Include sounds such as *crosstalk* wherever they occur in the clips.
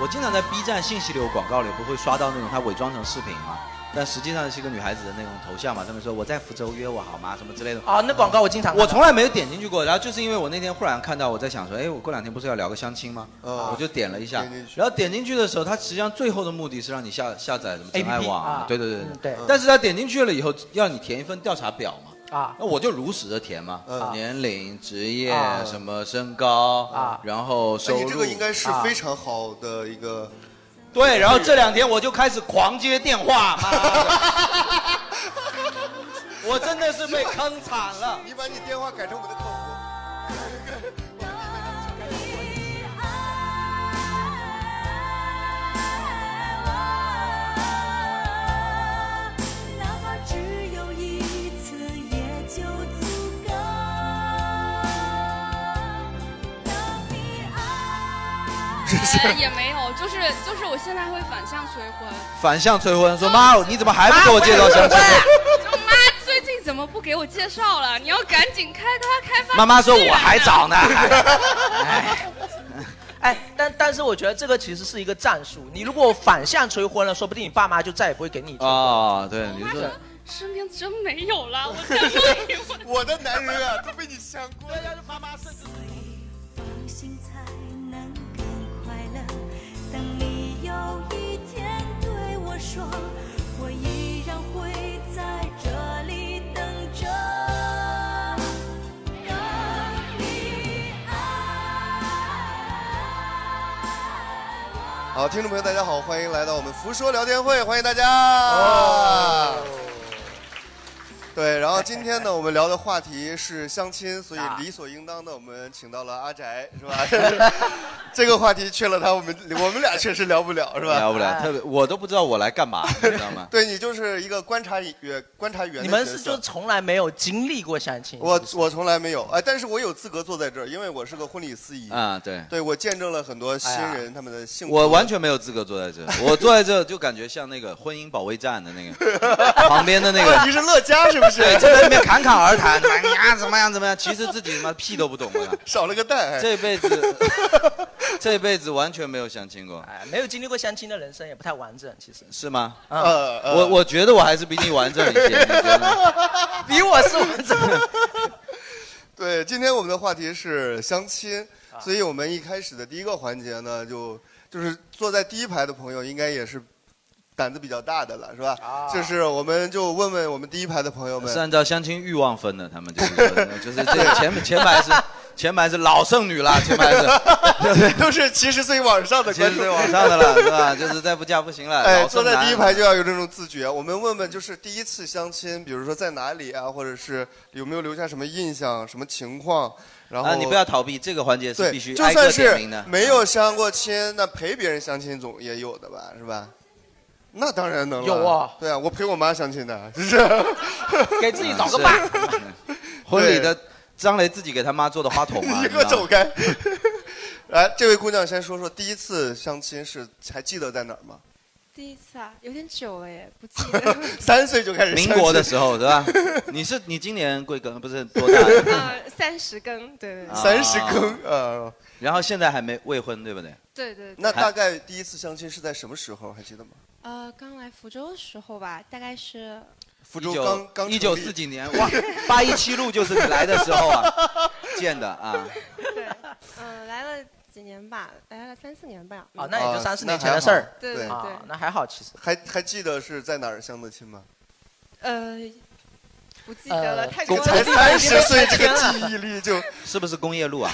我经常在 B 站信息流广告里不会刷到那种他伪装成视频嘛，但实际上是一个女孩子的那种头像嘛，上面说我在福州约我好吗什么之类的。啊，那广告我经常看到我从来没有点进去过，然后就是因为我那天忽然看到，我在想说，哎，我过两天不是要聊个相亲吗？哦啊我就点了一下，然后点进去的时候，它实际上最后的目的是让你下下载什么真爱 APP 网啊对对对嗯对但是它点进去了以后，要你填一份调查表嘛，啊那我就如实的填嘛，嗯年龄、职业、啊什么身高，啊然后收那入。啊你这个应该是非常好的一个，对，然后这两天我就开始狂接电 *laughs* 话，妈的 *laughs* 我真的是被坑惨了。 *laughs* 你把你电话改成我的客服。哪怕只有一次也就足够。哎也没有，就是就是我现在会反向催 *laughs* 婚。反向催婚，说妈，你怎么还不给我介绍相亲？就妈最近怎么不给我介绍了？你要赶紧开发开发。妈妈说我还早 *laughs* 呢。哎，但但是我觉得这个其实是一个战术。你如果反向催婚了，说不定你爸妈就再也不会给你催。哦，对，你说是身边真没有了，我真没有。 *laughs* 我的男人啊，都被你相过。对呀，就妈妈甚至放心才能更快乐。当你有一天对我说，我依然会在这里等着。等你好，听众朋友，大家好，欢迎来到我们福说聊天会，欢迎大家。哦对，然后今天呢，我们聊的话题是相亲， *laughs* 所以啊理所应当的，我们请到了阿宅，是吧？ *laughs* 这个话题缺了他，我们我们俩确实聊不了，是吧？聊不了，特别我都不知道我来干嘛，你知道吗？对你就是一个观察员，观察员的你们角是色就从来没有经历过相亲。我我从来没有，哎，但是我有资格坐在这儿，因为我是个婚礼司仪。啊，对，对，我见证了很多新哎呀人他们的幸福。我完全没有资格坐 *laughs* 在这，我坐在这就感觉像那个婚姻保卫战的那 *laughs* 个旁边的那啊 *laughs* 你个。是乐嘉是不是？对，就在那边侃侃而谈， *laughs* 你啊怎么样怎么样？其实自己他妈 *laughs* 屁都不懂的， *laughs* 少了个蛋，哎这辈 *laughs* 子这辈子完全没有相亲过，哎，没有经历过相亲的人生也不太完整，其实。是吗？啊，呃，呃我我觉得我还是比你完整一些，你觉得呢？比我是完整的。 *laughs* *laughs* 对，今天我们的话题是相亲，所以我们一开始的第一个环节呢，就就是坐在第一排的朋友应该也是胆子比较大的了，是吧？啊就是我们就问问我们第一排的朋友是们，按照相亲欲望分的，他们就是 *laughs* 说就是这前前排是前排是老剩女 *laughs* 啦，前排是都是七十岁往上的其实观是众。往上的了，是吧？就是再不嫁不行了。 *laughs* 哎，老坐剩在男第一排就要有这种自觉。我们问问，就是第一次相亲，比如说在哪里啊，或者是有没有留下什么印象、什么情况？然后、啊，你不要逃避，这个环节是对，必须就挨个算点是名的。没有相过亲，那陪别人相亲总也有的吧，是吧？那当然能了有啊对啊，我陪我妈相亲的，是不是？ *laughs* 给自己找个是伴。婚礼的张雷自己给他妈做的花筒啊，你你给我知道走吗开！来，这位姑娘先说说第一次相亲是还记得在哪儿吗？第一次啊，有点久了耶，不记得。 *laughs* 三岁 *laughs* 就开始相民亲国的时候是 *laughs* 吧？你是你今年贵庚不是多大？呃，三十更，对对对啊三十更啊，然后现在还没未婚对不对？对对对。那大概第一次相亲是在什么时候？还记得吗？呃，刚来福州的时候吧，大概是福州刚刚一九成立四几年哇，八一七路就是你来的时候啊建的啊。 *laughs* 对，嗯、来了几年吧，来了三四年吧。嗯啊，那也就啊三四那年还前的事儿。对对对对啊，，那还好，其实。还还记得是在哪儿相的亲吗？呃，不记得了，呃太多公才了。三十岁，这个记忆力就是不 *laughs* *laughs* 是工业路啊？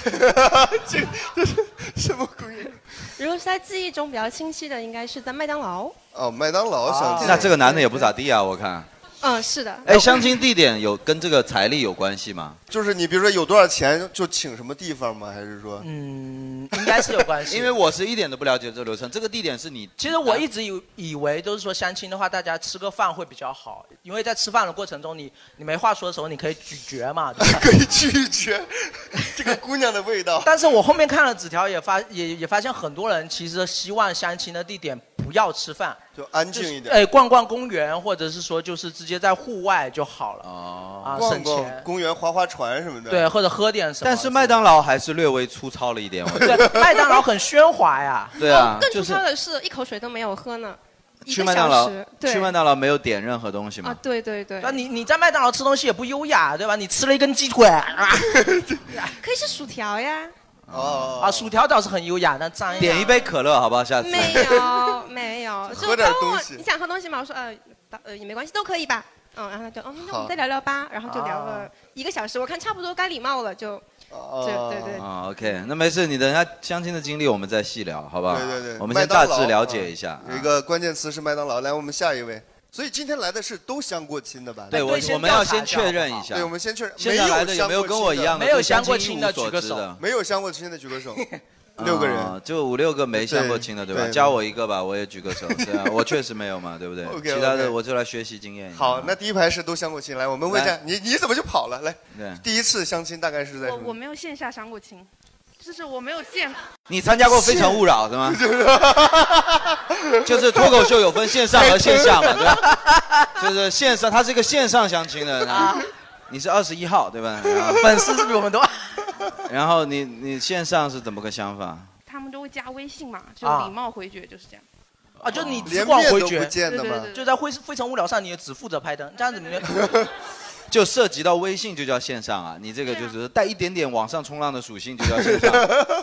什么鬼？ *laughs* 如果是他记忆中比较清晰的，应该是在麦当劳。哦，麦当劳相亲。那这个男的也不咋地啊，我看。嗯，是的。哎，相亲地点有跟这个财力有关系吗？就是你比如说有多少钱就请什么地方吗？还是说嗯， *laughs* 应该是有关系。因为我是一点都不了解这个流程，这个地点是你，其实我一直以以为都是说相亲的话，大家吃个饭会比较好，因为在吃饭的过程中你，你没话说的时候，你可以咀嚼嘛，对吧？ *laughs* 可以拒绝这个姑娘的味道？但是我后面看了纸条也发也也发现很多人其实希望相亲的地点不要吃饭，就安静一点哎，逛逛公园，或者是说就是直接在户外就好了。哦 *laughs* 啊，逛省钱。逛公园、划划船什么的。对，或者喝点什么。但是麦当劳还是略微粗糙了一点，我 *laughs* 觉得。对，麦当劳很喧哗呀。对啊，更就粗是糙的是，一口水都没有喝呢。一去个麦当小劳时，对，去麦当劳没有点任何东西啊吗？，对对对那，嗯你你在麦当劳吃东西也不优雅，对吧？你吃了一根鸡腿 *laughs* 啊，哎可以是薯 *laughs* 条呀。哦。啊薯条倒是很优雅，但张点一杯可乐，好不好？下次。啊没有哦没有，就喝点他问东我西你想喝东西吗？我说呃把呃也没关系，都可以吧。嗯，然后他就嗯，那我好们再聊聊吧，然后就聊啊了一个小时，我看差不多该礼貌了，就 *laughs* 哦对对对啊，OK，那没事，你等一下相亲的经历我们再细聊，好不好？对对对我们麦先当大劳啊致了解一下。啊有一个关键词是麦当劳。来，我们下一位。所以今天来的是都相过亲的吧？对，我啊对先我们要调查先一下确认好一不下对，我。们先确认。现在来的有没有跟我一样的？的？没有对相过亲亲的一无所举个知手的没有相过亲的举个手。六个人。啊就五六个没相过对亲的，对吧？对加我一个吧，我也举个手。对 *laughs* 啊，我确实没有嘛，对不对？ OK，OK 其他的我就来学习经验一下。好，那第一排是都相过亲。来，我们问一下来你，你怎么就跑了？来，对，第一次相亲大概是在我什我么？没有线下相过亲，就是我没有见，你参加过《非诚勿扰》是 *laughs* 吗？ *laughs* 就是脱口秀有分线上和线下嘛，对吧？ *laughs* 就是线上，它是一个线上相亲的。啊你是二十一号对吧？然后 *laughs* 粉丝是比我们多。然后你你线上是怎么个想法？他们都会加微信嘛，就啊礼貌回绝就是这样。啊，就哦 *laughs* 你只连管面回都不绝，见的对对吗对？对就在非非诚勿扰上，你也只负责拍灯，这样子你们 *laughs* 就涉及到微信就叫线上啊，你这个对就啊是带一点点往上冲浪的属性就叫 *laughs* 线上，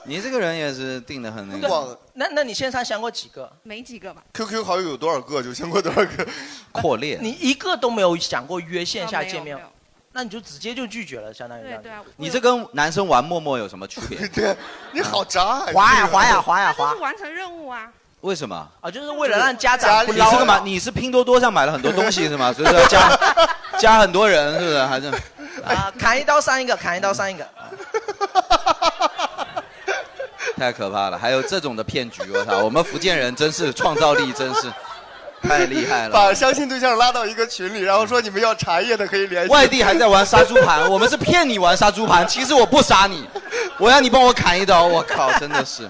你这个人也是定的很那个逛那那你线上相过几个？没几个吧， QQ 好友有多少个？就相过多少个？ *laughs* 扩列。你一个都没有想过约线啊下没有见面没，有那你就直接就拒绝了，相当于这对样子对。啊，你这跟男生玩陌陌有什么区别？ *laughs* 对，你好渣啊！滑呀你这个滑呀滑呀滑他就哎是完成任务啊，为什么？啊！就是为了让家家长里不你捞是啊。干 *laughs* 嘛？你是拼多多上买了很多东西是 *laughs* 吗？所以说要加加很多人是不是？还是 *laughs* 啊，砍一刀伤一个，砍一刀伤一个。太可怕了！还有这种的骗局，我操！我们福建人真是创造力真是太厉害 *laughs* 把了。相亲对象拉到一个群里，然后说你们要茶叶的可以 *laughs* 联系。外地还在玩杀猪盘，我们是骗你玩杀猪盘，其实我不杀你，我让你帮我砍一刀。我靠，真的是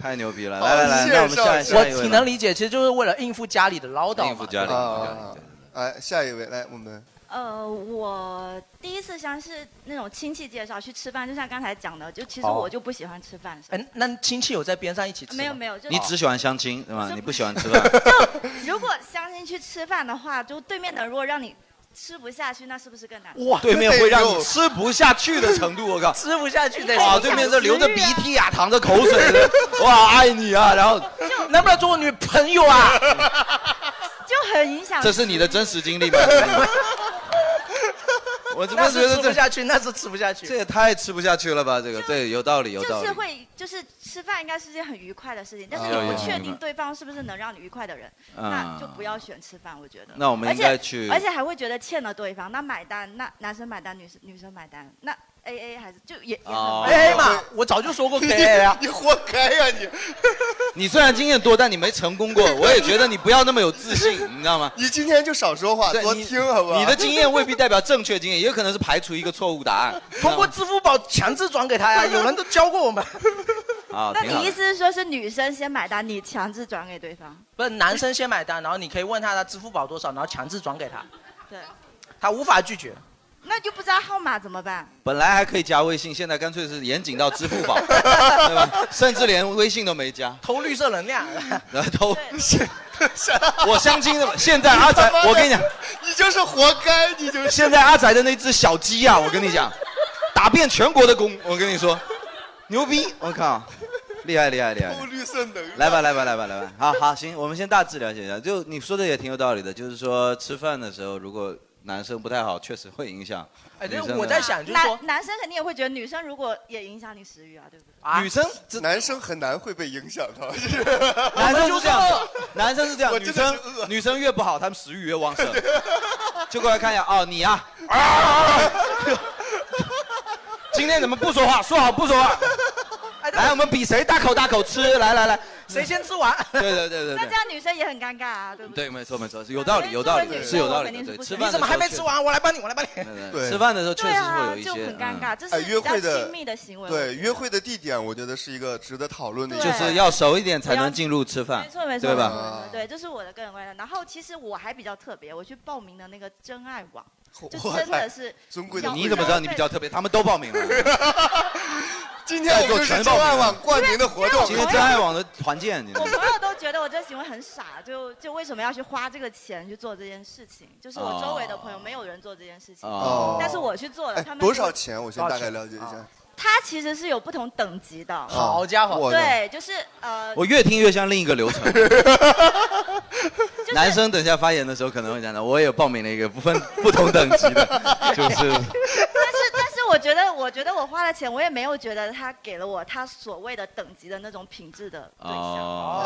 太牛逼了！好来来来，谢谢那我们下谢谢下一我位挺吧能理解，其实就是为了应付家里的唠叨嘛。应付家里，啊应付家里啊对哎，下一位来，*laughs* 我们呃，我第一次相是那种亲戚介绍去吃饭，就像刚才讲的，就其实哦我就不喜欢吃饭，是吧哎，那亲戚有在边上一起吃吗？没有没有，就你是只喜欢相亲对吧？真你不不喜欢吃饭。 *laughs* 如果相亲去吃饭的话，就对面的人如果让你吃不下去，那是不是更难？哇，对面会让你哎呦。吃不下去的程度，我靠！吃不下去再哇，说。对面这流着鼻涕啊，淌着口水的，哇，爱你啊！然后 *laughs* 能不能做我女朋友啊？就很影响。这是你的真实经历吗？我怎么那觉是吃得不这下去，那是吃不下去。这也太吃不下去了吧？这个就对，有道理，有道就理是。会，就是吃饭应该是件很愉快的事情，但是啊你有不有确有定对方是不是能让你愉快的人，那就不要选吃饭，我觉得。那我们而应且该去而且还会觉得欠了对方。那买单，那男生买单，女生女生买单，那 A A 还是就也也很哦麻烦。哎嘛，我早就说过可以啊 *laughs* 你活该呀你！ *laughs* 你虽然经验多，但你没成功过。我也觉得你不要那么有自信，你知道吗？你今天就少说话，对多你听好不好？你的经验未必代表正确经验，也有可能是排除一个错误答 *laughs* 案。通过支付宝强制转给他呀，有人都教过我们。 *laughs* 啊，那挺好你意的。思是说是女生先买单，你强制转给对方？不是男生先买单，然后你可以问他他支付宝多少，然后强制转给他，对，他无法拒绝。那就不知道号码怎么办？本来还可以加微信，现在干脆是严谨到支付 *laughs* 宝，对吧？甚至连微信都没加，偷绿色能量，然后都对 *laughs* 我相亲的，现在 *laughs* 阿宅他妈，的我跟你讲，你就是活该，你就是现在阿宅的那只小鸡啊，我跟你 *laughs* 讲，打遍全国的工，我跟你说，牛逼！我靠，厉害厉害厉害！厉偷害绿色能来吧，来吧，来吧，来吧，好好行，我们先大致了解一下。就你说的也挺有道理的，就是说吃饭的时候，如果男生不太好，确实会影响哎，女对生的。，我在想就是说男，男生肯定也会觉得女生如果也影响你食欲啊，对不对？啊女生这男生很难会被影响到，男生是这样我们子，男生是这样，我女真的生是饿女生越不好，他们食欲越旺 *laughs* 盛。就过来看一下，哦，你啊，啊今天怎么不说话？说好不说话。哎，但哎来，我们比谁大口大口吃。来来来，谁先吃完？ *laughs* 对对对对那对这。样女生也很尴尬啊，对不对？对，没错没错，是有哎道理，有道因为作为理，女是有道理生我肯定的。是对，不吃喜欢你饭的时怎候么还没确吃完？我来帮你，我来帮你。对对吃饭的时候确对实会啊，有一就些很尴嗯尬，这哎是约比较会的亲密的行为。对，约会的地点我觉得是一个值得讨论的一对个就话题。是要熟一点才能进入吃饭没，错没错，对没吧错没啊错对，这是我的个人观点。然后其实我还比较特别，我去报名的那个真爱网，就哇真的塞，是尊贵的你怎么知道你比较特别？他们都报名了， *laughs* 今天我们是真爱网冠名的活动因今为天真爱网的团建，你知道我吗朋友都觉得我这行为很傻，就就为什么要去花这个钱去做这件事情？就是我周围的朋友没有人做这件事情，哦，但是我去做了。哎他们多少？钱？我先大概多了少解钱一下。他其实是有不同等级的，好家伙，我的对，就是呃，我越听越像另一个 *laughs* 流程。男生等一下发言的时候可能会讲到，我也报名了一个不分不同等级 *laughs* 的，就是但是但是我觉得，我觉得我花了钱，我也没有觉得他给了我他所谓的等级的那种品质的对象，哦，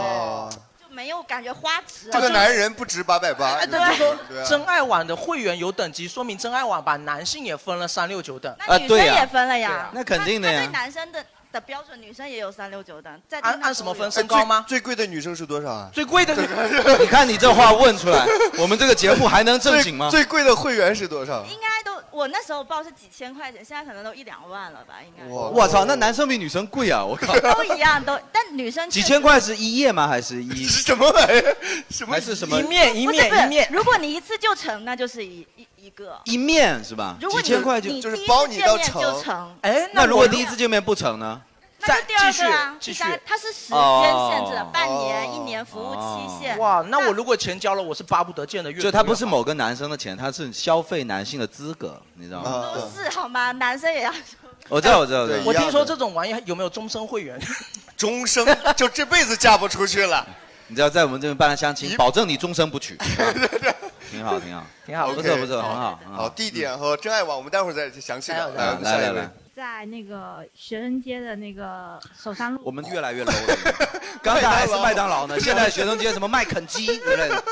哦，就没有感觉花值啊这了。个男人不值八百八。哎，对对，就说对啊真爱网的会员有等级，说明真爱网把男性也分了三六九等。那女生啊对呀也分了对呀呀，那肯定的他呀他对男生的的标准，女生也有三六九等，在按他那按什么都有分身高吗哎最最贵的女生是多少啊？最贵的 *laughs* 你看你这话问出来，我们这个节目还能正经吗？最最贵的会员是多少？应该都，我那时候报是几千块钱，现在可能都一两万了吧，应该 *laughs* 哇我操，那男生比女生贵啊！我靠，都一样都，但女生几确实千。块是一夜吗？还是一 *laughs* 是什么玩意儿？什么还是什么一面一不是不面是一面，如果你一次就成，那就是一一一个。一面是吧？如果几你千块就你就是第一包次你见到面就成成，哎，那如果我第一次见面不成呢？那再就第二继续个啊，继第续三，它是时哦间限制的，半年、哦一年服务期限。哇，那我如果钱交了，我是巴不得见的越多就越他不好是某个男生的钱，他是消费男性的资格，你知道吗？都啊？是好吗？男生也要我知道，我知道，我对知我道。听说这种玩意有没有终身会员？终 *laughs* 生就这辈子嫁不出去了。 *laughs* 你知道，在我们这边办了相亲一，保证你终身不 *laughs* 娶，挺好，挺好，挺好，不不错，错 OK 不错，很好，很好，。地点和真爱网，我们待会儿再详细聊。待会儿来我们来下来一位来，在那个学生街的那个首山路，我们越来越 low *laughs* 了。刚才还是麦当劳呢，现在学生街什么麦肯基之类的，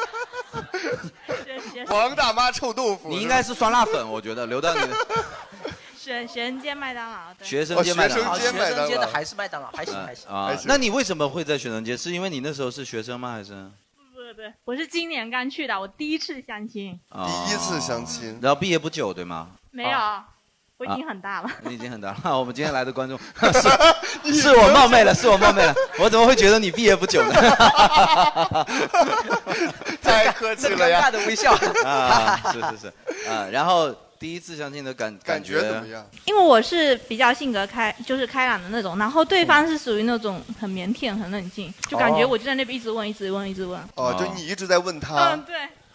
学学 *laughs* 王大妈臭豆腐，你应该是酸辣粉，我觉得留到 *laughs* 你的学学生街麦当劳，对，学生街麦当劳好，哦学街麦当劳生街的还是麦当劳，还行还行嗯。啊还。是那你为什么会在学生街？是因为你那时候是学生吗？还是不不不，我是今年刚去的，我第一次相亲，啊第一次相亲，然后毕业不久对吗？啊没有，啊我已经很大了， *laughs* 你已经很大了。我们今天来的观 *laughs* 众是是我冒昧了，是我冒昧了。我怎么会觉得你毕业不久呢？ *laughs* 太客气这了尴尬呀。的微 *laughs* 笑，啊，是是是，啊，然后第一次相亲的感感觉觉怎么样？因为我是比较性格开，就是开朗的那种，然后对方是属于那种很腼腆、很冷静，就感觉哦我就在那边一直问、一直问、一直问，哦，啊就你一直在问他嗯，，对，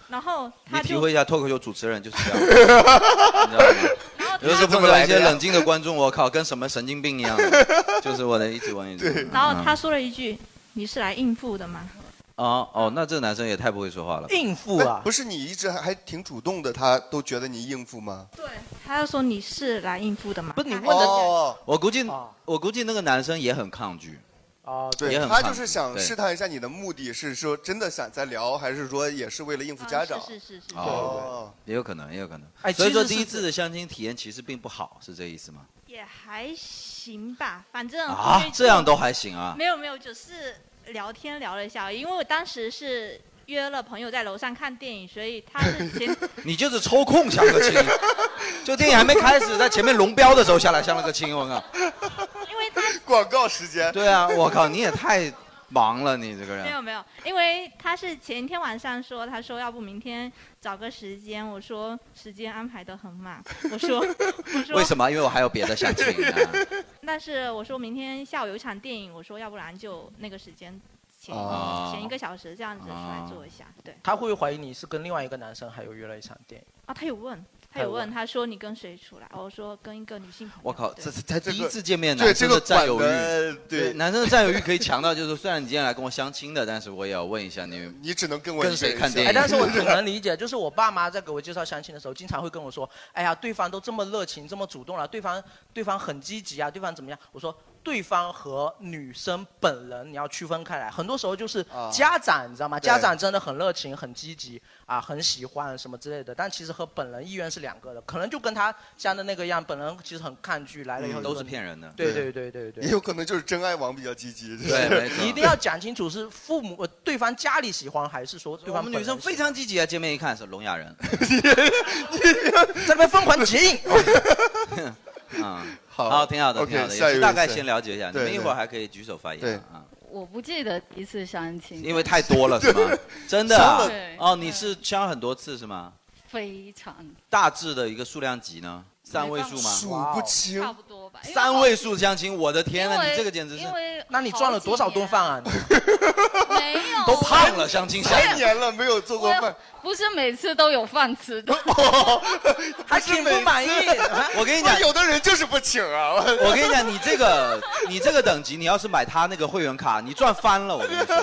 然后你他体就，会一下脱口秀主持人就是这 *laughs* 样，你知道吗？然后有的时他，候碰到一些冷静的观众，我靠，跟什么神经病一样，就是我得一直问一直哦问。 *laughs* 然后他嗯说了一句：“你是来应付的吗哦哦，那这个男生也太不会说话了。应付哎啊，不是你一直还还挺主动的，他都觉得你应付吗？？”对，他就说：“你是来应付的吗不是你问的哦，我估计哦，我估计那个男生也很抗拒。啊哦，也对，很他抗就是拒想对试探一下你的目的是说真的想再聊，还是说也是为了应？”付嗯家长？是是是是，哦，哦，也有可能，也有可能。哎所以其实说是第一次的相亲体验其实并不好，是这意思吗？也还行吧，反正啊因为，这样都还行啊？没有没有，只是聊天聊了一下而已，因为我当时是约了朋友在楼上看电影，所以他是 *laughs* 前你就是抽空相个亲， *laughs* 就电影还没开始，在前面龙标的时候下来相了个亲，我靠！因为他广告时间，对啊，我靠，你也太忙了，你这没个人。有没有，因为他是前一天晚上说，他说要不明天找个时间，我说时间安排的很满，我 *laughs* 说我说为什么？因为我还有别的相 *laughs* 亲、啊。但是我说明天下午有一场电影，我说要不然就那个时间前、哦前一个小时这样子出来哦做一下，对他会不会怀疑你是跟另外一个男生还有约了一场电影？啊，他有问。他有有问，问他说你跟谁出来？哦我说跟一个女性朋友。我靠，对这才这第个一次见面，对男这生个的管占有欲。的，对，男生的占有欲可以强到，就是虽然你今天来跟我相亲的，但是我也要问一下你。你只能跟我跟一谁人看一电哎，影下但是 *laughs* 我挺能理解，就是我爸妈在给我介绍相亲的时候，经常会跟我说，哎呀，对方都这么热情、这么主动了，对方对方很积极啊，对方怎么样？我说对方和女生本人你要区分开来。很多时候就是啊啊家长，你知道吗？家长真的很热情、很积极啊，很喜欢什么之类的，但其实和本人意愿是两个的，可能就跟他讲的那个样，本人其实很抗拒，来了以后嗯就说都是骗人的对对对对对，也有可能就是真爱网比较积极，就是对没错你一 *laughs* 定要讲清楚是父母、呃对方家里喜欢，还是说对我方们女生非常积极啊，见面一看是聋哑人，在那边疯狂结印。哦 *laughs* 啊、 *laughs* 好好，挺好的 OK，挺好的，下也一位是大概是先了解一下，你对们一对会儿还可以举手发言啊，我不记得一次相亲，因为太多了 *laughs* 是吗？ *laughs* 真的啊对？哦，你是相很多次是吗？非常大致的一个数量级呢？三位数吗？哎数不清差不多吧。因为三位数相亲，我的天因呐，为你这个简直是因为那你赚了多少顿饭啊？没有，都胖了，相亲相三年了没有做过饭，不是每次都有饭吃 *laughs* 的。还挺不满意。我跟你讲不是有的人就是不请啊。我我跟你讲，你这个你这个等级，你要是买他那个会员卡，你赚翻了。我跟你说，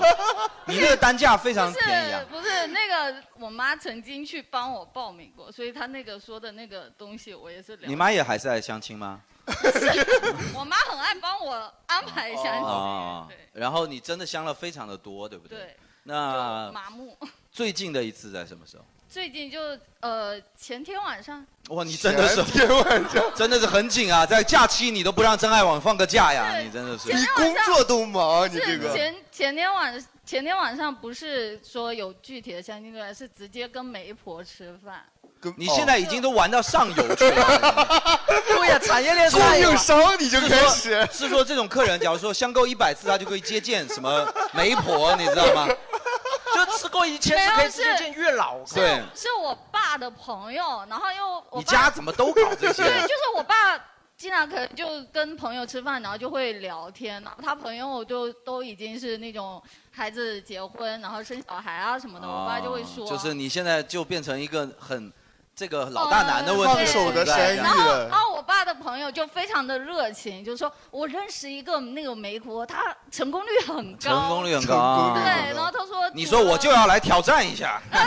你那个单价非常不便宜啊是。不是那个，我妈曾经去帮我报名过，所以她那个说的那个东西我也是了解。你妈也还是爱相亲吗？我妈很爱帮我安排相亲，哦，然后你真的相了非常的多，对不对？对，那就麻木。最近的一次在什么时候？最近就呃前天晚上，哇，你真的是 *laughs* 前天晚上，真的是很紧啊，在假期你都不让真爱网放个假呀，是你真的是前你天晚工上作都忙，哦你这是个前前天晚前天晚上不是说有具体的相亲对象，是直接跟媒婆吃饭。跟你现在已经都玩到上游去 *laughs* 了。对呀，产业链供上应游。商你就开是说始，是说这种客人，假如说相够一百次，他就可以接见什么媒婆，你知道吗？ *laughs* 就吃过一千次可以直接见月老。是对是我爸的朋友，然后又 *laughs* 我你爸家怎么都搞这些？啊对，就是我爸经常可能就跟朋友吃饭，然后就会聊天，然后他朋友就都已经是那种孩子结婚，然后生小孩啊什么的，我爸哦就会说，哦就是你现在就变成一个很这个老大难嗯的问啊题，哦放手的对山吧然后，对然后我爸的朋友就非常的热情，就说我认识一个那个媒婆，她成功率很高，成功率很成功高啊率。对，很然后他哦说，你说我就要来挑战 *laughs* 一下， *laughs* 我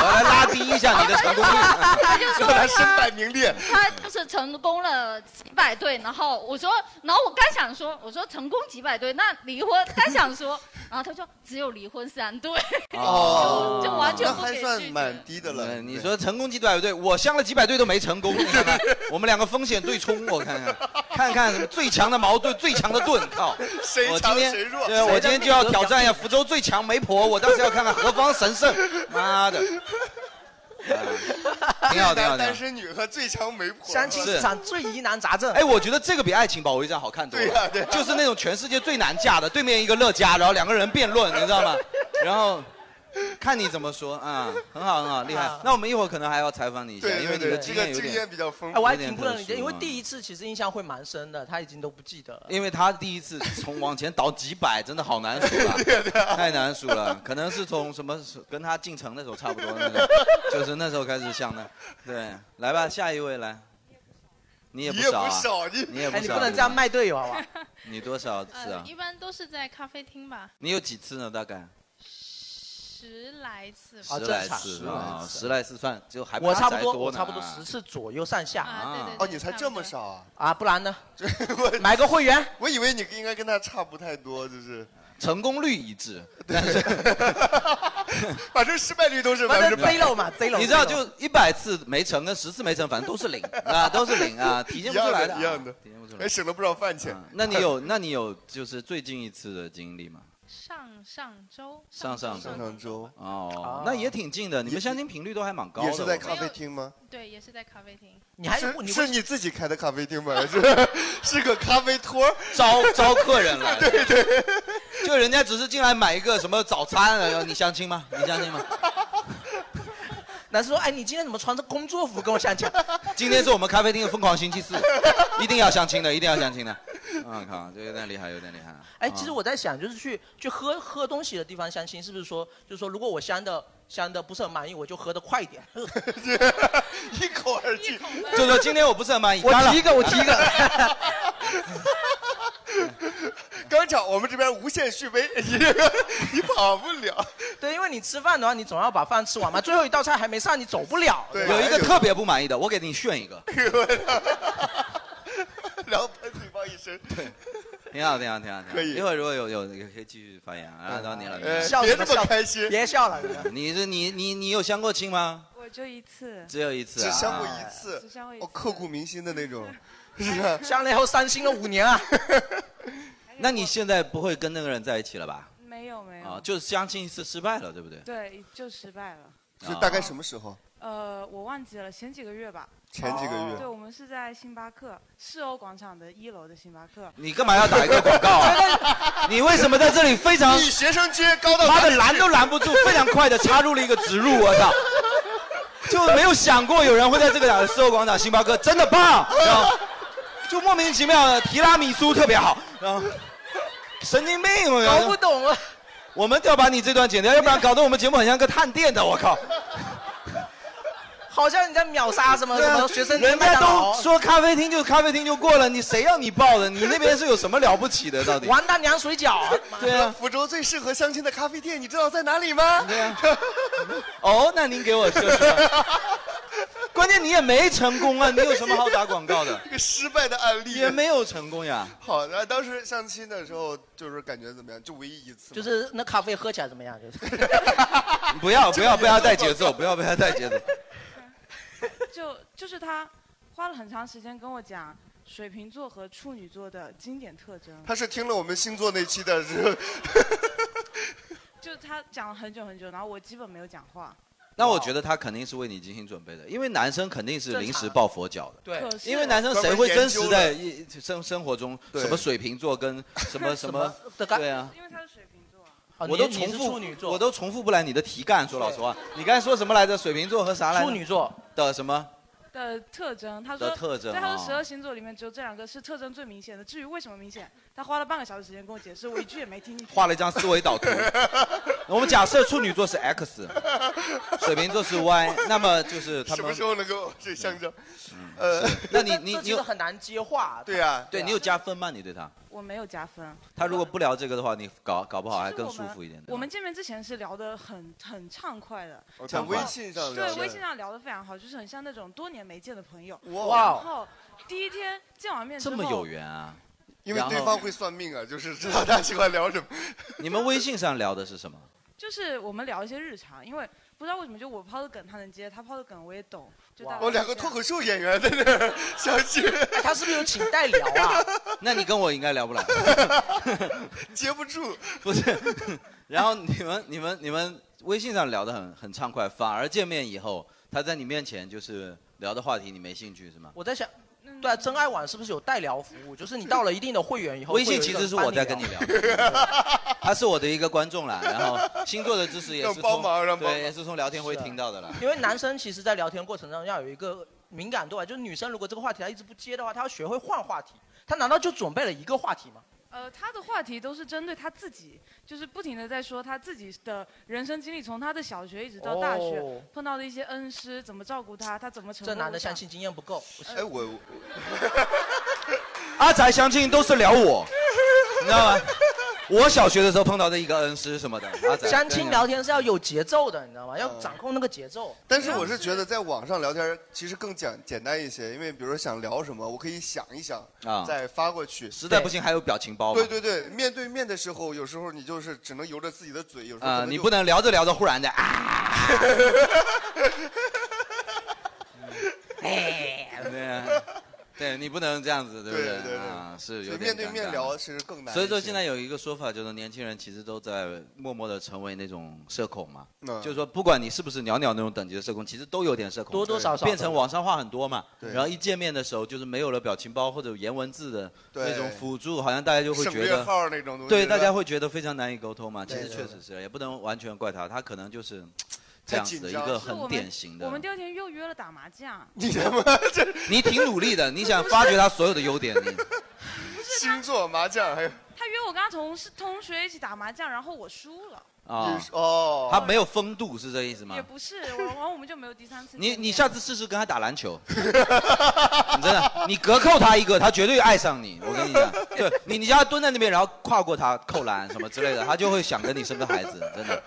要来拉低一下你的成功率。呃他就 *laughs* 说让他身他败名裂。他就是成功了几百对，然后我说，然后我刚想说，我说成功几百对，那离婚刚想说，然后他说只有离婚三对，哦就完全那不给还拒算绝蛮低的了。嗯你说成功几百对，我相了几百对都没成功，你 *laughs* 看看我们两个风险对冲，我看看，看看什么最强的矛盾，最强的盾， *laughs* 靠！谁我今强天谁弱对，我今天就要挑战一下福州最强媒婆，我当时要看看何方神圣。妈的，啊挺好，挺好，单挺单好。身女和最强媒婆，相亲市场最疑难杂症。 *laughs* 哎，我觉得这个比爱情保卫战好看多了。对呀对呀就是那种全世界最难嫁的，对 *laughs* 面一个乐嘉，然后两个人辩论，你知道 *laughs* 吗？然后看你怎么说啊、很好，很好，厉害啊。那我们一会儿可能还要采访你一下，对因为对你的对，经这验个有经点验比较丰哎，富我。还有点挺不能理特解，殊因为啊第一次其实印象会蛮深的，他已经都不记得了。因为他第一次从往前倒几百，真的好难数 *laughs* 啊，太难数了。可能是从什么时候跟他进城的时候差不多那 *laughs* 种，就是那时候开始像的。对，来吧，下一位来，你也你不也少不啊，少，你你也哎，不你少，不能这样卖队友好不好？ *laughs* 你多少次呃啊，一？般都是在咖啡厅吧，你有几次呢？大概十来次吧。啊十来正常次十来啊，次十来次算就还我差不还多，多，我差不多十。次左右上下啊，对对对哦，你才这么。少啊？啊，不然呢？我买个会员，我以为你应该跟他差不太多，就是成功率一致， *laughs* 反正失败率都是百反分之正百。 zero 嘛，zero。你知道就一百次没成跟十次没成，反正都 *laughs* 是零 *laughs* 啊，都是零啊，体现不出来啊一样的一体现样的不出来还。省了不少饭钱啊。那你有 *laughs* 那你有就是最近一次的经历吗？上上周，上上周上上周啊，哦那也挺近的，你们相亲频率都还蛮高的。 *laughs* 也是在我咖啡厅吗？ *laughs* 对，也是在咖啡厅。你还是你是会你自己开的咖啡厅吗？还 *laughs* 是是个咖啡托儿？招招客人 *laughs* 来，对对，就人家只是进来买一个什么早餐，然后你相亲吗？你相 *laughs* 亲吗？男生说，哎，你今天怎么穿着工作服跟我相亲？今天是我们咖啡厅的疯狂星期四，一定要相亲的，一定要相亲的。我靠，这有点厉害，有点厉害。哎，其实啊我在想，就是去去喝喝东西的地方相亲，是不是说，就是说，如果我相的相的不是很满意，我就喝的快一点。 *laughs* 一口而尽。就说今天我不是很满意，我干了提一个，我提一个。 *laughs* 刚巧我们这边无限续杯，你这个你跑不了。对，因为你吃饭的话，你总要把饭吃完嘛，最后一道菜还没上，你走不了。对哎有一个特别不满意的，我给 *laughs* 你炫一个，然后喷对方一身。挺挺好，挺好，挺好，挺好可以一会儿如果有有也可以继续发言啊，到你了。呃笑别什么这么笑开心别笑了。 *laughs* 你是你你你有相过亲吗？我就一次，只有一次、啊，哎只相过一次，只相过一哦，刻骨铭心的那种。是啊，相了以后伤心了五年 *laughs* 啊。那你现在不会跟那个人在一起了吧？没有没有，啊，就是相亲一次失败了，对不对？对，就失败了。啊是大概什么时候？呃，我忘记了，前几个月吧。哦前几个月对，我们是在星巴克世欧广场的一楼的星巴克。你干嘛要打一个广告 *laughs* 啊？你为什么在这里非常你学生街高到妈哪的里拦都拦不住，非常快的插入了一个植入，我操！就没有想过有人会在这个打世欧广场星巴克，真的棒！然后就莫名其妙的提拉米苏特别好，然后神经病，我搞不懂啊！我们要把你这段剪掉，要不然搞得我们节目很像个探店的，我靠！好像你在秒杀什么对啊什么学生，人麦家当劳都说咖啡厅就咖啡厅就过了，你谁让你报的？你那边是有什么了不起的？到底？王大娘水饺，对啊， *laughs* 福州最适合相亲的咖啡店，你知道在哪里吗？对啊。哦，那您给我说说。关键你也没成功啊，你有什么好打广告 *laughs* 的？这个失败的案例也没有成功呀。好的，当时相亲的时候就是感觉怎么样？就唯一一次吗，就是那咖啡喝起来怎么样？就是不要不要不要带节奏，不要不要带节奏。 *laughs* 就就是他花了很长时间跟我讲水瓶座和处女座的经典特征。他是听了我们星座那期的， *laughs* 是就他讲了很久很久，然后我基本没有讲话。那我觉得他肯定是为你精心准备的，因为男生肯定是临时抱佛脚的。对因为男生谁会真实在一生生活中对什么水瓶座跟 *laughs* 什么什么？对啊，因为他是水瓶座。哦我都重复 *laughs* 处女，我都重复不来你的题干。说老实话，你刚才说什么来着？水瓶座和啥来着？处女座的什么？的特征，他说的特征对，他说哦十二星座里面只有这两个是特征最明显的。至于为什么明显，他花了半个小时时间跟我解释，我一句也没听进去。画了一张思维导图。我们假设处女座是 X，水瓶座是 Y，那么就是他什么们时。候能够这相争？呃，那你你 *laughs* 这你其实有很难接话。对啊，对你有加分吗？你对他，我没有加分。他如果不聊这个的话，你搞搞不好还更我舒们服一点的。我们见面之前是聊得很很畅快的，在然后哦微信上聊对的微信上聊得非常好，就是很像那种多年没见的朋友。哇然后第一天见完面之这后，么有缘啊！因为然后对方会算命啊，就是知道他喜欢聊什么。你们微信上聊的是什么？就是我们聊一些日常，因为不知道为什么就我抛的梗他能接，他抛的梗我也懂，就大 *laughs* 概哦我两个是这样脱口秀演员在那儿相亲，哎他是不是有请代聊啊？ *laughs* 那你跟我应该聊不 *laughs* 来，接不住。不 *laughs* 是？然后你们、你们、你们微信上聊得很很畅快，反而见面以后，他在你面前就是聊的话题你没兴趣是吗？我在想，对啊，真爱网是不是有代聊服务？就是你到了一定的会员以后，微信其实是我在跟你聊， *laughs* 他是我的一个观众啦。然后星座的知识也是让帮从忙让帮忙对，也是从聊天会听到的啦。因为男生其实，在聊天过程中要有一个敏感度啊，就是女生如果这个话题她一直不接的话，她要学会换话题。她难道就准备了一个话题吗？呃，他的话题都是针对他自己，就是不停的在说他自己的人生经历，从他的小学一直到大学、哦碰到的一些恩师，怎么照顾他，他怎么成这功。男的相亲经验不够。哎，我阿宅相亲都是聊 *laughs* 我，你知道吗？我小学的时候碰到的一个恩师什么的，阿宅相亲对聊天是要有节奏的，你知道吗？要掌控那个节奏。但是我是觉得在网上聊天其实更简简单一些，因为比如说想聊什么，我可以想一想，啊再发过去。实在不行还有表情包嘛。对对对，面对面的时候，有时候你就是只能由着自己的嘴，有时候啊、可 *laughs* 就 *laughs* 你不能聊着聊着忽然的啊， *laughs* 哎，对啊，对你不能这样子，对不对？对对对啊，是所有以点面对尴尬面聊其实更难一些。所以说现在有一个说法，就是年轻人其实都在默默的成为那种社恐嘛，嗯就是说不管你是不是袅袅那种等级的社恐，其实都有点社恐，多多少少变成网上话很多嘛。对然后一见面的时候，就是没有了表情包或者言文字的对那种辅助，好像大家就会省觉略得号那种东西对，对吧大家会觉得非常难以沟通嘛。其对实对确对实是，也不能完全怪他，他可能就是这太样紧子的一张个是很典型的我。们第二天又约了打麻将，你挺努力的，你想发掘他所有的优点， *laughs* 你星座麻将还有他约我跟他同事同学一起打麻将，然后我输了，啊你是哦他没有风度是这意思吗也？不是，我然后我们就没有第三次见你面。你下次试试跟他打篮 *laughs* 球，你真的，你隔扣他一个，他绝对爱上你。我跟你讲，对你，你叫他蹲在那边，然后跨过他扣篮什么之类的，他就会想跟你生个孩子，真的。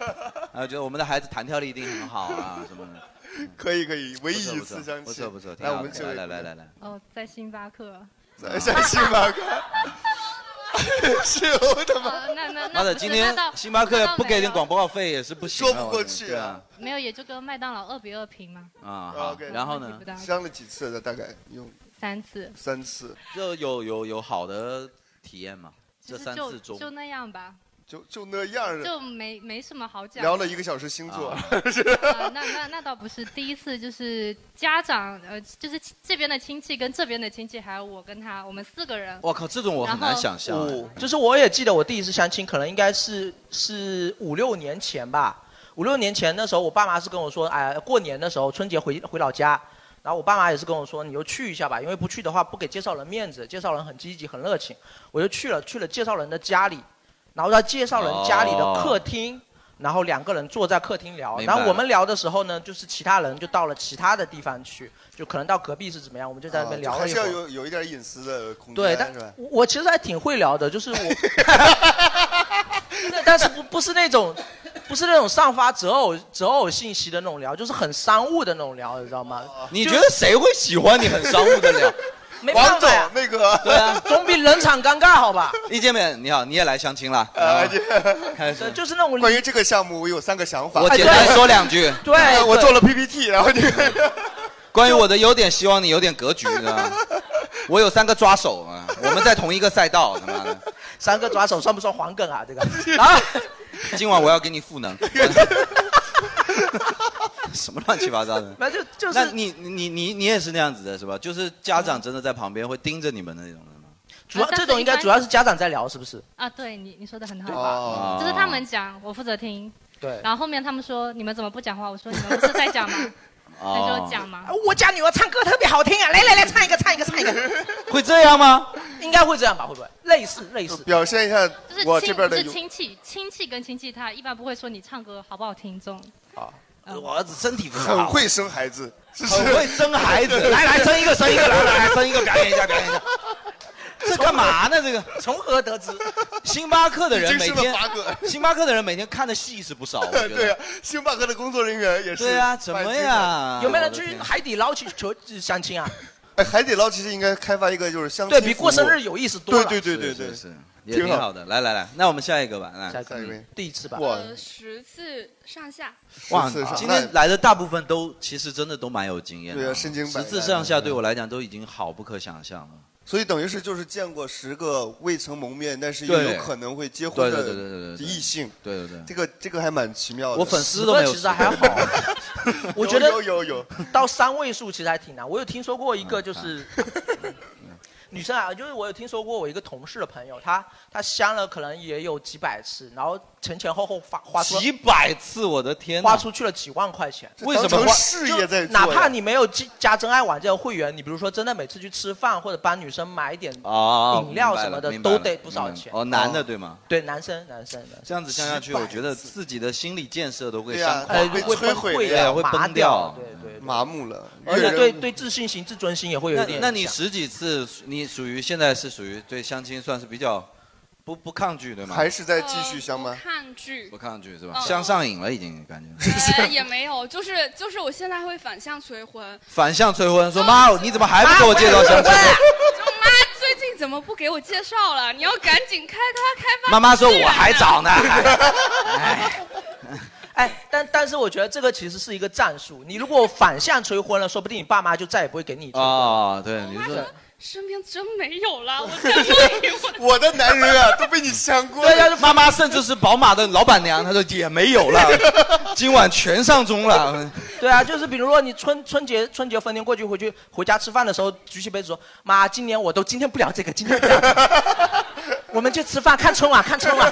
啊，觉得我们的孩子弹跳力一定很好啊，什么的。 *laughs* 可以可以，唯一一不错次相亲，不错不错，挺来好我们哦的来来来来来。哦，在星巴克。在星巴克。 *laughs* 是我的妈！哦那那那妈的，不是今天那倒星巴克那倒不给没点有广告费也是不行啊，说不我过觉得去对啊。没有，也就跟麦当劳二比二平嘛，啊，好 OK 然后问题呢不？大相了几次了？大概用三次。三次，就有有有好的体验吗？这就是三就次中就那样吧，就就那样儿就没没什么好讲的。聊了一个小时星座， *laughs* 啊，那那那倒不是第一次，就是家长呃，就是这边的亲戚跟这边的亲戚，还有我跟他，我们四个人。我靠，这种我很难想象哎哦就是我也记得我第一次相亲，可能应该是是五六年前吧。五六年前那时候，我爸妈是跟我说，哎，过年的时候春节回回老家，然后我爸妈也是跟我说，你就去一下吧，因为不去的话不给介绍人面子，介绍人很积极很热情，我就去了，去了介绍人的家里，然后在介绍人家里的客厅。然后两个人坐在客厅聊，明白然后我了们聊的时候呢，就是其他人就到了其他的地方去，就可能到隔壁是怎么样，我们就在那边聊啊了还一会是要儿。有有一点隐私的空间，对，但是吧？我我其实还挺会聊的，就是我， *laughs* 但是不不是那种，不是那种上发择偶择偶信息的那种聊，就是很商务的那种聊，你知道吗？哦你觉得谁会喜欢你很商务的聊？没办法呀，那个对啊，总比冷场尴尬好吧？一见面，你好，你也来相亲了？啊， *laughs* 开始，就是那种关于哎这个项目，我有三个想法。我简单说两 *laughs* 句对哎我对做了 PPT，然后你关于我的优点，希望你有点格局，你知道吗？我有三个抓手啊，我们在同一个赛道，他妈的！三个抓手算不算黄梗啊？这 *laughs* 个啊，今晚我要给你赋能。 *laughs* 什么乱七八糟的？那就就是那你你你你你也是那样子的是吧？就是家长真的在旁边会盯着你们的那种的吗？主要啊但是这种应该一般主要是家长在聊，是不是？啊，对你你说的很哦好，就是他们讲，我负责听。对然后后面他们说你们怎么不讲话？我说你们不是在讲吗？他就哦讲嘛。我家女儿唱歌特别 *laughs* 好听啊，来来来，唱一个，唱一个，唱一个， *laughs* *laughs* 会这样吗？应该会这样吧？会不会类似类似？表现一下就是我亲这边的就是有亲戚，亲戚跟亲戚，他一般不会说你唱歌好不好听这种。啊，我儿子身体不好很会生孩子，是很会生孩 *laughs* 子，来来生一个生一个，来来来生一个，表演一下表演一下。这干嘛呢？这个从何得知？ *laughs* 星巴克的人已经每生了天八个，星巴克的人每天看的戏是不少，我觉得。对啊，星巴克的工作人员也是。 *laughs* 对啊怎么呀有没有人去海底捞去求相亲啊？ *laughs* 哎，海底捞其实应该开发一个就是相亲对比过生日有意思多了对对对是对对，是是也挺好的。来来来，那我们下一个吧，来下一位第一次吧哇呃，十次上下。哇十次上，今天来的大部分都其实真的都蛮有经验的，对啊身经百十战次上下对我来讲都已经好不可想象了。所以等于是就是见过十个未曾谋面，但是又对有可能会结婚的对对对对对对异性，对对对，这个这个还蛮奇妙的。我粉丝都没有其实还 *laughs* 好，我觉得有有有 *laughs* 到三位数其实还挺难。我有听说过一个就是。*laughs* 嗯女生啊，就是我有听说过，我一个同事的朋友，她她相了可能也有几百次，然后前前后后花花出几百次，我的天哪！花出去了几万块钱，为什么花业在做哪呀怕你没有加加真爱网这个会员，你比如说真的每次去吃饭或者帮女生买一点哦，饮料什么的明白了都得不少明白钱。了哦，男的对吗？对，男生男生的。这样子降下去，我觉得自己的心理建设都会对啊相垮了，会会摧毁对的会麻崩嗯掉对对，麻木了，而且越人对对自信心、自尊心也会有一那点那你影响十几次，你属于现在是属于对相亲算是比较不不抗拒对吗？还是在继续相吗？看剧呃不抗拒是吧？嗯相上瘾了已经感觉。 *laughs* 哎也没有，就是就是我现在会反向催婚，反向催婚，说妈，你怎么还不给我介绍相亲？就妈 *laughs* 最近怎么不给我介绍了？你要赶紧开开开发。妈妈说我还早呢。 *laughs* 哎，但但是我觉得这个其实是一个战术。你如果反向催婚了，说不定你爸妈就再也不会给你。哦，对，你说说身边真没有 *laughs* 了，我真没有。我的男人啊，都被你相过对呀，妈妈甚至是宝马的老板娘，她说也没有 *laughs* 了，今晚全上钟了。对啊，就是比如说你春春节春节逢年过节回去回家吃饭的时候，举起杯子说：“妈，今年我都今天不聊这个，今天不聊、这个， *laughs* 我们去吃饭看春晚，看春晚。”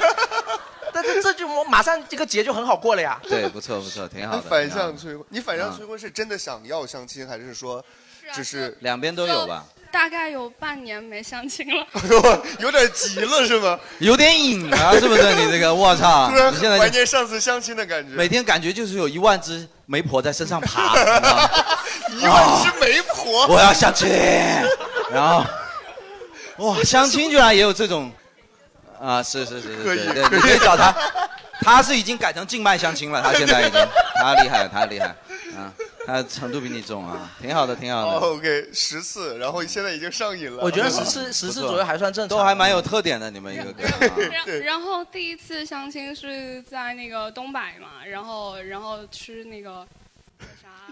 *laughs* 但是这就我马上这个节就很好过了呀。对，不错不错，挺好那的。反挺好向的催婚，你反向嗯催婚是真的想要相亲，还是说只是啊两边都有吧？大概有半年没相亲 *laughs* 了，有点急了是吗？有点瘾啊，是不是？你这个，我操！突然啊你现怀在就念上次相亲的感觉。 *laughs* 每天感觉就是有一万只媒婆在身上爬， *laughs* 你知道吗一万只媒婆，啊我要相亲，然后 *laughs* 哇，相亲居然也有这种啊，是是是是，可以 *laughs* 对对，可你以可以 *laughs* 找他，他是已经改成静脉相亲了，他现在已经，他厉害了，他厉害，啊，他程度比你重啊，挺好的，挺好的。 *laughs* 哦 OK，十次，然后现在已经上瘾了。我觉得十次十次左右还算正常，都还蛮有特点的。你们一个啊个，然 *laughs* 然后第一次相亲是在那个东北嘛，然后然后吃那个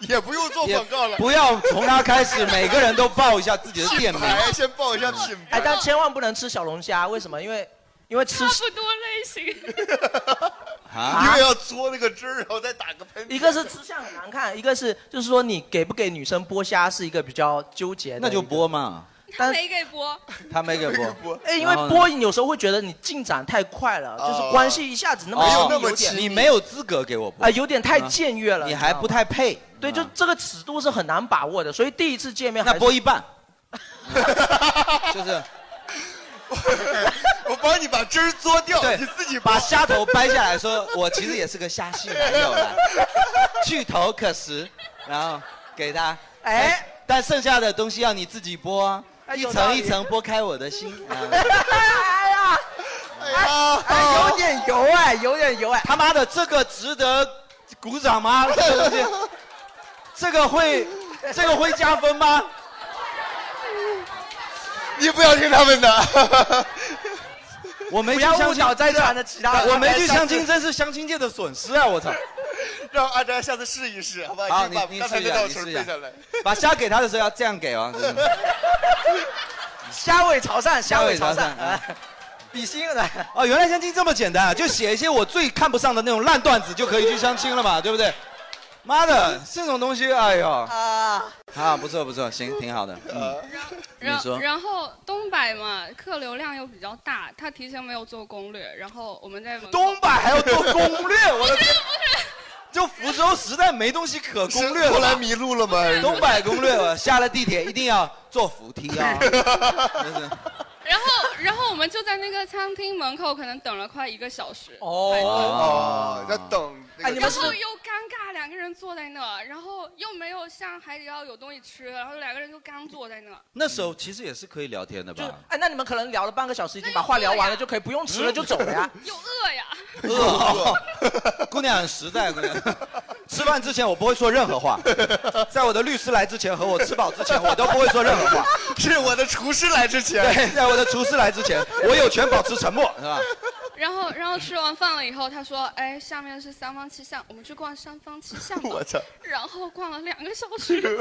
也不用做广告了。不要从他开始，每个人都报一下自己的 *laughs* 店名。来，先报一下品牌。哎，但千万不能吃小龙虾，为什么？因为因为吃啊差不多类型。 *laughs* 啊因啊为要嘬那个汁儿，然后再打个喷嚏。一个是吃相很难看，一个是就是说你给不给女生剥虾是一个比较纠结的。那就剥嘛。他没给播，他没 *laughs* 给播。哎，因为播有时候会觉得你进展太快了， *laughs* 哦就是关系一下子那么哦有点你没有资格给我嗯播啊，有点太僭越了，你还不太配。嗯对，就这个尺度是很难把握的，所以第一次见面那播一 *laughs* 半，就是我帮你把汁儿嘬掉，对你自己把虾头掰下来说，我其实也是个虾系男友 *laughs* 啦，去头可食，然后给他。哎，但剩下的东西要你自己剥啊，哎一有道层理一层剥开我的 *laughs* 心。啊哎呀，哎哎，有点油哎，有点油哎。他妈的，这个值得鼓掌吗？啊这个东西，这个会，这个会加分吗？你不要听他们的。 *laughs* 我没不去要相误亲导在场的其他人我没去相亲，下真是相亲界的损失啊！我操！ *laughs* 让阿斋下次试一试，好吧？好，你你把你刚才试一那下，道你词儿试一背下嗯下来。。 *laughs* 把 *laughs* 虾给他的时候要这样给啊！真的 *laughs* 虾尾朝上，虾尾朝上虾尾朝上啊，比心来。哦，原来相亲这么简单啊！就写一些我最看不上的那种烂段子就可以去相亲了嘛，对不对？妈的，这种东西，哎呦，啊，啊，不错不错，行，挺好的。嗯，你说然然后东北嘛，客流量又比较大，他提前没有做攻略，然后我们在门口东北还要做攻略，我的天！就福州实在没东西可攻略了吧。后来迷路了吗？东北攻略，我下了地铁一定要坐扶梯 *laughs* 啊！然后，然后我们就在那个餐厅门口，可能等了快一个小时。哦哦，要等哎那个。然后又尴尬，两个人坐在那，然后又没有像海底捞有东西吃，然后两个人就干坐在那。那时候其实也是可以聊天的吧？哎，那你们可能聊了半个小时，已经把话聊完了，就可以不用吃嗯了，就走了呀。又饿呀，呃 *laughs* 姑娘很实在，姑娘。吃饭之前我不会说任何话，在我的律师来之前和我吃饱之前，我都不会说任何 *laughs* 话。是我的厨师来之前。对，在我的厨师来之前，我有权保持沉默，是吧？然后，然后吃完饭了以后，他说：“哎，下面是三坊七巷，我们去逛三坊七巷吧。 *laughs* 我操！”然后逛了两个小 *laughs* 时，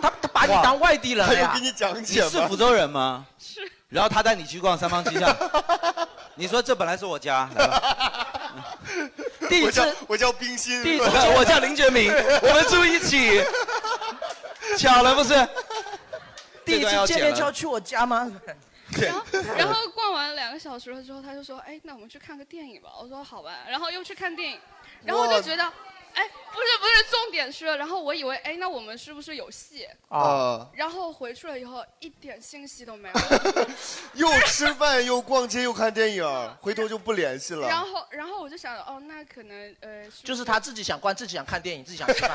他把你当外地人了呀他有给你讲你解吗是福州人吗？是。然后他带你去逛三坊七巷， *laughs* 你说这本来是我家，来吧第一我叫次，我叫冰心，第一次 *laughs* 我我叫林觉民，我们住一起，巧了不是？ *laughs* 第这一段要次剪见面了就要去我家吗？ *laughs* 然后逛完两个小时了之后，他就说：“哎，那我们去看个电影吧。”我说：“好吧。”然后又去看电影，然后我就觉得，哎，不是不是，重点是，然后我以为，哎，那我们是不是有戏？哦啊，然后回去了以后，一点信息都没有。又吃饭又逛街又看电影，回头就不联系然了。后，然后我就想，哦，那可能，呃，就是不他自己想关，自己想看电影，自己想吃饭。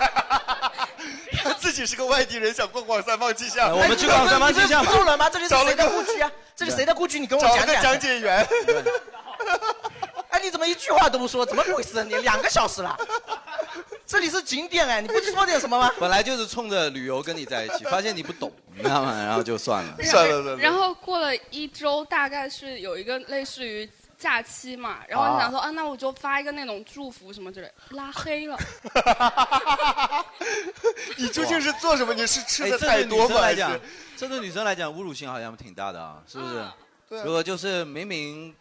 他 *laughs* 自己是个外地人，想逛逛三坊七巷。 *laughs* 呃我们去逛三坊七 *laughs* 巷不吧。够了吗？这里是找了谁个的故 *laughs* *laughs* 居啊？这里谁的故居？你跟我找讲了个讲。讲解员，哎，你怎么一句话都不说？怎么回事？你两个小时了， *laughs* 这里是景点哎，你不说点什么吗？本来就是冲着旅游跟你在一起，发现你不懂，你知道吗？然后就算了。 *laughs* 算了算了。然后过了一周，大概是有一个类似于假期嘛，然后我就想说，啊，那我就发一个那种祝福什么之类，拉黑了。 *laughs* 你究竟是做什么？你是吃哎，的这太对女多生吗？还来是讲，这对女生来讲侮辱性好像挺大的啊，是不是？对啊如果就是明明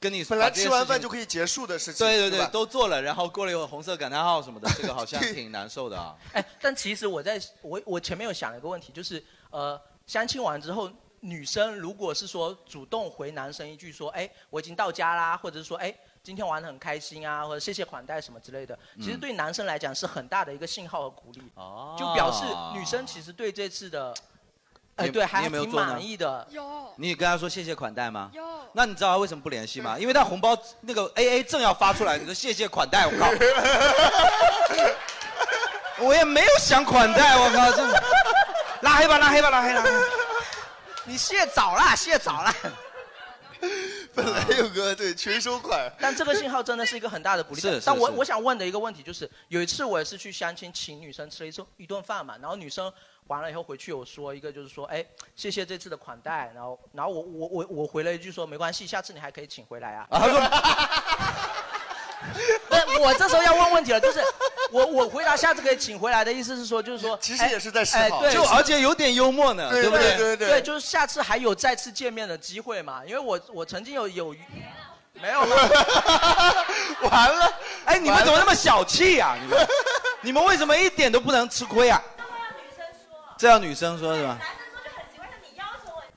跟你本来把这些吃完饭事就情可以结束的事情，对对对吧都做了，然后过了一会儿红色感叹号什么 *laughs* 的，这个好像挺难受的啊。哎，但其实我在我我前面有想一个问题，就是呃，相亲完之后，女生如果是说主动回男生一句说，哎，我已经到家啦，或者是说，哎，今天玩的很开心啊，或者谢谢款待什么之类的，其实嗯对男生来讲是很大的一个信号和鼓励，哦就表示女生其实对这次的，哎，你对，还你有没有挺做呢满意的。有你跟她说谢谢款待吗？有，那你知道她为什么不联系吗？因为她红包那个 A A 正要发出来，你说谢谢款待，我靠！*laughs* 我也没有想款待，我靠！这拉啊黑吧，拉黑吧，拉黑拉黑！ *laughs* 你谢早啦，谢早啦。本来有个对群收款，但这个信号真的是一个很大的鼓励。是是但我是我想问的一个问题就是，有一次我也是去相亲，请女生吃了一顿一顿饭嘛，然后女生完了以后回去有说一个就是说，哎，谢谢这次的款待，然后然后我我我我回了一句说没关系，下次你还可以请回来啊。 *laughs* 对，我这时候要问问题了，就是 *laughs* 我我回答下次可以请回来的意思是说，就是说其实也是在示哎好对，就而且有点幽默呢，对不对？对就是下次还有再次见面的机会嘛，因为我我曾经有有。没有吗？完了！哎，你们怎么那么小气 *laughs* 呀、你们，你们为什么一点都不能吃亏呀、这要女生说是吧？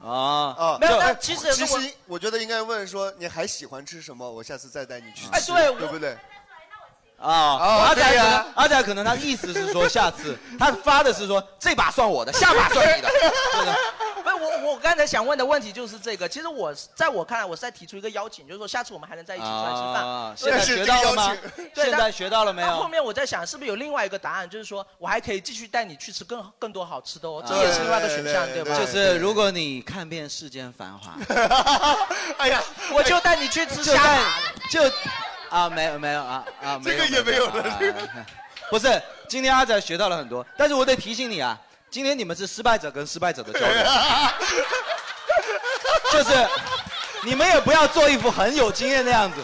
啊，就就哎其实其如果实我觉得应该问说你还喜欢吃什么，我下次再带你去吃，哎对我对不对？啊，哦阿仔对可呀能阿仔可能他的意思是说下次，他发的是说这把算我的，下把算你 *laughs* 的。不是我，我刚才想问的问题就是这个。其实我在我看来，我是在提出一个邀请，就是说下次我们还能在一起出来吃饭。啊对现在学到了吗 *laughs* 对，现在但学到了没有但后面我在想，是不是有另外一个答案，就是说我还可以继续带你去吃更更多好吃的哦， *laughs* 这也是另外一个选项，对吧？啊就是如果你看遍世间繁华， *laughs* 哎呀，我就带你去吃啊就虾带吧。就啊，没有没有啊啊，这个也没有了啊这个啊不是，今天阿仔学到了很多，但是我得提醒你啊，今天你们是失败者跟失败者的交流， *laughs* 就是你们也不要做一副很有经验的样子，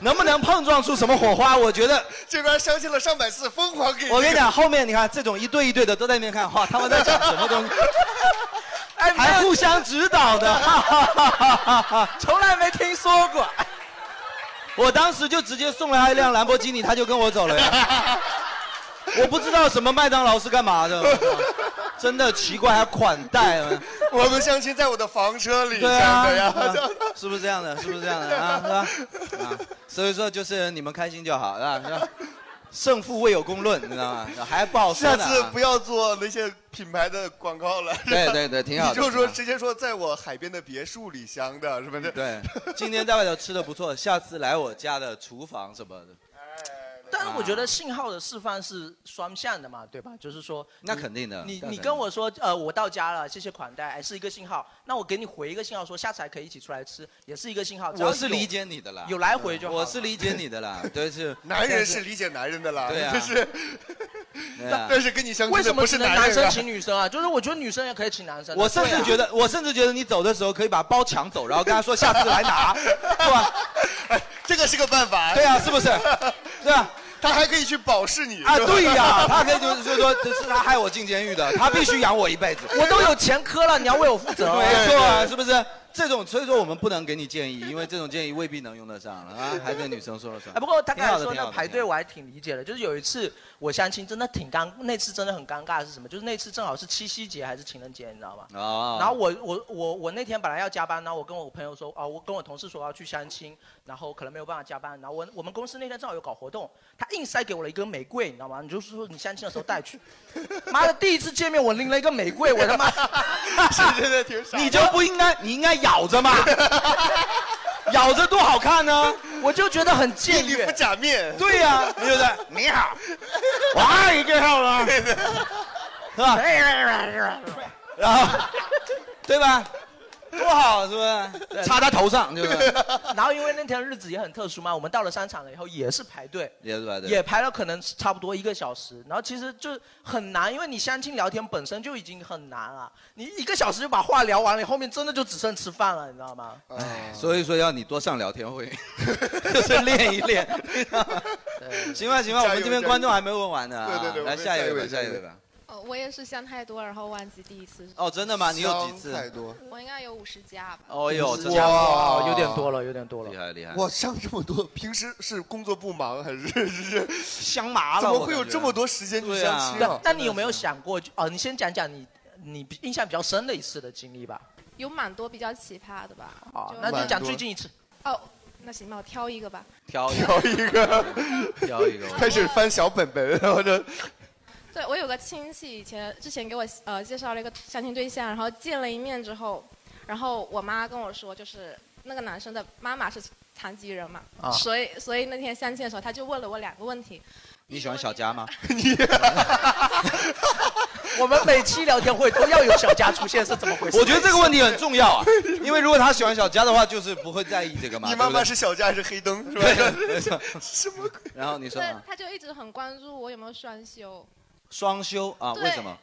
能不能碰撞出什么火花？我觉得这边相亲了上百次，疯狂给。我跟你讲，后面你看这种一对一对的都在那边看，哇，他们在讲什么东西？哎还互相指导的，哈哈哈哈哈哈！ *laughs* 从来没听说过。我当时就直接送了他一辆兰博基尼，他就跟我走了呀。我不知道什么麦当劳是干嘛的，真的奇怪，还款待。 *laughs* 啊我们相亲在我的房车对里，真的啊，啊 *laughs* 呀，是不是这样的？是不是这样的 *laughs* 啊？是吧？啊，所以说就是你们开心就好，是吧？是吧胜负未有公论，你知道吗？还不好说下呢。次啊不要做那些品牌的广告了。对对对挺好的 *laughs* 你就说挺好直接说在我海边的别墅里相的，是不是？对，今天在外头吃的不错，下次来我家的厨房什么的。啊但是我觉得信号的释放是双向的嘛，对吧？就是说你，那肯定的你那肯你定跟我说，呃，我到家了，谢谢款待，哎，是一个信号。那我给你回一个信号，说下次还可以一起出来吃，也是一个信号。只要我是有理解你的啦，嗯有来回就好了。我是理解你的啦，对是。男人是理解男人的啦，对啊 *laughs* 就是，对啊但是跟你相为亲什的么不只是能人啊男生请女生啊？就是我觉得女生也可以请男生的。我甚对至啊觉得，我甚至觉得你走的时候可以把包抢走，然后跟他说下次 *laughs* 来 *laughs* 拿，对吧？ *laughs* 这个是个办法。对啊，是不是？对啊， *laughs* 他还可以去保释 *laughs* 你啊，是吧对呀，他可以就是就是说，这是他害我进监狱的，他必须养我一辈子。我 *laughs* 都有前科了，你要为我负责啊。没错啊，是不是？这种所以说我们不能给你建议，因为这种建议未必能用得上了啊，还是女生说了算。哎，不过他刚挺好才的说挺好那的排队我还挺理解的，就是有一次我相亲真的挺尴，那次真的很尴尬是什么？就是那次正好是七夕节还是情人节，你知道 *laughs* 吗？啊然后我我我我那天本来要加班，然后我跟我朋友说，啊，我跟我同事说我要去相亲，然后可能没有办法加班。然后我我们公司那天正好有搞活动，他硬塞给我了一根玫瑰，你知道吗？你就是说你相亲的时候带去。 *laughs* 妈的，第一次见面我拎了一根玫瑰，我他妈是真的挺傻的你就不应该，你应该咬着 *laughs* 嘛，咬着多好看呢。我就觉得很僭越。不假面。对呀、你就是你 *laughs* 好，我爱你 *laughs* 好了，是吧？然后，对吧？多好，是不是？插他头上，就是 *laughs* 然后因为那天日子也很特殊嘛，我们到了商场了以后也是排队，也是吧？对也排了可能差不多一个小时，然后其实就很难，因为你相亲聊天本身就已经很难了，你一个小时就把话聊完了，后面真的就只剩吃饭了，你知道吗？哎所以说要你多上聊天会， *laughs* 就是练一练。行吧，行吧，我们这边观众还没问完呢、啊。对对对来我们下一位吧，下下一一位位吧。哦，我也是香太多，然后忘记第一次。哦，真的吗？你有几次？太多。我应该有五十加吧。哦呦，真的哇哦有点多了，有点多了，厉害厉害哇，上这么多，平时是工作不忙还 *laughs* 是是相麻怎么会有这么多时间去相亲那啊？那你有没有想过？就哦，你先讲讲你你比印象比较深的一次的经历吧。 *laughs* 有蛮多比较奇葩的吧？好，那就讲最近一次。哦，那行吧，我挑一个吧。挑挑一 *laughs* 个， *laughs* 挑一个啊开始翻小本本，然后就对我有个亲戚，以前之前给我呃介绍了一个相亲对象，然后见了一面之后，然后我妈跟我说，就是那个男生的妈妈是残疾人嘛，啊所以所以那天相亲的时候，他就问了我两个问题，你喜欢小佳吗？我们每期聊天会都要有小佳出现，是怎么回事？我觉得这个问题很重要 *laughs* 啊，因为如果他喜欢小佳的话，就是不会在意这个嘛。你妈妈对不对是小佳还 *laughs* 是黑灯是 *laughs* 对没错吧？什么鬼？然后你说啊对嘛，他就一直很关注我有没有双休，双休啊？对为什么？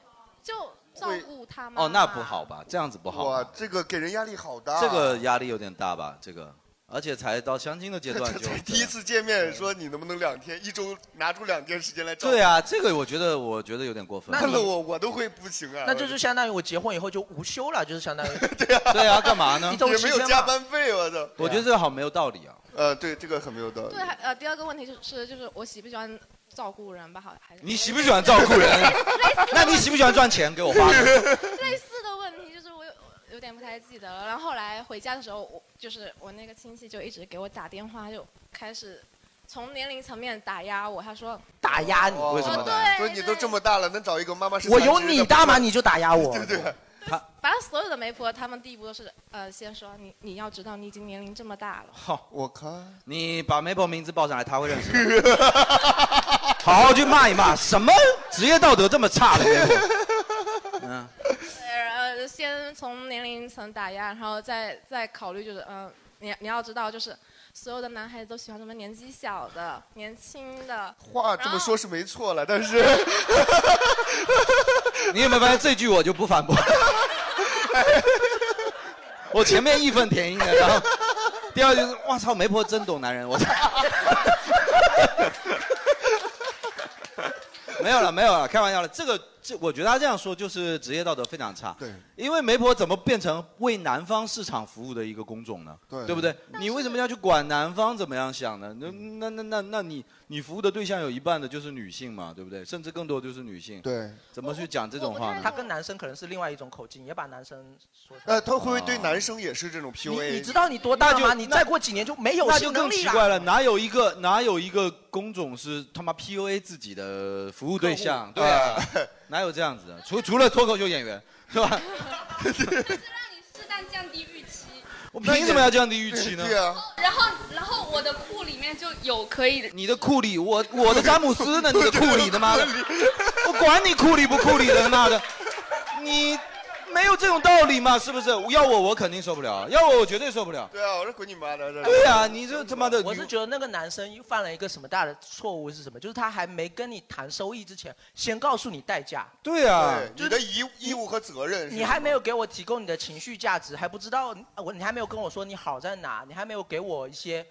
就照顾他妈妈。哦，那不好吧？这样子不好吧。哇，这个给人压力好大。啊这个压力有点大吧？这个，而且才到相亲的阶 *laughs* 段就。第一次见面说你能不能两天一周拿出两天时间来找我？对啊，这个我觉得我觉得有点过分。问了我我都会不行啊。那就是相当于我结婚以后就无休了，就是相当于 *laughs* 对啊，干嘛呢？一周也没有七天加嘛班费，我操！我觉得这个好没有道理啊。呃，对，这个很没有道理对，还呃，第二个问题就是就是我喜不喜欢照顾人吧？好，还 *laughs* 是你喜不喜欢照顾人？那你喜不喜欢赚钱给我花？类似的问题，就是我有有点不太记得了。然后后来回家的时候，我就是我那个亲戚就一直给我打电话，就开始从年龄层面打压我。他说打压你哦为什么呢对所以你都这么大了，能找一个妈妈是我有你大吗？你就打压我， *laughs* 对对，反正所有的媒婆，他们第一步都是呃，先说你你要知道你已经年龄这么大了，好，我看你把媒婆名字报上来，他会认识你。好好去骂一骂，什么职业道德这么差的媒婆？嗯， *laughs* 呃，先从年龄层打压，然后再再考虑就是嗯、呃你你要知道就是所有的男孩子都喜欢什么年纪小的、年轻的。话这啊么说是没错了，*laughs* 但是你有没有发现这句我就不反驳？我前面义愤填膺的，然后第二就是，哇操，媒婆真懂男人，我 *laughs* 操。没有了，没有了，开玩笑了。这个，这我觉得他这样说就是职业道德非常差。对，因为媒婆怎么变成为南方市场服务的一个工种呢？对对不对？你为什么要去管南方怎么样想呢？那那那那那你你服务的对象有一半的就是女性嘛，对不对？甚至更多就是女性。对，怎么去讲这种话呢？他跟男生可能是另外一种口径，也把男生说成。呃，他会不会对男生也是这种你 PUA？你知道你多大那就吗？你再过几年就没有那就性能更力啊奇怪了，哪有一个哪有一个工种是他妈 PUA 自己的服务对象？客对户啊，哪有这样子的？ *laughs* 除除了脱口秀演员，是吧？适当降低预期。我凭什么要降低预期呢？对啊，然后，然后我的库里面就有可以你的库里，我我的詹姆斯呢？你的库里他妈的，我管你库里不库里的他妈的，你没有这种道理嘛？是不是？要我我肯定受不了，要我我绝对受不了。对啊，我说滚你妈的！这对啊，你这他妈的，我是觉得那个男生又犯了一个什么大的错误是什么？就是他还没跟你谈收益之前，先告诉你代价。对啊，对你的义务义务和责任是你还没有给我提供你的情绪价值，还不知道呃我，你还没有跟我说你好在哪，你还没有给我一些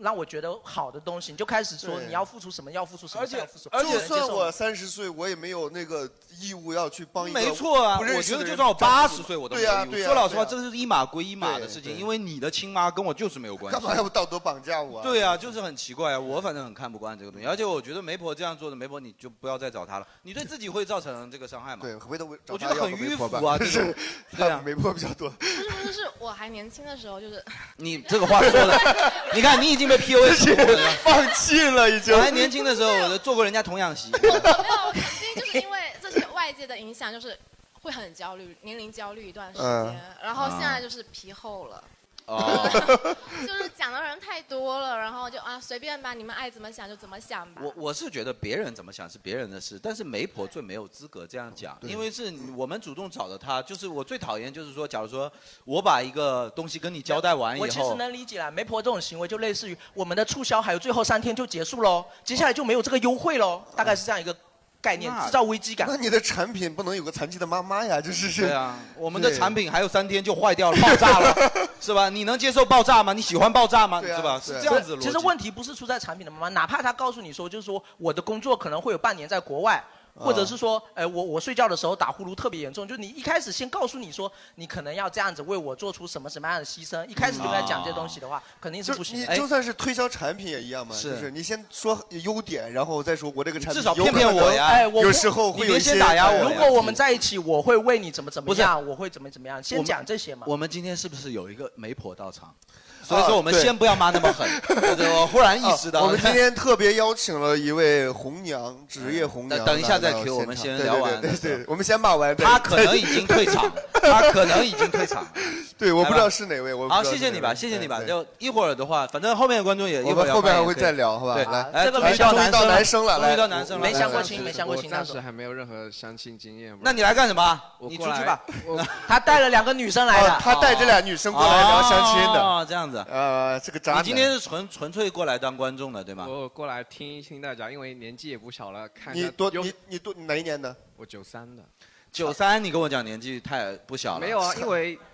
让我觉得好的东西，你就开始说对你要付出什么，要付出什么，而且再付出而且不能就接算受我三十岁，我也没有那个义务要去帮一个没错啊，不认我识觉的得人就算我八十岁，我都没对有啊义务。对啊说老实话，对这啊是一码归一码的事对情，对因为你的亲妈跟我就是没有关系。干嘛要道德绑架我啊？对啊，就是很奇怪啊，我反正很看不惯这个东西，而且我觉得媒婆这样做的媒婆，你就不要再找她了，你对自己会造成这个伤害嘛。对，回头我觉得很迂腐啊，这是 *laughs* 种，对啊，媒婆比较多。不是不是，是我还年轻的时候，就是你这个话说的，你看你已经被 PUA 洗过了。 *laughs* 放弃了已经。我还年轻的时候，我做过人家童养媳。因为就是因为这些外界的影响，就是会很焦虑，年龄焦虑一段时间，嗯然后现在就是皮厚了。 *laughs* 哦， *laughs* 就是讲的人太多了，然后就啊随便吧，你们爱怎么想就怎么想吧。我我是觉得别人怎么想是别人的事，但是媒婆最没有资格这样讲，因为是我们主动找的她。就是我最讨厌，就是说，假如说我把一个东西跟你交代完以我其实后，能理解啦，媒婆这种行为就类似于我们的促销还有最后三天就结束喽，接下来就没有这个优惠喽，大概是这样一个概念，制造危机感那。你的产品不能有个残疾的妈妈呀，就是是。对啊， *laughs* 我们的产品还有三天就坏掉了，爆炸了，是吧？你能接受爆炸吗？你喜欢爆炸吗？对啊是吧？是对这样子的逻辑。其实问题不是出在产品的妈妈，哪怕他告诉你说，就是说我的工作可能会有半年在国外。啊或者是说，哎、我我睡觉的时候打呼噜特别严重，就你一开始先告诉你说，你可能要这样子为我做出什么什么样的牺牲，一开始就在讲这些东西的啊话，肯定是不行你哎的。哎就算是推销产品也一样嘛，是就是你先说优点，然后再说我这个产品至少有可骗骗我能呀哎，我有时候你会有别一些先打压哎我呀如果我们在一起，我会为你怎么怎么不是样，我会怎么怎么样，先讲这些嘛。哦我们今天是不是有一个媒婆到场？所以说我们先不要骂那么狠。对 *laughs* 对，我忽然意 *laughs* 识到，哦我们今天特别邀请了一位红娘，职业红娘。等一下再来到 Q，我们现先场聊完对对对对，我们先骂完。他可能已经 *laughs* 退 *laughs* 场，他可能已经退场了。对，我不知来道吧是哪位，我不好，知道谢是谢你哪吧，位谢谢你吧。对对就一会儿的话，反正后面的观众也我一会们儿要后面发言还会可以再聊好吧对来哎，这个终于没想到到男生了到男生了终于来到男生了，没相过对亲，没相过亲，我那暂时候时还没有任何相亲经验。 *laughs* 那你来干什么？我你出过来 *laughs* 去吧。 *laughs* 他带了两个女生来的，哦啊他带这俩女生过啊来聊相亲的哦，这样子。呃，这个渣你男今天是纯纯粹过来当观众的，对吗？我过来听一听大家，因为年纪也不小了，看一你下多有你你多你哪一年的？我九三的，九三，你跟我讲年纪太不小了。没有啊因为 *laughs*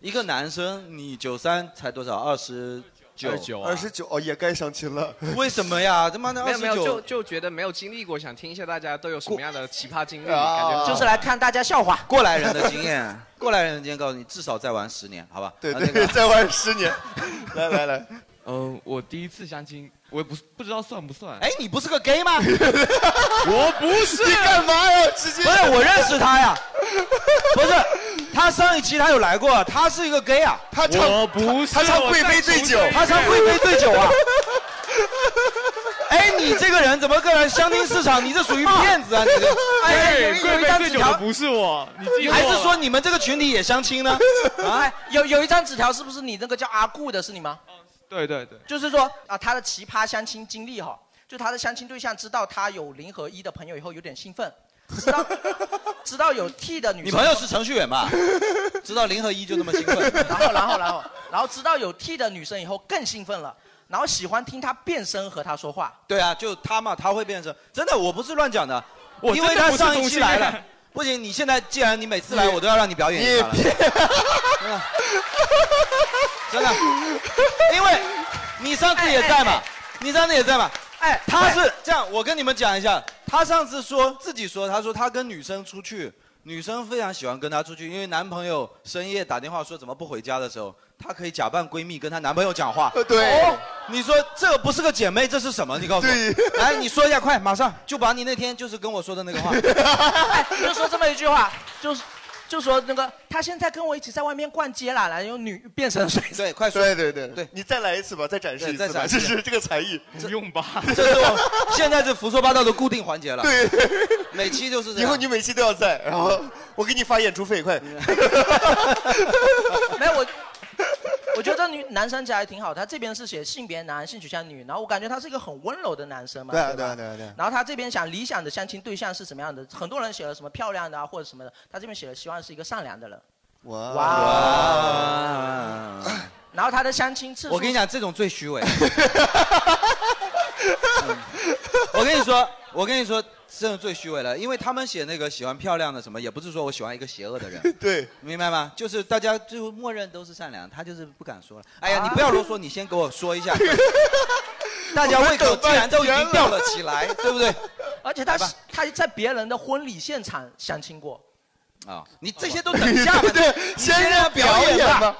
一个男生，你九三才多少？二十九。二十九哦，也该相亲了。为什么呀？他妈的啊没二有没十有，就九，就觉得没有经历过，想听一下大家都有什么样的奇葩经历，啊感觉就是来看大家笑话。过来人的经 *laughs* 验，过来人的经验告诉你，至少再玩十年，好吧？对啊对那个 *laughs* 再玩十年来来来，呃嗯，我第一次相亲，我也不不知道算不算。哎，你不是个 gay 吗？ *laughs* 我不是。你干嘛呀？直接不是我认识他 *laughs* 呀，不是，他上一期他有来过，他是一个 gay 啊，他唱我不是他他唱我贵妃醉酒再重申一遍他唱贵妃醉酒 *laughs* 啊。哎，你这个人怎么跟人相亲市场？你这属于骗子啊！你这，哎，有对，一贵有一妃张醉纸酒的条，不是我，你记错还了是说你们这个群体也相亲 *laughs* 呢？啊，有有一张纸条，是不是你那个叫阿顾的是你吗？对对对，就是说啊，他的奇葩相亲经历哈，就他的相亲对象知道他有零和一的朋友以后，有点兴奋，知道 *laughs* 知道有 T 的女生，你朋友是程序员 *laughs* 吧？知道零和一就那么兴奋，然后然后然后然后知道有 T 的女生以后更兴奋了，然后喜欢听她变声和她说话，对啊，就他嘛，他会变成真的，我不是乱讲的，我因真为的他不是上一同期性来恋了，不行，你现在既然你每次来，我都要让你表演一下了，真的，因为你上次也在嘛，你上次也在嘛，哎，他是这样，我跟你们讲一下，他上次说自己说，他说他跟女生出去，女生非常喜欢跟他出去，因为男朋友深夜打电话说怎么不回家的时候，她可以假扮闺蜜跟她男朋友讲话。呃对哦你说这不是个姐妹，这是什么？你告诉我，来，你说一下，快，马上就把你那天就是跟我说的那个 *laughs* 话。 *laughs* 就说这么一句话，就是。就说那个，她现在跟我一起在外面逛街啦，然后用女变声 *laughs* 水，对，快说，对对对对，你再来一次吧，再展示一次吧，这是这个才艺。不用吧？这 *laughs* 是我哦现在是胡说八道的固定环节了。对，每期就是这以样。后你每期都要在，然后我给你发演出费，快。没有我，我觉得女男生家还挺好，他这边是写性别男、性取向女，然后我感觉他是一个很温柔的男生嘛，对啊吧？对啊对啊对啊然后他这边想理想的相亲对象是什么样的？很多人写了什么漂亮的啊或者什么的，他这边写了希望是一个善良的人。哇哇！然后他的相亲次数，我跟你讲，这种最虚伪。 *laughs* 嗯我跟你说，我跟你说，这种最虚伪了，因为他们写那个喜欢漂亮的什么，也不是说我喜欢一个邪恶的人，对，明白吗？就是大家最后默认都是善良，他就是不敢说了。哎呀，你不要啰嗦，你先给我说一下。 *laughs* 大家胃口既然都已经吊了起来，对不对？而且他他在别人的婚礼现场相亲过，啊、你这些都等一下吧，对你先让表演吧吧。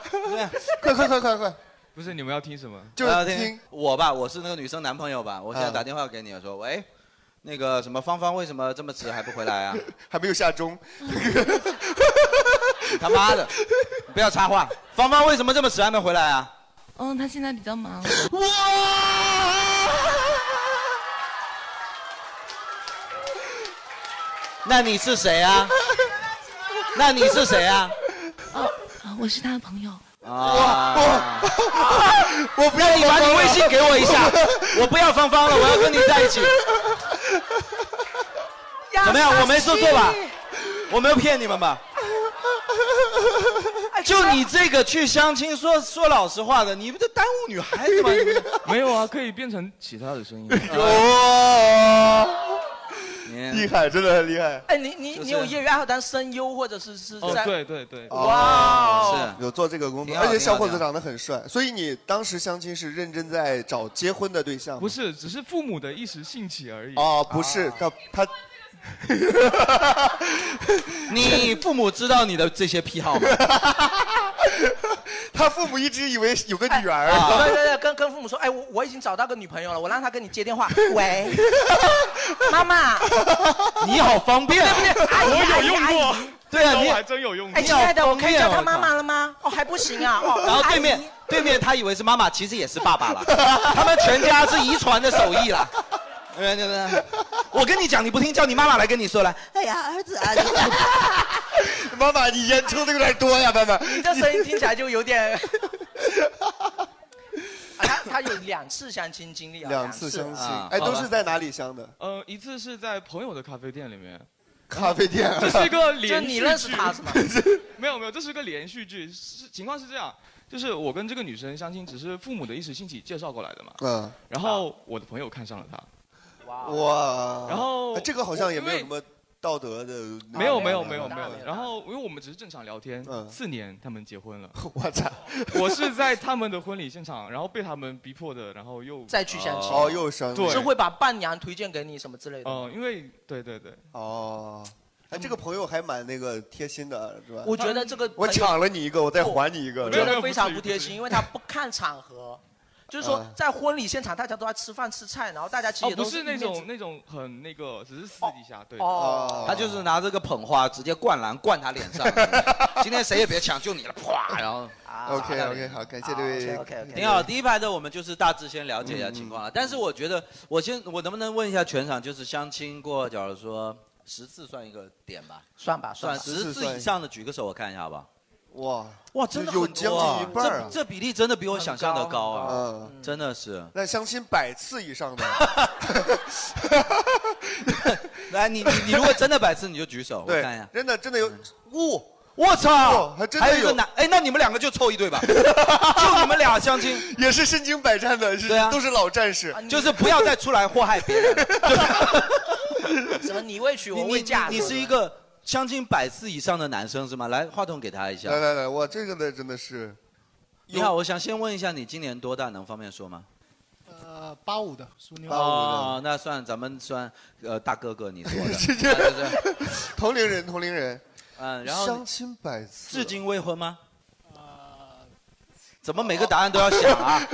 快快快快快！不是你们要听什么？呃听我吧，我是那个女生男朋友吧，我现在打电话给你说，喂，那个什么芳芳为什么这么迟还不回来啊？还没有下钟，你他妈的，你不要插话，芳芳为什么这么迟还没回来啊？嗯，他现在比较忙。那你是谁啊？那你是谁啊？哦，啊我是他的朋 *laughs* 友。啊！我不要你把你微信给我一下，我不要芳芳了，我要跟你在一起。怎么样？我没说错吧？我没有骗你们吧？就你这个去相亲说说老实话的，你不就耽误女孩子吗？你 *laughs* 们没有啊，可以变成其他的声 *laughs* 音。 *laughs* 哦哇，哦厉害，真的很厉害。哎，你你、就是你有业余爱好当声优或者是是哦在、，对对对，哇哦有做这个工作，挺好而且挺好小伙子挺好长得很帅，所以你当时相亲是认真在找结婚的对象吗不是，只是父母的一时兴起而已。哦，不是，他他你父母知道你的这些癖好吗？他父母一直以为有个女儿啊，对对对，跟跟父母说，哎，我我已经找到个女朋友了，我让她跟你接电话。喂，妈妈，你好方便啊，对 *laughs* 不对？阿姨我有用。阿过姨，对啊这招你我还真有用过。哎，亲爱的，我可以叫她他妈妈了吗？哦，还不行啊。哦， *laughs* 然后对面阿姨，对面他以为是妈妈，其实也是爸爸了， *laughs* 他们全家是遗传的手艺了。对对对，我跟你讲，你不听，叫你妈妈来跟你说来。哎呀，儿子啊，你妈妈，你烟抽的有点多呀，妈妈。你这声音听起 *laughs* 来就有点。啊他他有两次相亲经历啊，两次相亲，哎，都是在哪里相的？呃，一次是在朋友的咖啡店里面。咖啡店啊这是一个连续剧。就你认识 *laughs* 他是吗？没有没有，这是一个连续剧。是情况是这样，就是我跟这个女生相亲，只是父母的一时兴起介绍过来的嘛。嗯。然后我的朋友看上了她。哇，然后哎这个好像也没因有为什么道德的。没有没有没有没有。然后因为我们只是正常聊天，次年他们结婚了。嗯 *laughs* 我操！我是在他们的婚礼现场，然后被他们逼迫的，然后又再去相亲哦又相亲对是会把伴娘推荐给你什么之类的吗。哦，因为对对对。哦，哎，这个朋友还蛮那个贴心的，是吧？嗯我觉得这个我朋友抢了你一个，我再还你一个。我觉得非常不贴心，因为他不看场 *laughs* 合，就是说啊嗯在婚礼现场大家都在吃饭吃菜，然后大家其实哦，也不都是那面子种那种很那个，只是私底下对。哦他就是拿这个捧花直接灌篮灌他脸 *laughs* 上，今天谁也别抢，就你了，啪，然后。 OK OK，好，感谢啊这位。啊挺好，第一排的我们就是大致先了解一下情况了。但是我觉得，我先我能不能问一下全场，就是相亲过，假如说十次算一个点吧？算吧算吧十次以上的举个手，我看一下吧。哇哇，真的有很将多啊近一半儿啊嗯这这比例真的比我想象的高啊，很真的 *laughs* 是。那相亲百次以上的， *laughs* 来，你你你如果真的百次，你就举手，我对看一下，。 *laughs* 真的真的有，呜，我操，还真还有的一个男，哎，那你们两个就凑一对吧，就你们俩相亲， *laughs* 也是身经百战的，是对啊，都是老战士，就是不要再出来祸害别人了。 *laughs* 什么你未娶你我未你嫁，你是一个相亲百次以上的男生是吗？来，话筒给他一下来。来来，我这个呢真的是，你好，我想先问一下，你今年多大？能方便说吗？呃，八五的属牛。哦，那算咱们算呃大哥哥，你是 *laughs* 我的，那就是 *laughs* 同龄人同龄人，嗯，然后相亲百次，至今未婚吗？呃怎么每个答案都要想啊？ *laughs*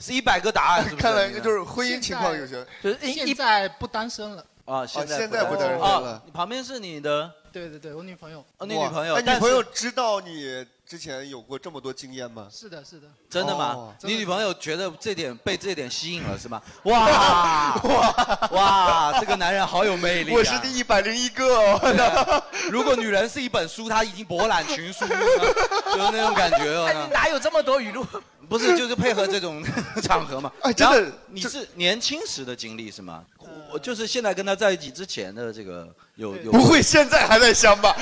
是一百个答案，是不是？看来你呢就是婚姻情况有些，现哦在不单身 *laughs* 了。哦啊，现在现在不单身啊了你旁边是你的对对对，我女朋友。哦你女朋友哇那但是女朋友知道你之前有过这么多经验吗？是的，是的。真的吗哦？你女朋友觉得这点被这点吸引了 *laughs* 是吗？哇哇啊哇，这个男人好有魅力、啊！我是第一百零一个哦。对啊 *laughs* 如果女人是一本书，她已经博览群书， *laughs* 就是那种感觉哦。哎哪有这么多 *laughs* 语录？不是，就是配合这 *laughs* 种场合嘛。哎真的然后你是年轻时的经历是吗？我就是现在跟他在一起之前的这个有有。不会现在还在相吧？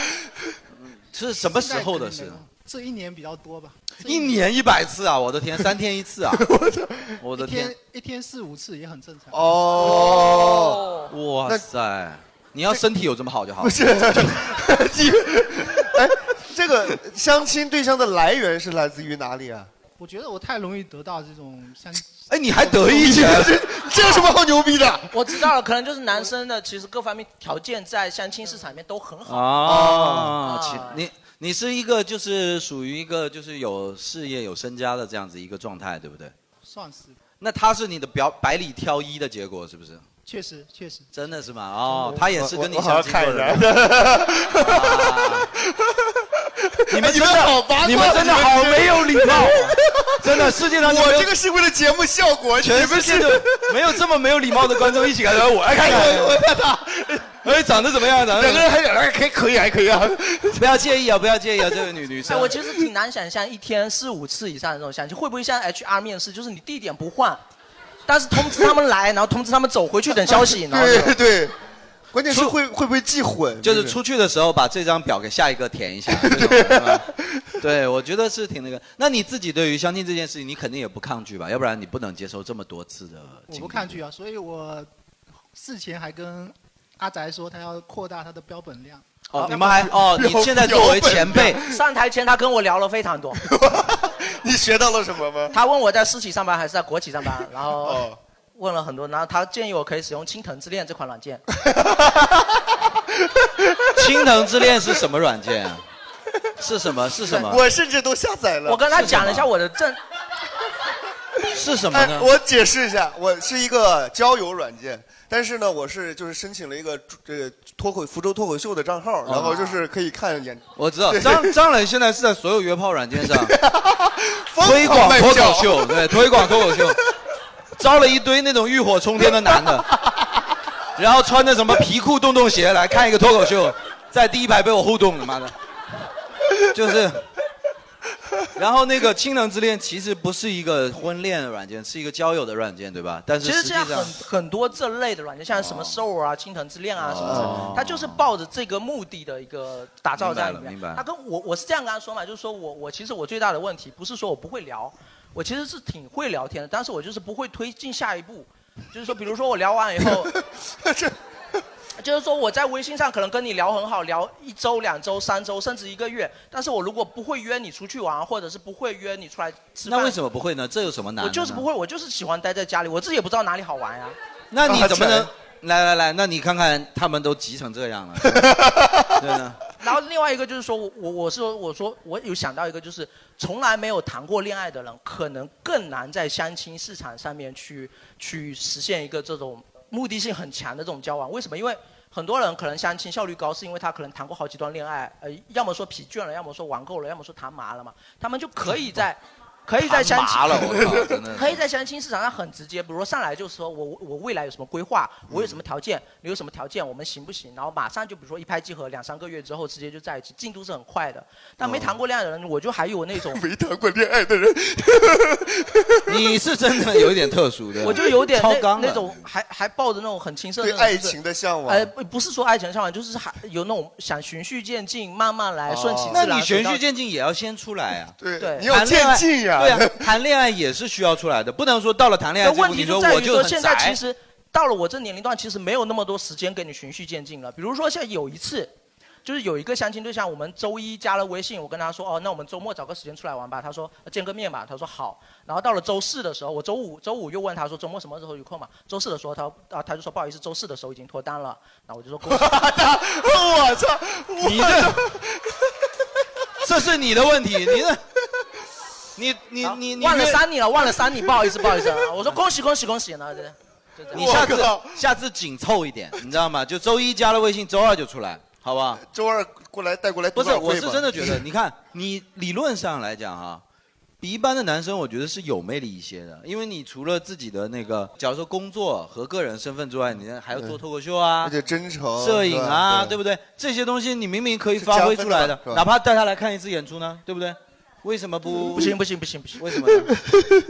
是什么时候的现在可？事能没有这一年比较多吧，一年一百次啊！我的天，三天一 *laughs* 次啊！ *laughs* 我的一天天！一天四五次也很正常。哦，哇塞！你要身体有这么好就好。不是， *laughs* 你 *laughs* 哎，这个相亲对象的来源是来自于哪里啊？我觉得我太容易得到这种像 *laughs* 哎，你还得意起 *laughs* *laughs* 来了这这有什么好牛逼的？ *laughs* 我知道了，可能就是男生的，其实各方面条件在相亲市场里面都很好。哦，其啊啊你你是一个就是属于一个就是有事业有身家的这样子一个状态，对不对？算是，那他是你的表百里挑一的结果是不是？确实确实。真的是吗？哦真，的他也是跟你我我相亲过我的好像看人 *laughs* 人。你们真的哎好八卦，你们真的好没有礼 *laughs* 貌啊， *laughs* 真的世界上就没我有这个是为了节目效果，全你们世界是就没有这么没有礼貌的观众一起来说，我来看一看，我看他， *laughs* 哎，长得怎么样？长得两个人还两个人可以可以还可以啊， *laughs* 不要介意啊，不要介意啊，这位女女哎，生，我其实挺难想象一天四五次以上的这种相亲，会不会像 HR 面试，就是你地点不换，但是通知他们来，然后通知他们走回去等消息，然后就对 *laughs* 对，关键是会会不会记混？就是出去的时候把这张表给下一个填 *laughs* 一下，这种是吧对，我觉得是挺那个。那你自己对于相亲这件事情，你肯定也不抗拒吧？要不然你不能接受这么多次的我经不历。抗拒啊，所以我事前还跟阿宅说，他要扩大他的标本量。哦，你们还哦，你现在作为前辈，上台前他跟我聊了非常多。 *laughs* 你学到了什么吗？哦他问我在私企上班还是在国企上班，然后问了很多，然后他建议我可以使用《青藤之恋》这款软件， 《青藤之恋》是什么软件啊？是什么？是什么？ *laughs* 我甚至都下载了。我跟他讲了一下我的正，不 *laughs* 是什么呢哎我解释一下，我是一个交友软件，但是呢，我是就是申请了一个这个脱口福州脱口秀的账号，然后就是可以看演哦我知道对张张磊现在是在所有约炮软件上推狂广卖脱票口秀，对，推广脱口秀， *laughs* 招了一堆那种浴火冲天的男 *laughs* 的，然后穿着什么皮裤洞洞鞋来看一个脱口秀，在第一排被我互动，妈的，就是。然后那个《倾城之恋》其实不是一个婚恋软件，是一个交友的软件，对吧？但是其实实际现在上很很多这类的软件，像什么 Soul 啊、青藤之恋啊什么哦的，它就是抱着这个目的的一个打造在里面。明白了明白了它跟我我是这样跟他说嘛，就是说我我其实我最大的问题不是说我不会聊，我其实是挺会聊天的，但是我就是不会推进下一步。就是说，比如说我聊完以 *laughs* 后，就是说我在微信上可能跟你聊很好，聊一周、两周、三周，甚至一个月，但是我如果不会约你出去玩，或者是不会约你出来吃饭，那为什么不会呢？这有什么难的我呢？就是不会，我就是喜欢待在家里，我自己也不知道哪里好玩啊呀。 *laughs* 那你怎么能？来来来，那你看看他们都急成这样 *laughs* 了，对呢？呃然后另外一个就是说我我我是说我说我有想到一个就是从来没有谈过恋爱的人，可能更难在相亲市场上面去去实现一个这种目的性很强的这种交往。为什么？因为很多人可能相亲效率高，是因为他可能谈过好几段恋爱，呃，要么说疲倦了，要么说玩够了，要么说谈麻了嘛，他们就可以 *laughs* 在。可以在相亲麻了我 *laughs* 靠真的是可以在相亲市场上很直接，比如说上来就说我我我未来有什么规划，我有嗯什么条件，你有什么条件，我们行不行？然后马上就比如说一拍即合，两三个月之后直接就在一起，进度是很快的。但没谈过恋爱的人，我就还有那种哦 *laughs* 没谈过恋爱的人， *laughs* 你是真的有一点特殊的， *laughs* 我就有点超那纲了那种还还抱着那种很青涩的对那种爱情的向往呃，不不是说爱情的向往，就是还有那种想循序渐进，慢慢来，哎顺哦其自那然。你循水到序渐进也要先出来啊。*laughs* 对对你谈有恋渐爱进呀对啊， *laughs* 谈恋爱也是需要出来的，不能说到了谈恋爱但这问步，题你说在我于说就现很在宅。其实到了我这年龄段，其实没有那么多时间跟你循序渐进了。比如说，像有一次，就是有一个相亲对象，我们周一加了微信，我跟他说，哦，那我们周末找个时间出来玩吧。他说呃见个面吧，他说好。然后到了周四的时候，我周五周五又问他说周末什么时候有空嘛？周四的时候他啊他就说不好意思，周四的时候已经脱单了。然后我就说恭喜， *laughs* 我操，你这， *laughs* 这是你的问题，你这，你你你你忘了约删你了，忘了删你，不好意思不好意思。啊我说恭喜恭喜恭喜呢，这你下次下次紧凑一点，你知道吗？就周一加了微信，周二就出来，好不好？周二过来带过来不哎读是，晚我会是吧真的觉 *laughs* 得，你看，你理论上来讲啊，比一般的男生，我觉得是有魅力一些的，因为你除了自己的那个，假如说工作和个人身份之外，你还要做脱口秀啊，嗯而且真诚摄影啊，对对不对？这些东西你明明可以发挥出来是加分的的嘛是，吧哪怕带他来看一次演出呢，对不对？为什么不？不行不行不行不行，为什么 *laughs* 呢？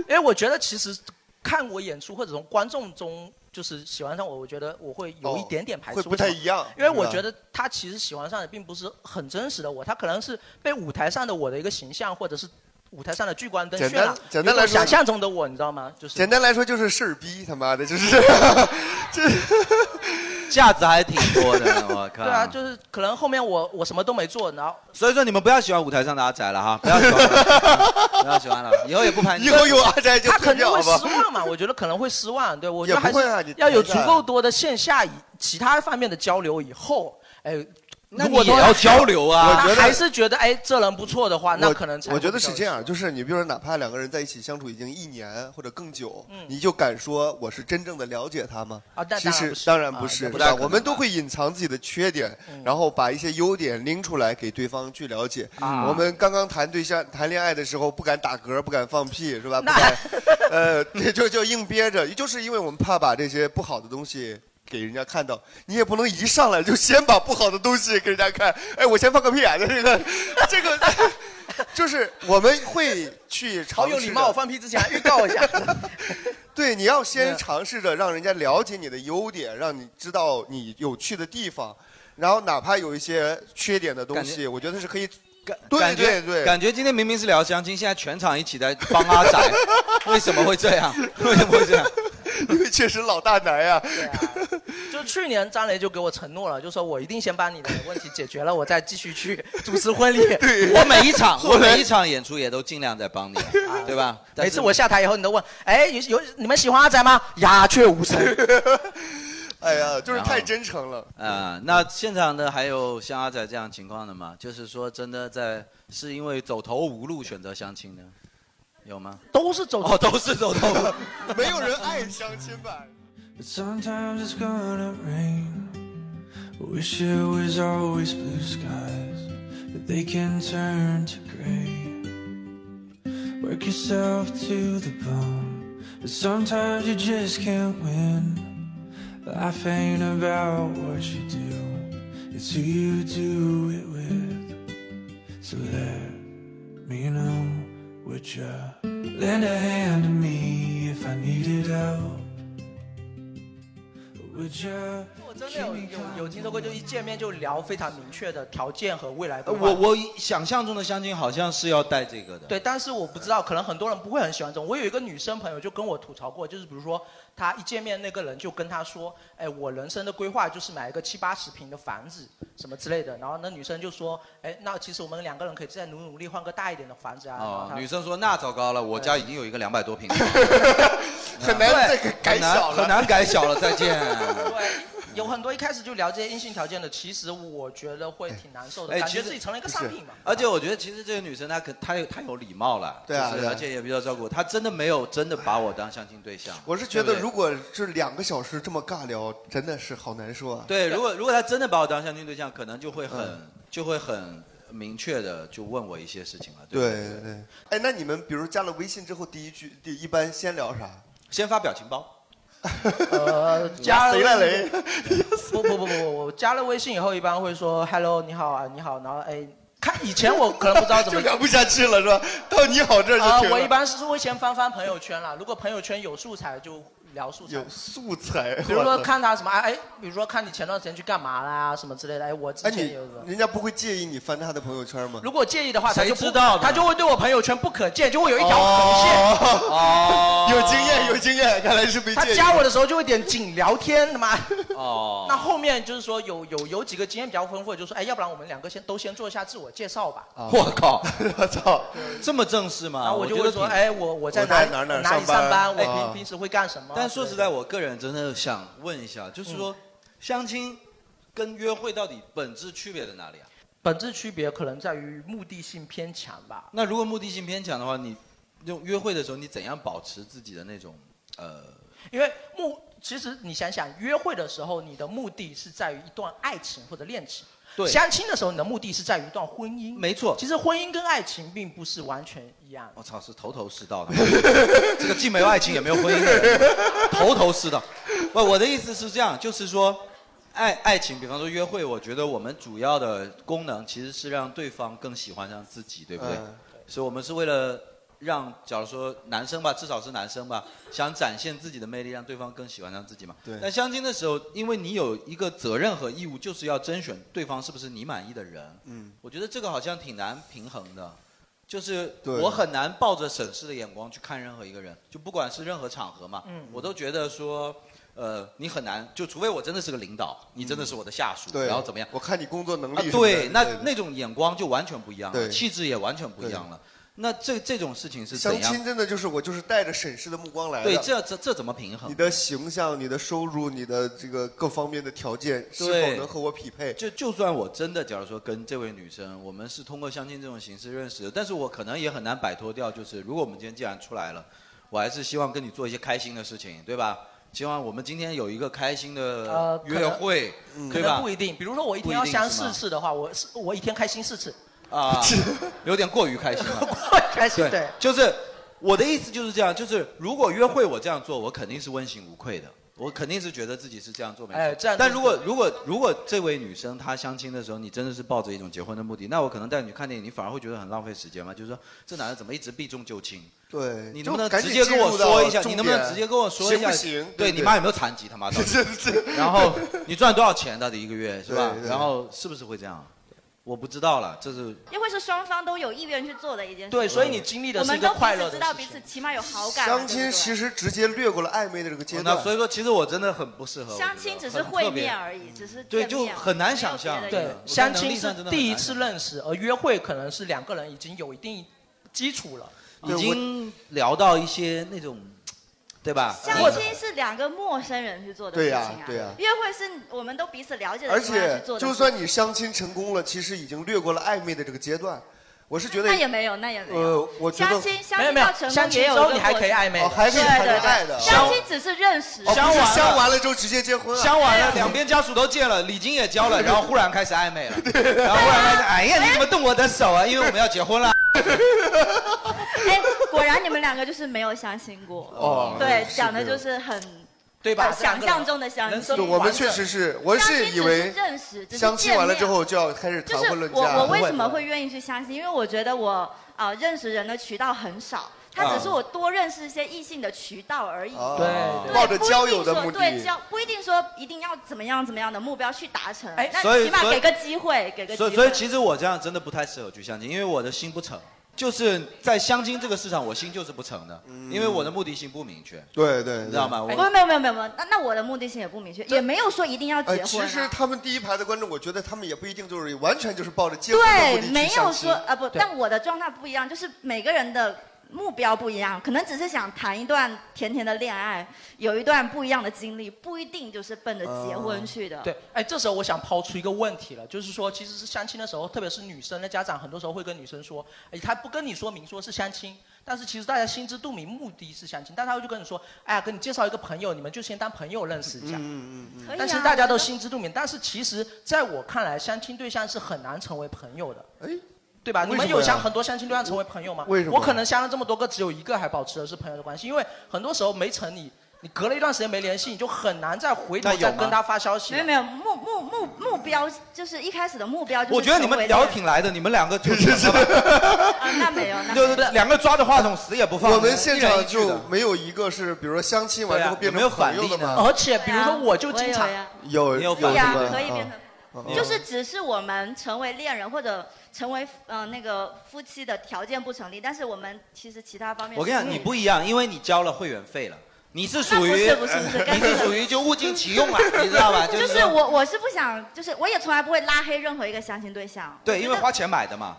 因为我觉得其实看我演出或者从观众中就是喜欢上我，我觉得我会有一点点排斥，哦会不太一样因为是我吧觉得他其实喜欢上的并不是很真实的我，他可能是被舞台上的我的一个形象或者是舞台上的聚光灯简渲单染，简单来有一种说想象中的我，你知道吗？就是简单来说就是事儿逼，他妈的就是， *laughs* 架子还挺多的，我靠。对啊，就是可能后面我我什么都没做，然后所以说你们不要喜欢舞台上的阿宅了哈，不要喜欢了，嗯不要喜欢了，以后也不盘。他肯定会失望嘛，我觉得可能会失望，对我觉得还也不会啊你是要有足够多的线下以其他方面的交流以后，哎。那如果你都也要交流啊他我觉得还是觉得哎，这人不错的话，那我可能才我觉得会是比较这样，就是你比如说，哪怕两个人在一起相处已经一年或者更久，嗯你就敢说我是真正的了解他吗？啊但其实当当然然不不是啊嗯是，不是太吧可能我们都会隐藏自己的缺点，然后把一些优点拎出来给对方去了解。啊我们刚刚谈对象、谈恋爱的时候，不敢打嗝，不敢放屁，是吧？不敢， *laughs* 呃，对就就硬憋着，就是因为我们怕把这些不好的东西。给人家看到，你也不能一上来就先把不好的东西给人家看。哎，我先放个屁啊！这个， *laughs* 这个，就是我们会去尝好试。有礼貌。我。放屁之前还预告一下， *laughs* 对，你要先尝试着让人家了解你的优点，让你知道你有趣的地方，然后哪怕有一些缺点的东感西，觉我觉得是可以。感对觉对对，感觉今天明明是聊相亲，现在全场一起在帮阿宅，为什么会这样？为什么会这样？因为确实老大啊难呀、就去年张雷就给我承诺了，就说我一定先把你的问题解决了，我再继续去主持婚礼。我每一场我每一场。场演出也都尽量在帮你，对吧？但每是次我下台以后，你都问，哎，有有你们喜欢阿宅吗？鸦雀无声。哎呀，就是然后太真诚了。啊、那现场的还有像阿仔这样情况的吗？就是说，真的在是因为走投无路选择相亲的，有吗？都是走哦，都是走投无路。 *laughs* 没有人爱相亲吧？ But sometimes it's gonna rain. Wish it was always blue skies, but they can turn to gray. Work yourself to the bone, but sometimes you just can't win. Life ain't about what you do, it's who you do it with. So let me know what you lend a hand to me if I needed help. Would you? 我真的有有有听说过，就一见面就聊非常明确的条件和未来规划。呃我我想象中的相亲好像是要带这个的。对，但是我不知道，可能很多人不会很喜欢这种。我有一个女生朋友就跟我吐槽过，就是比如说她一见面，那个人就跟她说：“哎，我人生的规划就是买一个七八十平的房子，什么之类的。”然后那女生就说：“哎，那其实我们两个人可以再努努力换个大一点的房子啊。然后哦她，女生说那糟糕了，我家已经有一个两百多 *laughs* 平了，很难再改小了很难改小了，再 *laughs* 见。有很多一开始就聊这些硬性条件的，其实我觉得会挺难受的，哎，感其觉实自己成了一个商品嘛。而且我觉得其实这个女生她可她有她有礼貌了，对啊就是对啊而且也比较照顾我，她真的没有真的把我当相亲对象。我是觉对得不对如果这两个小时这么尬聊，真的是好 *laughs* 难受啊。对，如果如果他真的把我当相亲对象，可能就会很、嗯就会很明确的就问我一些事情了。对对不对对对。哎，那你们比如加了微信之后，第一句第一般先聊啥？先发表情包。 *laughs* 呃，加加谁了雷？ *laughs* 不不不不，我加了微信以后一般会说 “hello，你好啊，你好”，然后哎，看以前我可能不知道怎么就聊不下去了是吧？ *laughs* 到你好这儿啊、就停了。我一般是会先翻翻朋友圈啦，如果朋友圈有素材就聊素材。有素材，比如我说操看他什么哎，哎比如说看你前段时间去干嘛啦什么之类的，哎，我之哎前你有一个。人家不会介意你翻他的朋友圈吗？如果介意的话，他谁就不知道呢他就会对我朋友圈不可见，就会有一条横线。 *laughs* 哦，有经验有经验，看来是被他介意加我的时候就会点仅聊天，他妈。哦那后面就是说有有有几个经验比较丰富的，就说哎，要不然我们两个先都先做一下自我介绍吧。 *laughs* 啊我靠，我操，这么正式吗？然后我就觉会得说，挺哎，我我在在里哪儿哪儿哪里上班班，嗯我哎平平时会干什么？但说对嗯实在，我个人真的想问一下，就是说、相亲跟约会到底本质区别在哪里啊？本质区别可能在于目的性偏强吧。那如果目的性偏强的话，你用约会的时候，你怎样保持自己的那种呃？因为目其实你想想，约会的时候你的目的是在于一段爱情或者恋情。对相亲的时候，你的目的是在于一段婚姻。没错其实婚姻跟爱情并不是完全一样的。我哦操，是头头是道的， *laughs* 这个既没有爱情也没有婚姻的人，头头是道。不，我的意思是这样，就是说，爱爱情，比方说约会，我觉得我们主要的功能其实是让对方更喜欢上自己，对不对？嗯所以我们是为了让，假如说男生吧，至少是男生吧，想展现自己的魅力，让对方更喜欢上自己嘛。对但相亲的时候，因为你有一个责任和义务，就是要甄选对方是不是你满意的人。嗯，我觉得这个好像挺难平衡的，就是对我很难抱着审视的眼光去看任何一个人，就不管是任何场合嘛，嗯我都觉得说，呃，你很难，就除非我真的是个领导，你真的是我的下属，对，然后怎么样？我看你工作能力啊什么的。对，那那种眼光就完全不一样了，对气质也完全不一样了。那这这种事情是相怎样？亲真的就是我就是带着审视的目光来的。对，这这这怎么平衡你？的形象、你的收入、你的这个各方面的条件是否对能和我匹配？就就算我真的，假如说跟这位女生，我们是通过相亲这种形式认识的，但是我可能也很难摆脱掉，就是如果我们今天既然出来了，我还是希望跟你做一些开心的事情，对吧？希望我们今天有一个开心呃的，可能嗯约会，可嗯对吧能不？一定。比如说我一天不一要定相是四吗次的话，我是我一天开心四次。 *laughs* 啊， *laughs* 有点过于开心了。 *laughs* 开心对，就是我的意思就是这样，就是如果约会我这样做，我肯定是问心无愧的，我肯定是觉得自己是这样做没错。哎这样但就如果如果如果这位女生她相亲的时候，你真的是抱着一种结婚的目的，那我可能带你去看电影，你反而会觉得很浪费时间嘛，就是说这男的怎么一直避重就轻。对，你就能不能赶直紧接跟进我入到说一下？重你能不能点直接跟我说一下？行不行？对不你妈有没有残疾？他妈的！ *laughs* 是是然后你赚多少钱？到底一个月是吧对？对然后是不是会这样？我不知道了，这是约会是双方都有意愿去做的一件事。对所以你经历的我是们一个都快彼乐的此知道彼此起码有好感。啊相亲其实直接略过了暧昧的这个阶哦那段。所以说，其实我真的很不适合。相亲只是很特会别面而已，只是对，见就面而已很难想象。对，相亲是第一次认识，而约会可能是两个人已经有一定基础了，已经聊到一些那种，对吧？相亲是两个陌生人去做的事对情呀啊，对呀约会是我们都彼此了解的而情况下且去做的事情。就算你相亲成功了，其实已经略过了暧昧的这个阶段。我是觉得那也没有，那也没有。呃，我觉相得亲，没有相没亲有到成相功亲也有之后一个你还过可以程暧昧哦还可以对对谈爱的对，相亲只是认识，哦，不是相相完完了之后直接结婚啊？相完了，两边家属都见了，礼金也交了，然后忽然开始暧昧了，然后忽然开始，哎呀，你怎么动我的手啊？因为我们要结婚了。哎，果然你们两个就是没有相亲过。哦对，是讲的没有就是很对吧很想象中的相人亲生。对，我们确实是，我相亲是只以为是认识，只是相亲完了见面之后就要开始谈就婚是论我嫁。我为什么会愿意去相亲？因为我觉得我啊、呃认识人的渠道很少，它只是我多认识一些异性的渠道而已。啊哦对抱着交友的目的不一定说对交不一定说一定要怎么样怎么样的目标去达成，那所以起码所以给个机会，给个机所会。以，所以其实我这样真的不太适合去相亲，因为我的心不诚，就是在相亲这个市场，我心就是不诚的，因为我的目的性不明确。嗯对对，你知道吗？不我哎没有没有没有没有，那那我的目的性也不明确，也没有说一定要结呃，婚、啊其实他们第一排的观众，我觉得他们也不一定就是完全就是抱着结婚的目对的，去没有相亲说啊、不，但我的状态不一样，就是每个人的目标不一样，可能只是想谈一段甜甜的恋爱，有一段不一样的经历，不一定就是奔着结婚去的。对，哎，这时候我想抛出一个问题了，就是说，其实是相亲的时候，特别是女生的家长，很多时候会跟女生说，哎，他不跟你说明说是相亲，但是其实大家心知肚明，目的是相亲，但他会就跟你说，哎呀，跟你介绍一个朋友，你们就先当朋友认识一下。啊嗯嗯嗯但是大家都心知肚明，但是其实在我看来，相亲对象是很难成为朋友的。哎，对吧？为什你么呀们有相很多相亲对象成为朋友吗？为什么我可能相了这么多个，只有一个还保持的是朋友的关系，因为很多时候没成你，你隔了一段时间没联系，你就很难再回头那有再吗跟他发消息没了。有没有目目目目标就是一开始的目标就是我觉得你成为们聊恋挺来的，你们两个 *laughs* 就是什么啊，那没有那没就有是两个抓着话筒死也不放。我们现一人场一句的就没有一个是，比如说相亲完之后啊有变没有成朋友反的例呢哎吗？啊而且比如说我就我经有常呀有你有什反哦对么呀、啊可以变成。哦啊就是只是我们成为恋人或者成为嗯、呃那个夫妻的条件不成立，但是我们其实其他方面我跟你是讲，你不一样，因为你交了会员费了，你是属于那不是不是不是你是属于就物尽 *laughs* 其用了，啊你知道吧？就是是说我，我是不想，就是我也从来不会拉黑任何一个相亲对象。 *laughs* 对，因为花钱买的嘛。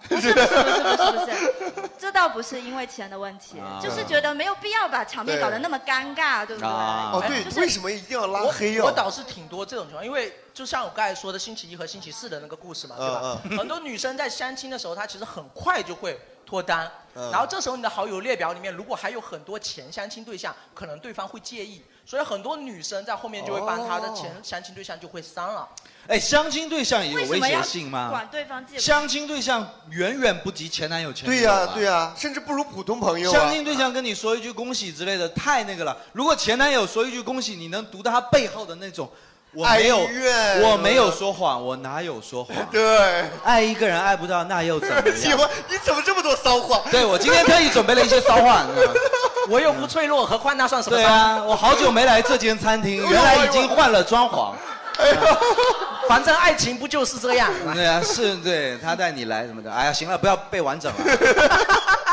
这倒不是因为钱的问题，啊就是觉得没有必要把场面对搞得那么尴尬，对不对？啊哦，对，为什么一定要拉黑我哦我？倒是挺多这种情况，因为就像我刚才说的星期一和星期四的那个故事嘛，对吧？嗯嗯很多女生在相亲的时候，她其实很快就会脱单，嗯然后这时候你的好友列表里面如果还有很多前相亲对象，可能对方会介意，所以很多女生在后面就会帮她的前相亲对象就会删了。哎，相亲对象也有威胁性吗管？对方借相亲对象远远不及前男友前女友对呀吧对呀，甚至不如普通朋友相啊。亲对象跟你说一句恭喜之类的，太那个了。如果前男友说一句恭喜，你能读到他背后的那种，我没有哀怨，啊我没有说谎，我哪有说谎？ *laughs* 对，爱一个人爱不到，那又怎么 *laughs* 喜样欢？你怎么这么多骚话？对 *laughs* 我今天特意准备了一些骚话，你知道吗我又不脆弱，何况那算什么 *laughs* 对伤？啊，我好久没来这间餐 *laughs* 厅，原来已经换了装潢。反正爱情不就是这样？ *laughs* 对啊，是对他带你来什么的。哎呀，行了，不要背完整 *laughs* 了。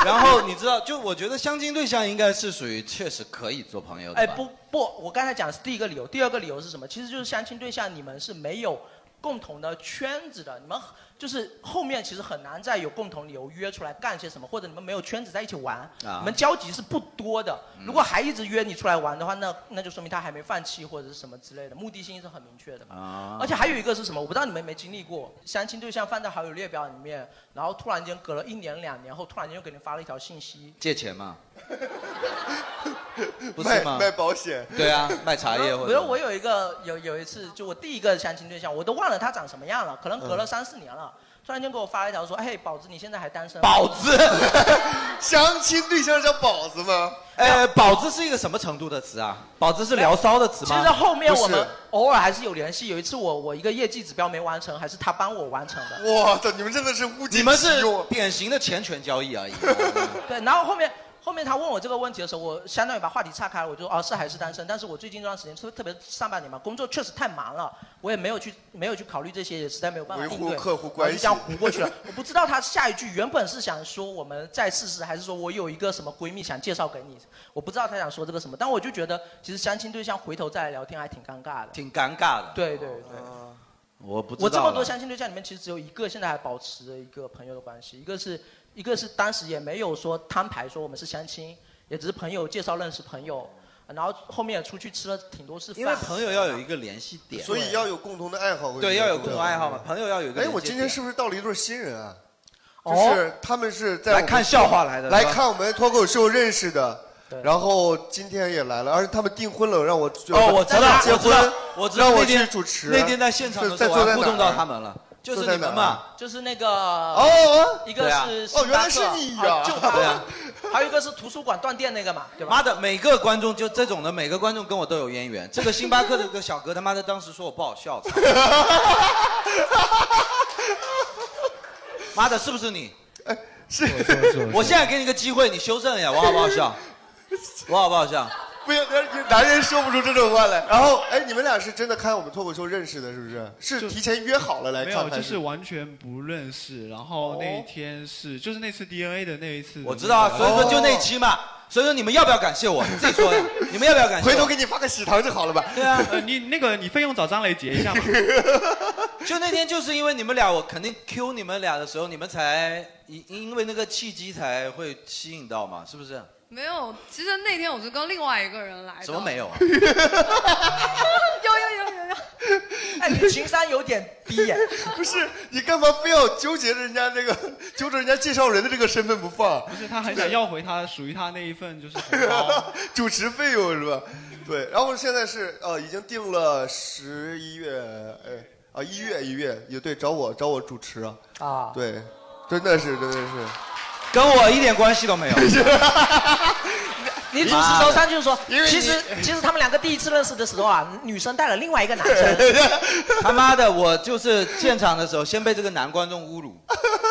然后你知道，就我觉得相亲对象应该是属于确实可以做朋友 *laughs* 的。哎，不，不，我刚才讲的是第一个理由，第二个理由是什么？其实就是相亲对象你们是没有共同的圈子的，你们就是后面其实很难再有共同理由约出来干些什么，或者你们没有圈子在一起玩，啊你们交集是不多的。如果还一直约你出来玩的话，那那就说明他还没放弃或者是什么之类的，目的性是很明确的嘛。啊而且还有一个是什么？我不知道你们有没有经历过，相亲对象放在好友列表里面，然后突然间隔了一年两年后，突然间又给你发了一条信息，借钱嘛， *laughs* 不卖是吗？卖保险。对啊，卖茶叶或比如者我有一个有有一次，就我第一个相亲对象，我都忘了他长什么样了，可能隔了三四年了，突然间给我发了一条说：“嘿，宝子，你现在还单身吗？”宝子，相亲对象叫宝子吗？哎，宝子是一个什么程度的词啊？宝子是聊骚的词其吗？实后面我们偶尔还是有联系。有一次我我一个业绩指标没完成，还是他帮我完成的。哇塞，你们真的是物尽你们其是用典型的钱权交易而已。 *laughs* 对，然后后面后面他问我这个问题的时候，我相当于把话题岔开了，我就哦是还是单身，但是我最近这段时间特特别是上半年嘛，工作确实太忙了，我也没有去没有去考虑这些，也实在没有办法维应护对，客户然后就这样关系糊过去了。我不知道他下一句原本是想说我们再试试，还是说我有一个什么闺蜜想介绍给你，我不知道他想说这个什么，但我就觉得其实相亲对象回头再来聊天还挺尴尬的。挺尴尬的。对对对，哦我不知道啊我这么了多相亲对象里面，其实只有一个现在还保持着一个朋友的关系，一个是一个是当时也没有说摊牌说我们是相亲，也只是朋友介绍认识朋友，然后后面也出去吃了挺多次饭。因为朋友要有一个联系点，所以要有共同的爱好。哎对要有共同爱好嘛，朋友要有一个。哎，我今天是不是到了一对新人啊？哦就是他们是在我们来看笑话来的来是吧看我们脱口秀认识的对。然后今天也来了，而且他们订婚了，让我哦，我知道，结我知婚道，我知道让我那去天主持。那天在现场的是时在候，坐我在还互哪动到儿他们了，就是坐在你们哪儿嘛啊。就是那个哦一个啊是哦，原来是星巴克你啊呀！ *laughs* 就对啊还有一个是图书馆断电那个嘛，对吧？妈的，每个观众就这种的，每个观众跟我都有渊 *laughs* 源。这个星巴克这个小哥他妈的当时说我不好笑，操妈的，是不是你？哎是 *laughs* 我现在给你个机会，你修正一下，我好不好笑？我好不好笑？不行， *laughs* 男人说不出这种话来。然后，哎，你们俩是真的看我们脱口秀认识的，是不是？是提前约好了来没看有，还就是完全不认识。 *laughs* 然后那一天是，就是那次 DNA 的那一次的那个。哦哦我知道哦啊，所以说就那期嘛。所以说你们要不要感谢我？你自己说呀，你们要不要感谢我？回头给你发个喜糖就好了吧？对 *laughs* 啊，呃，你那个你费用找张磊结一 *laughs* 下嘛。就那天就是因为你们俩，我肯定 Q 你们俩的时候，你们才因因为那个契机才会吸引到嘛，是不是？没有，其实那天我是跟另外一个人来的。 *laughs* 什么没 *laughs* 有啊？有有有有有。哎，你情商有点低耶。 *laughs* 不是，你干嘛非要纠结着人家那个，揪着人家介绍人的这个身份不放？不是，他很想要回他属于他那一份，就是啊 *laughs* 主持费用是吧？对，然后现在是呃，已经定了十一月，哎啊一月一月也对，找我找我主持啊，啊，对，真的是真的是，跟我一点关系 *laughs* 都没有。 *laughs* 你主持周三就说，因为你其实其实他们两个第一次认识的时候啊，女生带了另外一个男生，他妈的，我就是现场的时候先被这个男观众侮辱，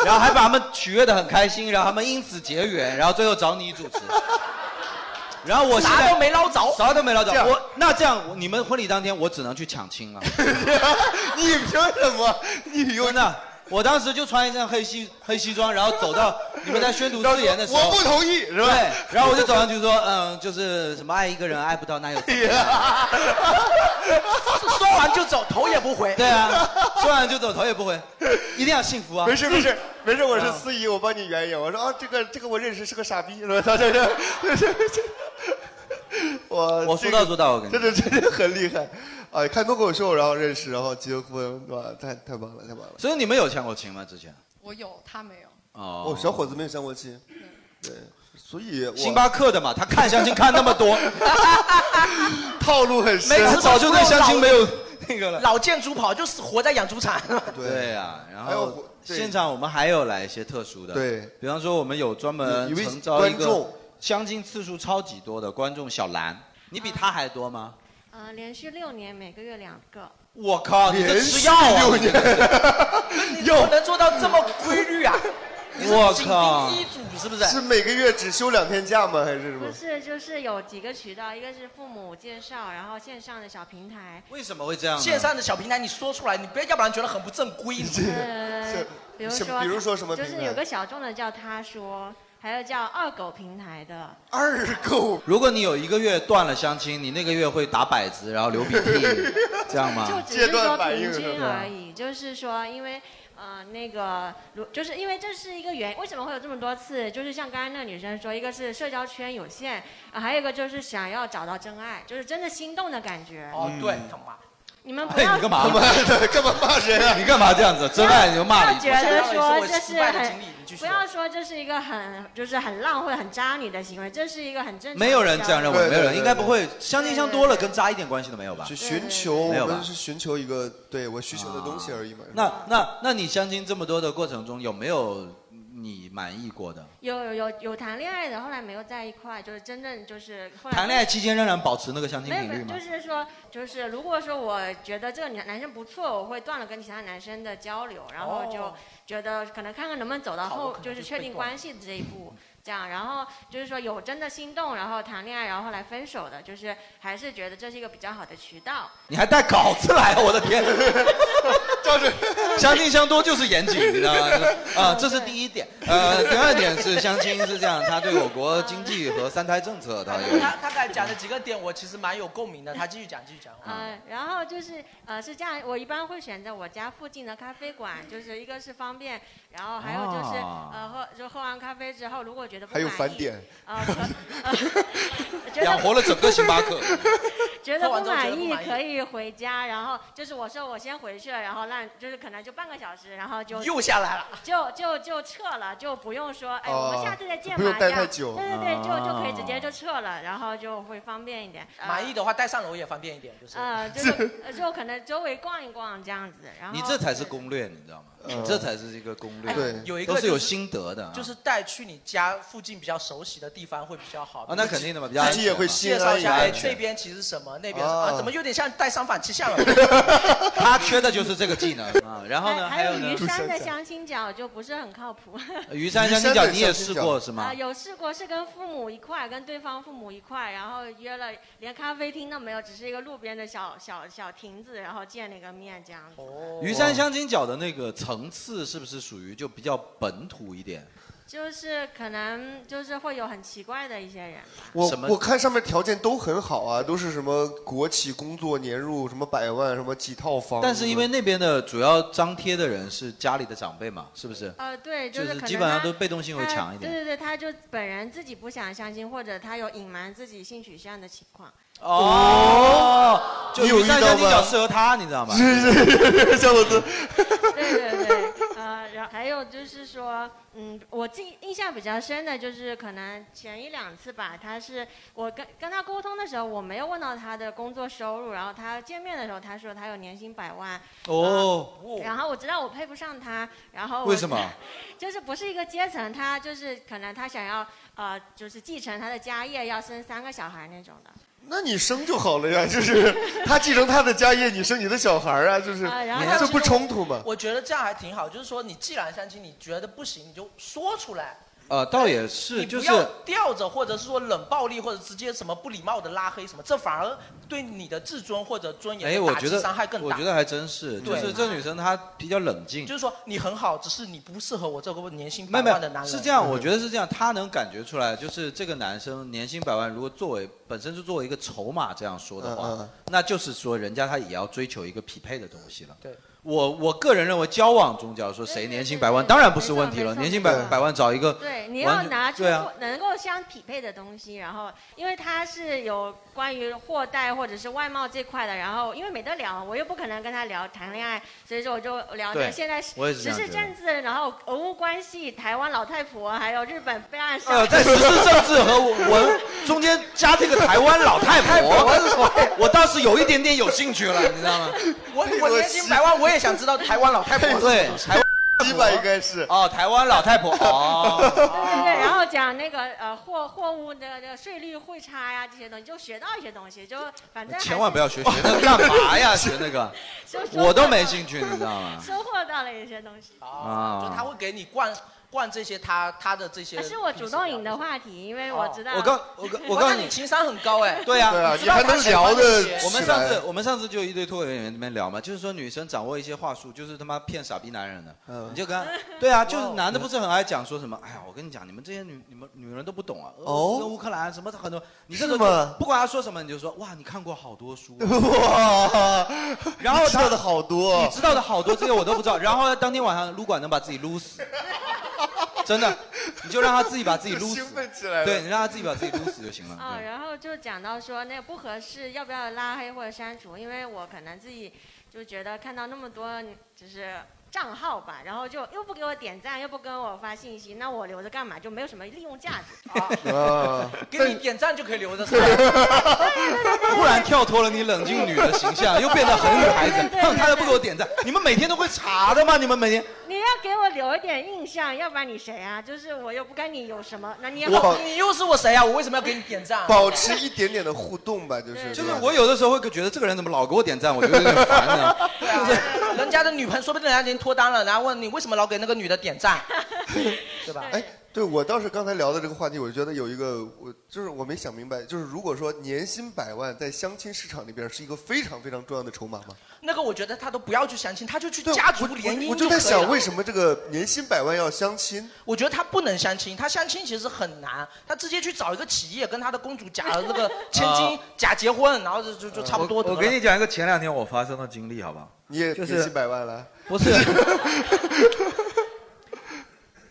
然后还把他们取悦的很开心，然后他们因此结缘，然后最后找你主持。然后我现在啥都没捞着，啥都没捞着这。样我那这样，我你们婚礼当天我只能去抢亲了。 *laughs* 你凭什么？你有那？我当时就穿一件黑西黑西装，然后走 *laughs* 到你们在宣读誓言的时候，我不同意是吧对，然后我就走上去说， *laughs* 嗯，就是什么爱一个人爱不到那哎又怎么样？ *laughs* 说完就走，头也不回。对啊，说完就走，头也不回， *laughs* 一定要幸福啊！没事 *laughs* 没事没事，我是司仪，我帮你圆一圆。我说啊，这个这个我认识是个傻逼，是 *laughs* 吧？他这这这这这，我我说这个到做到，我跟你真的真的很厉害。哎，看脱口秀，然后认识，然后结婚，哇，太太棒了，太棒了。所以你们有相过亲吗？之前？我有，他没有。哦哦，小伙子没有相过亲，对，所以我星巴克的嘛，他看相亲看那么 *laughs* 多，套路很深他早就对相亲没有 *laughs* 那个了。老见猪跑，就是活在养猪场。对啊呀、然还有后对现场我们还有来一些特殊的，对，比方说我们有专门有一位征招一观众个相亲次数超级多的观众小兰，你比他还多吗？呃，连续六年，每个月两个。我靠，你这吃药啊！连你这是你怎么能做到这么规律 *laughs* 啊？你是我靠紧盯医嘱是不是是每个月只休两天假吗？还是什么不？是，就是有几个渠道，一个是父母介绍，然后线上的小平台。为什么会这样呢？线上的小平台，你说出来，你不要，要不然觉得很不正规。 *laughs* 呃，比如说，比如说什么就是平台有个小众的叫他说，还有叫二狗平台的。二狗？如果你有一个月断了相亲，你那个月会打摆子，然后流鼻涕，这样吗？就只是说平均而已，就是说，因为呃那个，如就是因为这是一个原，为什么会有这么多次？就是像刚刚那个女生说，一个是社交圈有限，啊还有一个就是想要找到真爱，就是真的心动的感嗯觉。哦，嗯对，哎他妈。你们不嘿，要你干嘛？干嘛骂人啊？你干嘛这样子？真爱你就不骂要你。觉得说这失是败的经很历你继续不要说这是一个很就是很浪或者很渣女的行为，这是一个很正常的没有人这样认为，对对没有人，对应该不会。相亲相多了，跟渣一点关系都没有吧？去寻求，我没有们吧？是寻求一个对我需求的东西而已嘛。那那那你相亲这么多的过程中，有没有你满意过的？有有有有谈恋爱的，后来没有在一块，就是真正就是后来谈恋爱期间仍然保持那个相亲没有频嗯没率有，吗就？是说，就是如果说我觉得这个男男生不错，我会断了跟其他男生的交流，然后就觉得可能看看能不能走到好我后可，能就是就确被定断关系的这一步，这样，然后就是说有真的心动，然后谈恋爱，然后后来分手的，就是还是觉得这是一个比较好的渠道。你还带稿子来，我的 *laughs* *laughs* 天！相亲相多就是严谨，你知道吗？啊，这是第一点。呃，第二点是相亲是这样，他对我国经济和三胎政策他有。他大概讲的几个点，我其实蛮有共鸣的。他继续讲，继续讲。啊呃，然后就是呃是这样，我一般会选择我家附近的咖啡 *laughs* 馆，就是一个是方便，然后还有就是、啊呃喝就喝完咖啡之后，如果觉得不 *laughs* 还有满返意点啊呃，可呃觉得养活了整个星巴克。 *laughs* 觉得喝完不之后觉满得不意满意可以回家，然后就是我说我先回去了，然后让就是可能就半个小时，然后就又下来了，就就就撤了，就不用说哎、哦我们下次再见不嘛，用这待太样久啊对对对，就就可以直哦接就撤了，然后就会方便一点。呃满意的话带上楼也方便一点，就是。呃，就是呃就可能周围逛一逛这样子，然后你这才是攻略，你知道吗？嗯你这才是一个攻略，哎对有一个都是有就是心得的啊，就是带去你家附近比较熟悉的地方会比较好。啊那肯定的嘛比较安全嘛自己也会心介绍一下，安哎，全这边其实什么，那边是哦啊，怎么有点像带商反气象了？啊他缺的就是这个技能啊。然后呢，还有有呢鱼，山的相亲角就不是很靠谱。 *laughs* 鱼山香鸡脚你也试过是啊、吗？有试过是跟父母一块，跟对方父母一块，然后约了，连咖啡厅都没有，只是一个路边的小小小亭子，然后见了个面这样子。鱼山香金角的那个层次是不是属于就比较本土一点？哦就是可能就是会有很奇怪的一些人吧。 *laughs* 我什么我看上面条件都很好啊，都是什么国企工作年入什么百万，什么几套房。但是因为那边的主要张贴的人是家里的长辈嘛，是不是？呃，对，就是可能基本上他都被动性会他强一点对对对，他就本人自己不想相亲，或者他有隐瞒自己性取向的情况。哦，就你有鱼遇山到香金吗角适合他，你知道吗？是是是，这么多。 *laughs* 对对对，呃，然后还有就是说，嗯，我记印象比较深的就是可能前一两次吧，他是我跟跟他沟通的时候，我没有问到他的工作收入，然后他见面的时候他说他有年薪百万，哦呃然后我知道我配不上他，然后我为什么？ *laughs* 就是不是一个阶层，他就是可能他想要呃，就是继承他的家业，要生三个小孩那种的。那你生就好了呀， *laughs* 就是他继承他的家业，你生你的小孩啊，就是啊然后这不冲突吗？我觉得这样还挺好，就是说你既然相亲，你觉得不行，你就说出来，呃，倒也是，你就不是要吊着，或者是说冷暴力，或者直接什么不礼貌的拉黑什么，这反而对你的自尊或者尊严哎，的我打觉击得伤害更大。嗯我觉得还真是，就对是这女生她比较冷静就。是说你很好，只是你不适合我这个年薪没百有没万的男有，人。是这样，我觉得是这样，她能感觉出来，就是这个男生年薪百万，如果作为本身就作为一个筹码这样说的话，嗯嗯嗯那就是说人家他也要追求一个匹配的东西了。对，我我个人认为，交往中假如说谁年薪百万，当然不是问题了，年薪百对百万找一个完全，对，你要拿出对啊，能够相匹配的东西，然后因为他是有关于货代或者是外贸这块的，然后因为没得聊，我又不可能跟他聊谈恋爱，所以说我就聊对点现在我也时是这样事觉得政治，然后俄乌关系、台湾老太婆，还有日本被暗杀。呃，在时事政治和文中间加这个 *laughs* 台湾老太婆，我倒是有一点点有兴趣了，你知道吗？ *laughs* 我我年薪百万，我也想知道台湾老太婆是对什么，台湾基本应该是哦，台湾老太婆哦， *laughs* 对对对，然后讲那个呃货货物的这个税率汇差呀这些东西，就学到一些东西，就反正还 *laughs* 千是万不要学学那个干 *laughs* *laughs* 嘛呀？ *laughs* 学那个收，收我都没兴趣，你知道吗？收获到了一些东西。哦就啊他，会给你灌灌这些他他的这些。可是我主动引的话题，因为我知道。我刚 *laughs* 我刚我告哇诉那你你，情商很高哎。 *laughs* 对呀、啊啊你知道他喜欢这些我们上次我们上次就一堆脱口秀演员那边聊嘛，就是说女生掌握一些话术，就是他妈骗傻逼男人的。嗯你就跟他， *laughs* 对啊，就是男的不是很爱讲说什么？哎呀，我跟你讲，你们这些女你们女人都不懂啊，俄罗哦斯跟乌克兰什么很多，你这个哦是吗不管他说什么，你就说哇，你看过好多书、*laughs* 啊哇， *laughs* 然后你知道他的好多，你知道的好多这些我都不知道。然后呢，当天晚上撸管能把自己撸死，真的，你就让他自己把自己撸死兴，奋起来了。对你让他自己把自己撸死就行了。啊、然后就讲到说那个不合适要不要拉黑或者删除，因为我可能自己就觉得看到那么多嗯就是账号吧，然后就又不给我点赞，又不跟我发信息，那我留着干嘛？就没有什么利用价值。啊，啊， *laughs* 给你点赞就可以留着是吧？ *laughs* 突然跳脱了你冷静女的形象，又变得很女孩子。哼，他都不给我点赞，你们每天都会查的吗？你们每天？你要给我留一点印象，要不然你谁啊？就是我又不跟你有什么，那你也我好你又是我谁啊呀、我为什么要给你点赞、 *laughs* *laughs* 保持一点点的互动吧，就是就是我有的时候会觉得这个人怎么老给我点赞，我觉得有点烦呢。人家的女朋友，说不定人家已经脱单了，然后问你为什么老给那个女的 *laughs* 点赞，对吧？哎，对我倒是刚才聊的这个话题，我觉得有一个，我就是我没想明白，就是如果说年薪百万在相亲市场里边是一个非常非常重要的筹码吗？那个我觉得他都不要去相亲，他就去家族联姻我就可以在了想，为什么这个年薪百万要相亲？我觉得他不能相亲，他相亲其实很难，他直接去找一个企业跟他的公主假呃那个千金啊假结婚，然后就就就差不多得我了。给你讲一个前两天我发生的经历，好不好？你也就年薪是百万了？不是？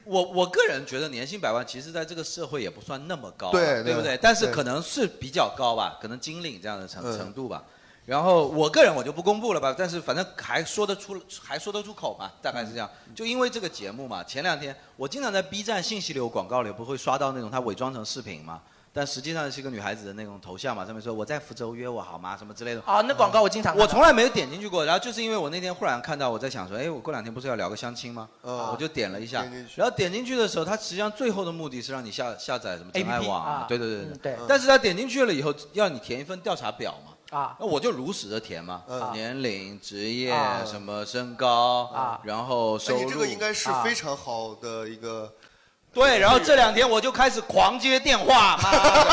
我我个人觉得年薪百万，其实在这个社会也不算那么高啊，对对对不对？但是对可能是比较高吧，可能金领这样的程嗯程度吧。然后我个人我就不公布了吧，但是反正还说得出，还说得出口嘛，大概是这样。就因为这个节目嘛，前两天我经常在 B 站信息流广告里不会刷到那种他伪装成视频嘛，但实际上是一个女孩子的那种头像嘛，上面说我在福州约我好吗什么之类的。啊，那广告我经常看到我从来没有点进去过，然后就是因为我那天忽然看到，我在想说，哎，我过两天不是要聊个相亲吗？啊啊我就点了一下，然后点进去的时候，它实际上最后的目的是让你下下载什么真爱 APP 网啊对对对嗯对但是它点进去了以后，要你填一份调查表嘛。啊，那我就如实的填嘛，嗯年龄、职业、啊什么身高，啊然后收那入。你这个应该是非啊常好的一个。对，然后这两天我就开始狂接电话，妈 *laughs* 的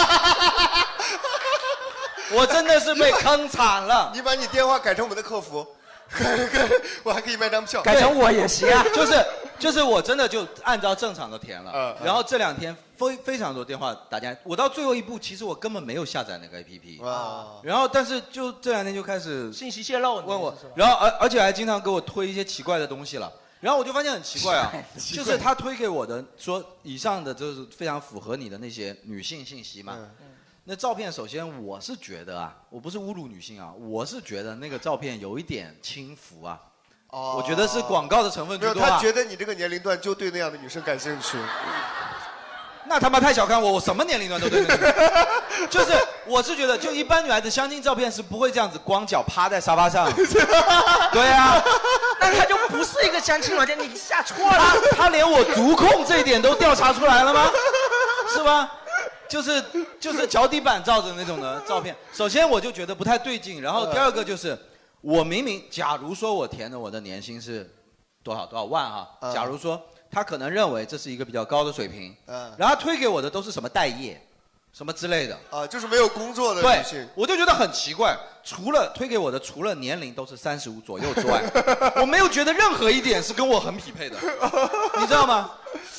我真的是被坑惨了。你把你电话改成我们的客服， *laughs* 我还可以卖张票。对啊 *laughs* 就是就是我真的就按照正常的填嗯了，然后这两天非非常多电话打进来，我到最后一步其实我根本没有下载那个 APP，然后但是就这两天就开始信息泄露，问，我，然后而而且还经常给我推一些奇怪的东西了。然后我就发现很奇怪啊 *laughs* 奇就怪是他推给我的说以上的就是非常符合你的那些女性信息嘛。嗯那照片首先我是觉得啊，我不是侮辱女性啊，我是觉得那个照片有一点轻浮啊。哦我觉得是广告的成分居没有，多、啊。他觉得你这个年龄段就对那样的女生感兴趣。那他妈太小看我，我什么年龄段都对那个。就是我是觉得，就一般女孩子相亲照片是不会这样子光脚趴在沙发上。对啊， *laughs* 那他就不是一个相亲软件，你下错了。他连我足控这一点都调查出来了吗？是吧？就是就是脚底板照着那种的照片。首先我就觉得不太对劲，然后第二个就是，我明明假如说我填的我的年薪是多少多少万啊，嗯假如说他可能认为这是一个比较高的水平，嗯，然后推给我的都是什么待业，什么之类的啊，就是没有工作的对女性，我就觉得很奇怪。除了推给我的，除了年龄都是三十五左右之 *laughs* 外，我没有觉得任何一点是跟我很匹配的，你知道吗？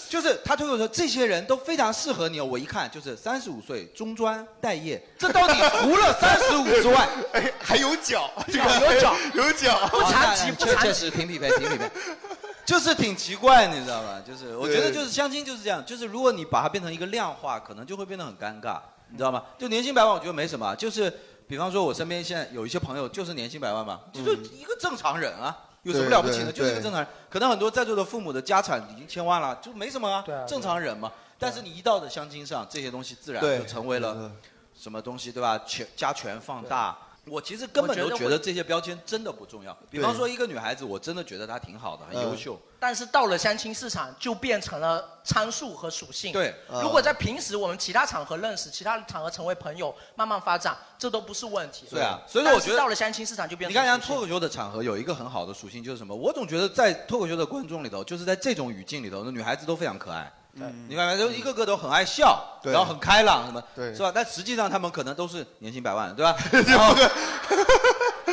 就是他推给我说，这些人都非常适合你哦。我一看就是三十五岁，中专待业，这到底除 *laughs* 了三十五之外，哎，还有脚，有脚， *laughs* 有脚，不残疾不确残疾确实挺匹配，挺匹配。 *laughs* 就是挺奇怪，你知道吧？就是我觉得对就是相亲就是这样，就是如果你把它变成一个量化，可能就会变得很尴尬，你知道吗？就年薪百万，我觉得没什么啊，就是比方说我身边现在有一些朋友就是年薪百万嘛，就是一个正常人啊，有什么了不起的？嗯对对就是一个正常人。可能很多在座的父母的家产已经千万了，就没什么啊，啊正常人嘛。但是你一到的相亲上，这些东西自然对就成为了什么东西，对吧？权加权放大。我其实根本我觉都得觉会得这些标签真的不重要。比对方说一个女孩子，我真的觉得她挺好的，很优秀。但是到了相亲市场，就变成了参数和属性。对嗯如果在平时我们其他场合认识，其他场合成为朋友，慢慢发展，这都不是问题。对啊所以说我觉得但是到了相亲市场就变你成看，像脱口秀的场合有一个很好的属性就是什么？我总觉得在脱口秀的观众里头，就是在这种语境里头，那女孩子都非常可爱。嗯你看，就一个个都很爱笑，对然后很开朗，什么，对是吧？但实际上他们可能都是年薪百万，对吧？然后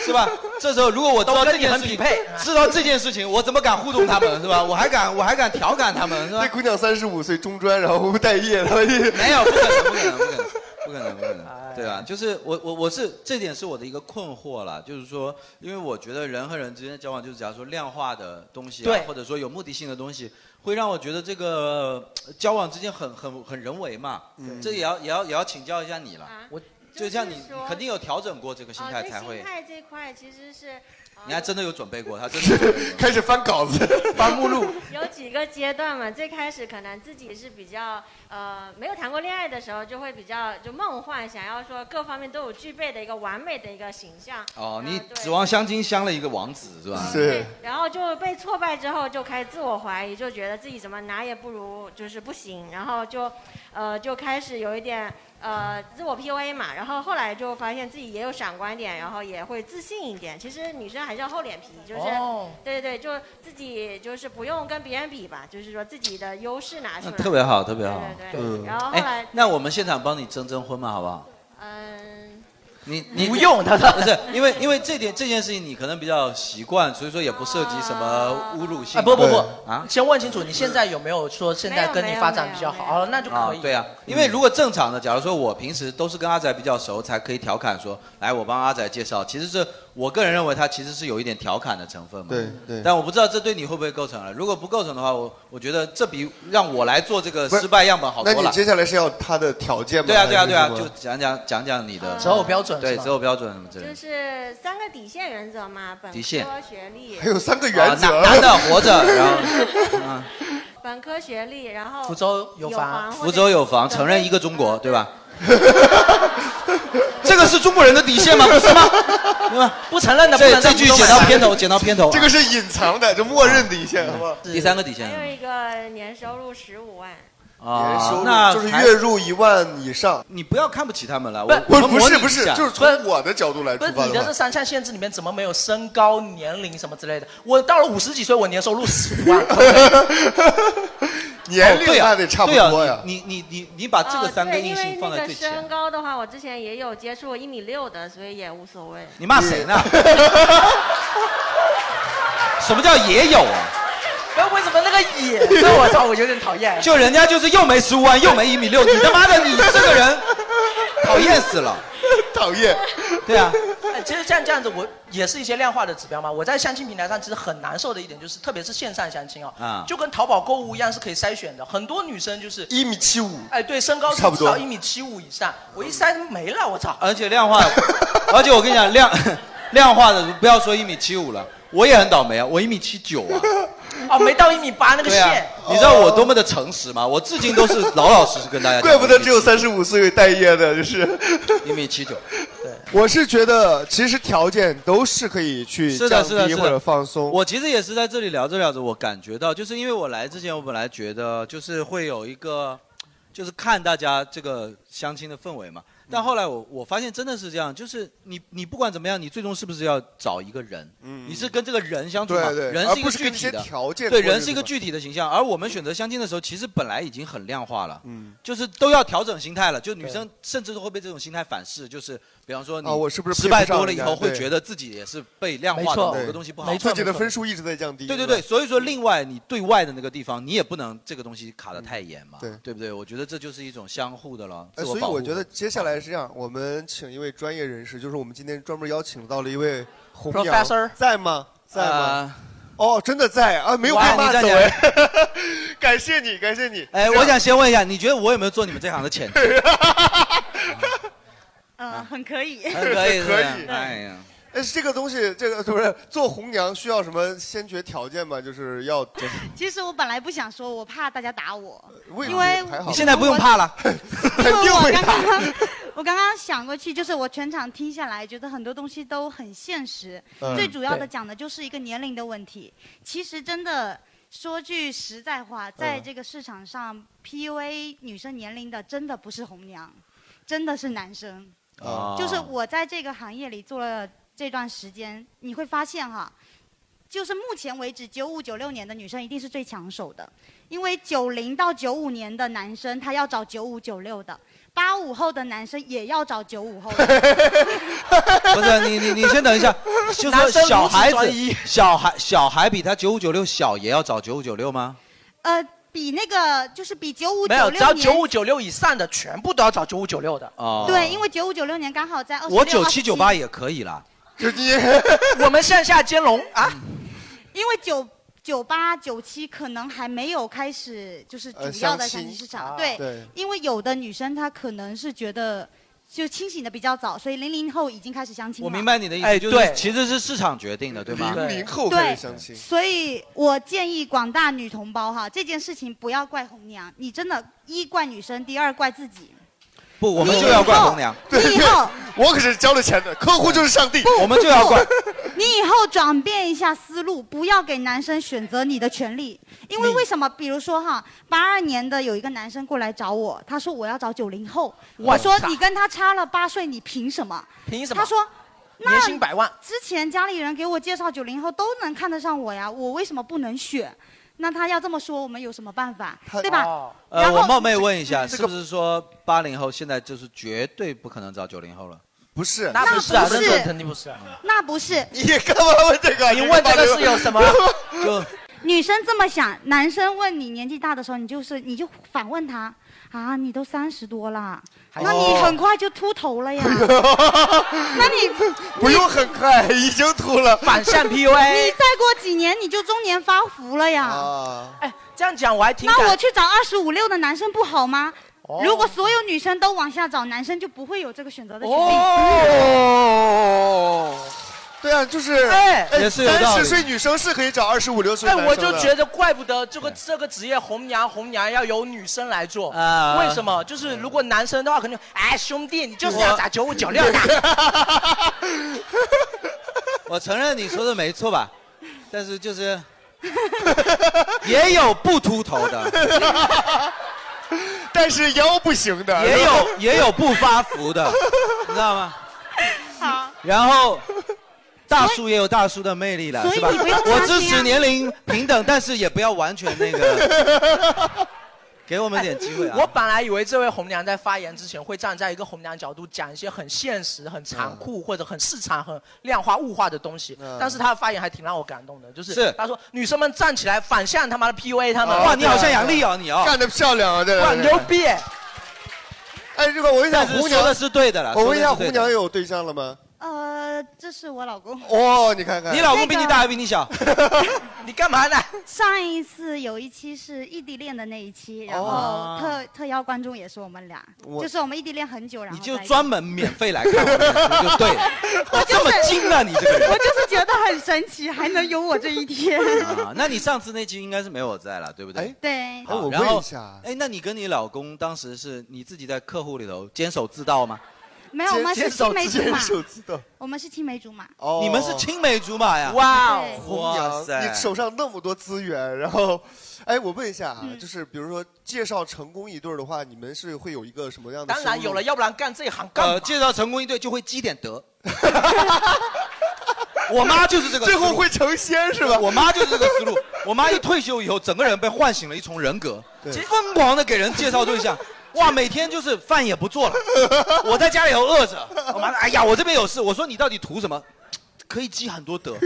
是吧？这时候如果我知道都跟这你件很事情，匹配知道这件事情，我怎么敢互动他们，是 *laughs* 吧？我还敢，我还敢调侃他们，是吧那？姑娘三十五岁，中专，然后待业，然后一没有，不可能，不可能，不可能，不可能，不可哎能，对吧？就是我，我，我是这点是我的一个困惑了，就是说，因为我觉得人和人之间的交往，就是假如说量化的东西、啊，对或者说有目的性的东西，会让我觉得这个呃交往之间很很很人为嘛。嗯这也要也要也要请教一下你了。我就像啊你啊就是说肯定有调整过这个心啊，态对才会心，态这块其实是呃你还真的有准备过，他真的 *laughs* 开始翻稿子， *laughs* 翻目录。 *laughs* 有几个阶段嘛，最开始可能自己是比较呃没有谈过恋爱的时候，就会比较就梦幻，想要说各方面都有具备的一个完美的一个形象。啊哦，你对指望相亲相了一个王子是吧？是。然后就被挫败之后，就开始自我怀疑，就觉得自己怎么哪也不如，就是不行。然后就，呃，就开始有一点呃自我 PUA 嘛。然后后来就发现自己也有闪光点，然后也会自信一点。其实女生还是要厚脸皮，就是、哦对对对，就自己就是不用跟别人比吧，就是说自己的优势拿出那来。嗯特别好，哎特别好。嗯对对对。然后后来，那我们现场帮你征征婚嘛，好不好？嗯，你你不用他说 *laughs* 不是因为因为这点这件事情你可能比较习惯，所以说也不涉及什么侮辱性啊不不不啊，先问清楚，你现在有没有说现在跟你发展比较好？哦，那就可啊以。对啊，因为如果正常的，假如说我平时都是跟阿仔比较熟，才可以调侃说，来我帮阿仔介绍。其实这我个人认为他其实是有一点调侃的成分嘛。对对但我不知道这对你会不会构成了。如果不构成的话，我我觉得这比让我来做这个失败样本好那多你了。接下来是要他的条件吗？对啊对啊对啊，还是就什么讲讲讲讲你的择偶标准对是吧择偶标准什么之类的就。是三个底线原则嘛，本底线科学历，还有三个原则啊男男的活着然后嗯本科学历，然后福州有有房或者，福州有房，承认一个中国，对 *laughs* 吧？这个是中国人的底线 *laughs* 吗？不是吗？对吧？不承认的不这承认这句不剪承到认片 *laughs* 头，剪到片头。这个是隐藏的，就默认底线，好不好？第三个底线还有一个年收入十五万。啊年收入那就是还月入一万以上。你不要看不起他们了，不我我们不是模拟不一是，下就是从我的角度来不出是发你的这话，三项限制里面怎么没有身高、年龄什么之类的？我到了五十几岁，我年收入十万，年哦对龄啊那得差不多呀。你你你你把这个三哦个对硬性放在最因为那个前身。高的话，我之前也有接触一米六的，所以也无所谓。你骂谁 *laughs* 呢？*laughs* 什么叫也有啊？不是为什么那个野？这我操，我有点讨厌。就人家就是又没十五万，又没一米六，你他妈的你这个 *laughs* 人讨厌死了。讨厌。对啊，哎其实像这样子，我也是一些量化的指标嘛。我在相亲平台上其实很难受的一点就是，特别是线上相亲啊、啊就跟淘宝购物一样是可以筛选的。很多女生就是一米七五，哎，对，身高差不多到一米七五以上，我一筛没了，我操！而且量化，而且我跟你讲量 *laughs* 量化的，不要说一米七五了，我也很倒霉啊，我一米七九啊。哦，没到一米八那个对啊线，，你知道我多么的诚实吗？我至今都是老老实实跟大家讲。怪不得只有三十五岁待业的，就是。一米七九，我是觉得其实条件都是可以去是的，降是的，低是或者的，放松。我其实也是在这里聊着聊着，我感觉到，就是因为我来之前，我本来觉得就是会有一个，就是看大家这个相亲的氛围嘛。但后来我我发现真的是这样，就是你你不管怎么样，你最终是不是要找一个人？你是跟这个人相处嘛？对对人而一不个是具跟一体些的条件对，过日人是一子个嘛具体的形象。而我们选择相亲的时候，其实本来已经很量化了，就是都要调整心态了。就女嗯对生甚至都会被这种心态反噬，就是比方说你啊我是不是失配不败上多了人以家后，会对觉得自己也是被量化的没错某个东西不好，没错自己的没错分数一直在降低对对是吧对，所以说另外你对外的那个地方，你也不能这个东西卡得太严嘛，嗯对对不对？我觉得这就是一种相互的了，呃自所以保护我觉得接下来是这样，我们请一位专业人士，就是我们今天专门邀请到了一位红娘 Professor 在吗？在吗啊？哦，真的在啊，没有被哇骂你站走起来哎！ *laughs* 感谢你，感谢你。哎，这样我想先问一下，你觉得我有没有做你们这行的 *laughs* 潜质？嗯，很可以， *laughs* 很可以，是不可是以哎呀，但是这个东西，这个不是做红娘需要什么先决条件吗？就是要 *laughs* 其实我本来不想说，我怕大家打我，为因为还好，你现在不用怕了， *laughs* 因为我刚刚 *laughs* 我刚刚想过去，就是我全场听下来，觉得很多东西都很现实。嗯最主要的对讲的就是一个年龄的问题。其实真的说句实在话，在这个市场上、PUA 女生年龄的真的不是红娘，真的是男生。啊就是我在这个行业里做了这段时间，你会发现哈，就是目前为止，九五九六年的女生一定是最抢手的，因为九零到九五年的男生他要找九五九六的，八五后的男生也要找九五后的。不是你你你先等 *laughs* 一下，就是男说生如此小孩专子，小孩小孩比他九五九六小也要找九五九六吗？呃，比那个就是比九五没九有，只要六九啊五年，九六以上的，全部都要找九五九六的。哦对，因为九五九六年刚好在二十我九七九八也可以啦。就 *laughs* 你我们向下兼容啊。因为九九八九七可能还没有开始，就是主呃要相的相亲亲市场。啊对，对因为有的女生她可能是觉得就清醒的比较早，所以零零后已经开始相亲了。我明白你的意哎思，就对是其实是市场决定的，对吗？零零后对，所以我建议广大女同胞哈，这件事情不要怪红娘，你真的一怪女生，第二怪自己。不，我们就要怪红娘。你以后，我可是交了钱的，客户就是上帝，我们就要怪。你以后转变一下思路，不要给男生选择你的权利。因为为什么？比如说哈，八二年的有一个男生过来找我，他说我要找九零后，我我说操你跟他差了八岁，你凭什么？凭什么他说。那年薪百万之前家里人给我介绍九零后都能看得上我呀，我为什么不能选？那他要这么说，我们有什么办法，对吧？哦呃，然后我冒昧问一下，这是个不是说八零后现在就是绝对不可能找九零后了？不是，那不是啊，不那是肯肯定不是啊。那不 *laughs* 是。你干嘛问这个？你问这个是有 *laughs* 什么？就女生这么想，男生问你年纪大的时候，你就是你就反问他啊，你都三十多了，那你很快就秃头 *laughs* 了呀？那你不用很快，已经秃了。反向你 PUA 再过几年你就中年发福了呀？啊哎，这样讲我还挺感。那我去找二十五六的男生不好吗？哦如果所有女生都往下找，男生就不会有这个选择的权利。哦，对啊，就是哎也是有道理三十岁女生是可以找二十五六岁哎，男生我就的 *laughs* 觉得怪不得这个这个职业红娘红娘要由女生来做啊为什么？就是如果男生的话，肯定哎兄弟，你就是要我打九五九六 *laughs* 的。我承认你说的没错吧，但是就是也有不秃 *laughs* 头的， *laughs* 但是腰不行的，也 *laughs* 有也有不发福的，你知道吗？好，然后大叔也有大叔的魅力了，所以是吧？你不用我担心啊支持年龄平等，但是也不要完全那 *laughs* 个，给我们点机会 *laughs* 啊！我本来以为这位红娘在发言之前会站在一个红娘角度讲一些很现实、很嗯残酷、或者很市场、很量化物化的东西，但是她的发言还挺让我感动的，就是是她说女生们站起来反向他妈的 PUA 他们。哇，你好像杨丽哦，你哦，啊干得漂亮啊，对对哇对牛逼！哎，这个我问一下但是红娘说的是对的了我问一下说的是对红的娘有对象了吗？呃，这是我老公。哦，你看看，你老公比你大还比你小？你干嘛呢？上一次有一期是异地恋的那一期，然后特、特邀观众也是我们俩，哦我就是我们异地恋很久，然后你就 *laughs* 在一起专门免费来看我们的书就对 *laughs* 了，我这么精呢，你这个人我。就是觉得很神奇，还能有我这一天。 *laughs* 啊，那你上次那期应该是没我在了，对不对？对，好然后，哎，那你跟你老公当时是你自己在客户里头坚守自盗吗？没有，我们是青梅竹马，自盗。我们是青梅竹马。哦你们是青梅竹马呀？哇哦对红哦哇娘，塞！你手上那么多资源，然后，哎，我问一下嗯啊，就是比如说介绍成功一对儿的话，你们是会有一个什么样的当收入？然有了，要不然干这一行干嘛？呃，介绍成功一对就会积点德。 *laughs* 我妈就是这个思最路，后会成仙是吧？我妈就是这个思路。我妈一退休以后，整个人被唤醒了一重人格，疯狂的给人介绍对象。哇，每天就是饭也不做了，我在家里头饿着。我妈说：“哎呀，我这边有事。”我说：“你到底图什么？可以积很多德。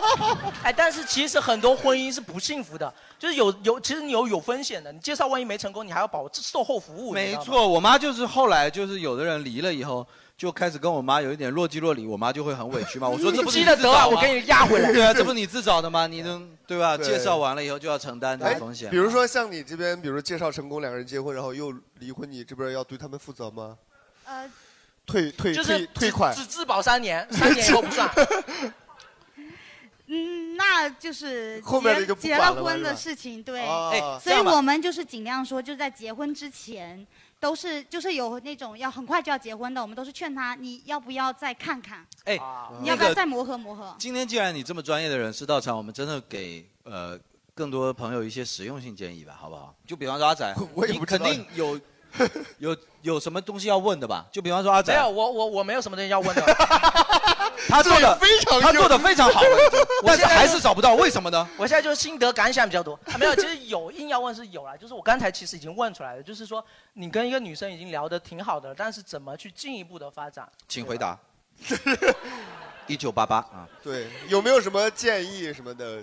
*laughs* 哎，但是其实很多婚姻是不幸福的，就是有有，其实你有有风险的。你介绍万一没成功，你还要保售后服”务。没错，我妈就是后来就是有的人离了以后，就开始跟我妈有一点若即若离，我妈就会很委屈嘛。我说：“你这不是积了自找德啊吗我给你压回来对 *laughs* 啊，这不是你自找的吗？你能对吧？对介绍完了以后就要承担这哎个风险。比如说像你这边，比如介绍成功，两个人结婚，然后又离婚，你这边要对他们负责吗？呃，退退就是退退款只，自保三年，三年以后不 *laughs* 算。嗯，那就是后面的就不结管了了嘛婚是的吧事情，对哦哎这样，所以吧我们就是尽量说，就在结婚之前，都是就是有那种要很快就要结婚的，我们都是劝他，你要不要再看看，哎，啊你那要不要个再磨合磨合？今天既然你这么专业的人士到场，我们真的给呃更多朋友一些实用性建议吧，好不好？就比方说阿 *laughs* 仔，你肯定有有 *laughs* 有什么东西要问的吧？就比方说阿仔没，有，我我我没有什么东西要问 *laughs* 的。他做这的也非常他做的有非常 *laughs* 好，我但是现在还就是找不到，为什么呢？我现在就是心得感想比较多，啊、没有，其实有硬要问是有啦，就是我刚才其实已经问出来了，就是说你跟一个女生已经聊得挺好的了，但是怎么去进一步的发展？请回 *laughs* 答。一九八八啊，对，有没有什么建议什么的？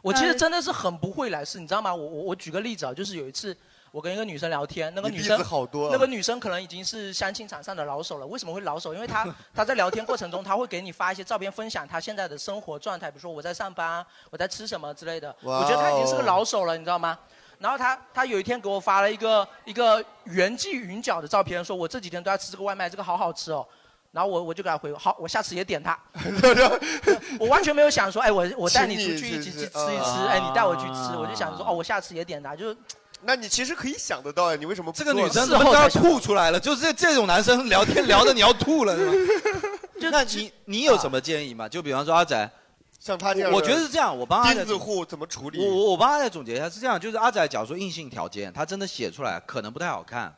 我其实真的是很不会来事，你知道吗？我我我举个例子啊，就是有一次我跟一个女生聊天，那个你女例生子好多啊那个女生可能已经是相亲场上的老手了。为什么会老手？因为 *laughs* 她她在聊天过程中，她会给你发一些照片，分享她现在的生活状态，比如说我在上班，我在吃什么之类的。哇哦我觉得她已经是个老手了，你知道吗？然后她她有一天给我发了一个一个原记云饺的照片，说我这几天都在吃这个外卖，这个好好吃哦。然后我我就给她回好，我下次也点它。我完全没有想说，哎，我我带你出去一起去吃一吃，哎，你带我去吃，我就想说，哦，我下次也点它，就是那你其实可以想得到啊呀，你为什么这个女生他们都要吐出来了，就是这种男生聊天 *laughs* 聊的你要吐了，是吧？那你你有什么建议吗？就比方说阿仔，像他这样的我觉得是这样，我帮阿仔钉子户怎么处理？我我我帮阿仔总结一下，是这样，就是阿仔假如说硬性条件，他真的写出来可能不太好看，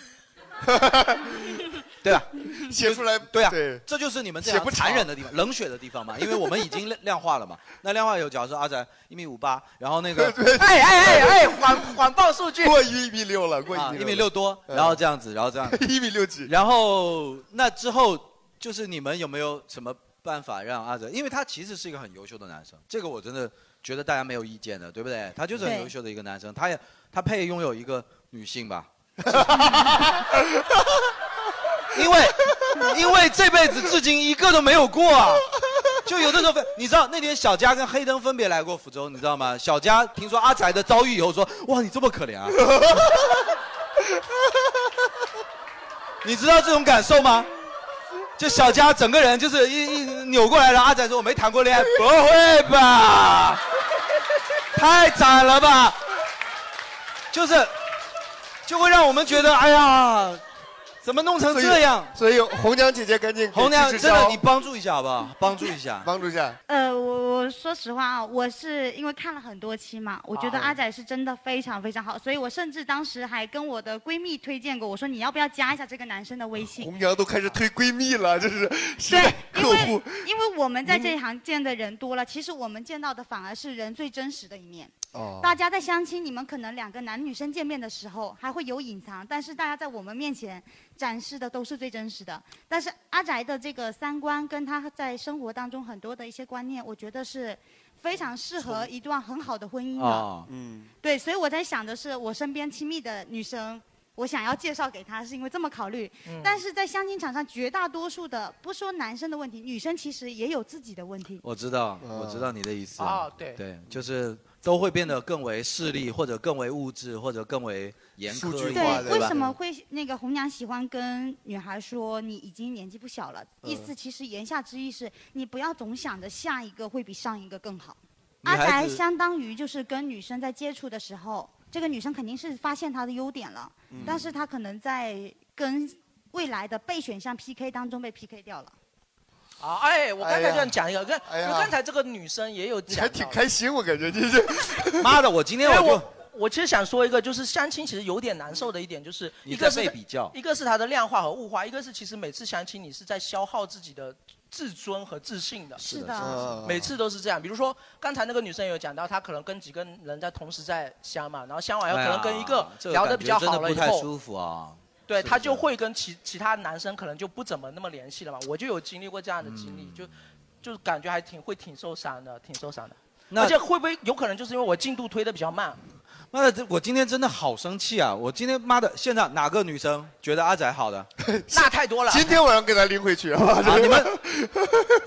*laughs* 嗯对吧？ *laughs* 写出来对啊对，这就是你们这写样不长残忍的地方、冷血的地方嘛，因为我们已经量量化了嘛。那量化有，假如说阿仔一米五八，然后那 *laughs* 个哎哎哎哎，谎谎报数据，过一米六了，过嗯啊一 *laughs* 一米六多，然后这样子，然后这样一米六几，然后那之后就是你们有没有什么办法让阿哲？因为他其实是一个很优秀的男生，这个我真的觉得大家没有意见的，对不对？他就是很对优秀的一个男生，他也他配拥有一个女性吧？ *laughs* 因为因为这辈子至今一个都没有过啊。就有的时候分，你知道那天小佳跟黑灯分别来过福州，你知道吗？小佳听说阿仔的遭遇以后说：“哇，你这么可 *laughs* 怜啊！” *laughs* 你知道这种感受吗？就小佳整个人就是一一扭过来了。阿仔说：“我没谈过恋爱。”不会吧？太惨了吧！就是就会让我们觉得，哎呀，怎么弄成所以这样？所以红娘姐姐赶紧给红娘，支支真的招你帮助一下好不好？ *laughs* 帮助一下，哦帮助一下。呃，我我说实话啊，我是因为看了很多期嘛，我觉得啊阿仔是真的非常非常好，所以我甚至当时还跟我的闺蜜推荐过，我说你要不要加一下这个男生的微信？红娘都开始推闺蜜了，这是 *laughs* 对，因为因为我们在这一行见的人多了，其实我们见到的反而是人最真实的一面。哦 *laughs* 大家在相亲，你们可能两个男女生见面的时候还会有隐藏，但是大家在我们面前展示的都是最真实的。但是阿宅的这个三观跟他在生活当中很多的一些观念，我觉得是非常适合一段很好的婚姻的。啊，嗯，对，所以我在想的是，我身边亲密的女生，我想要介绍给她，是因为这么考虑。嗯但是在相亲场上，绝大多数的不说男生的问题，女生其实也有自己的问题。我知道，嗯我知道你的意思。哦对对，就是都会变得更为势利，或者更为物质，或者更为严苛一点，对，为吧什么会那个红娘喜欢跟女孩说你已经年纪不小了？嗯意思其实言下之意是你不要总想着下一个会比上一个更好。女阿孩宅子相当于就是跟女生在接触的时候，这个女生肯定是发现她的优点了，嗯但是她可能在跟未来的备选项 PK 当中被 PK 掉了。啊，哎，我刚才就想讲一个，跟、呀因为刚才这个女生也有讲到，还挺开心，我感觉这是，妈的，我今天我就我我其实想说一个，就是相亲其实有点难受的一点，就是你一个在是被比较一个是它的量化和物化，一个是其实每次相亲你是在消耗自己的自尊和自信的。是的是的是的每次都是这样。比如说刚才那个女生有讲到，她可能跟几个人在同时在相嘛，然后相完以后可能跟一个哎呀这聊得感比觉较真的好了以不太后，舒服啊。对是不他是就会跟其其他男生可能就不怎么那么联系了嘛。我就有经历过这样的经历，嗯就就是感觉还挺会挺受伤的，挺受伤的。那而且会不会有可能就是因为我进度推的比较慢？妈的，这我今天真的好生气啊！我今天妈的，现场哪个女生觉得阿仔好的？那太多了。今天晚上给她拎回去，好吧？啊，你们，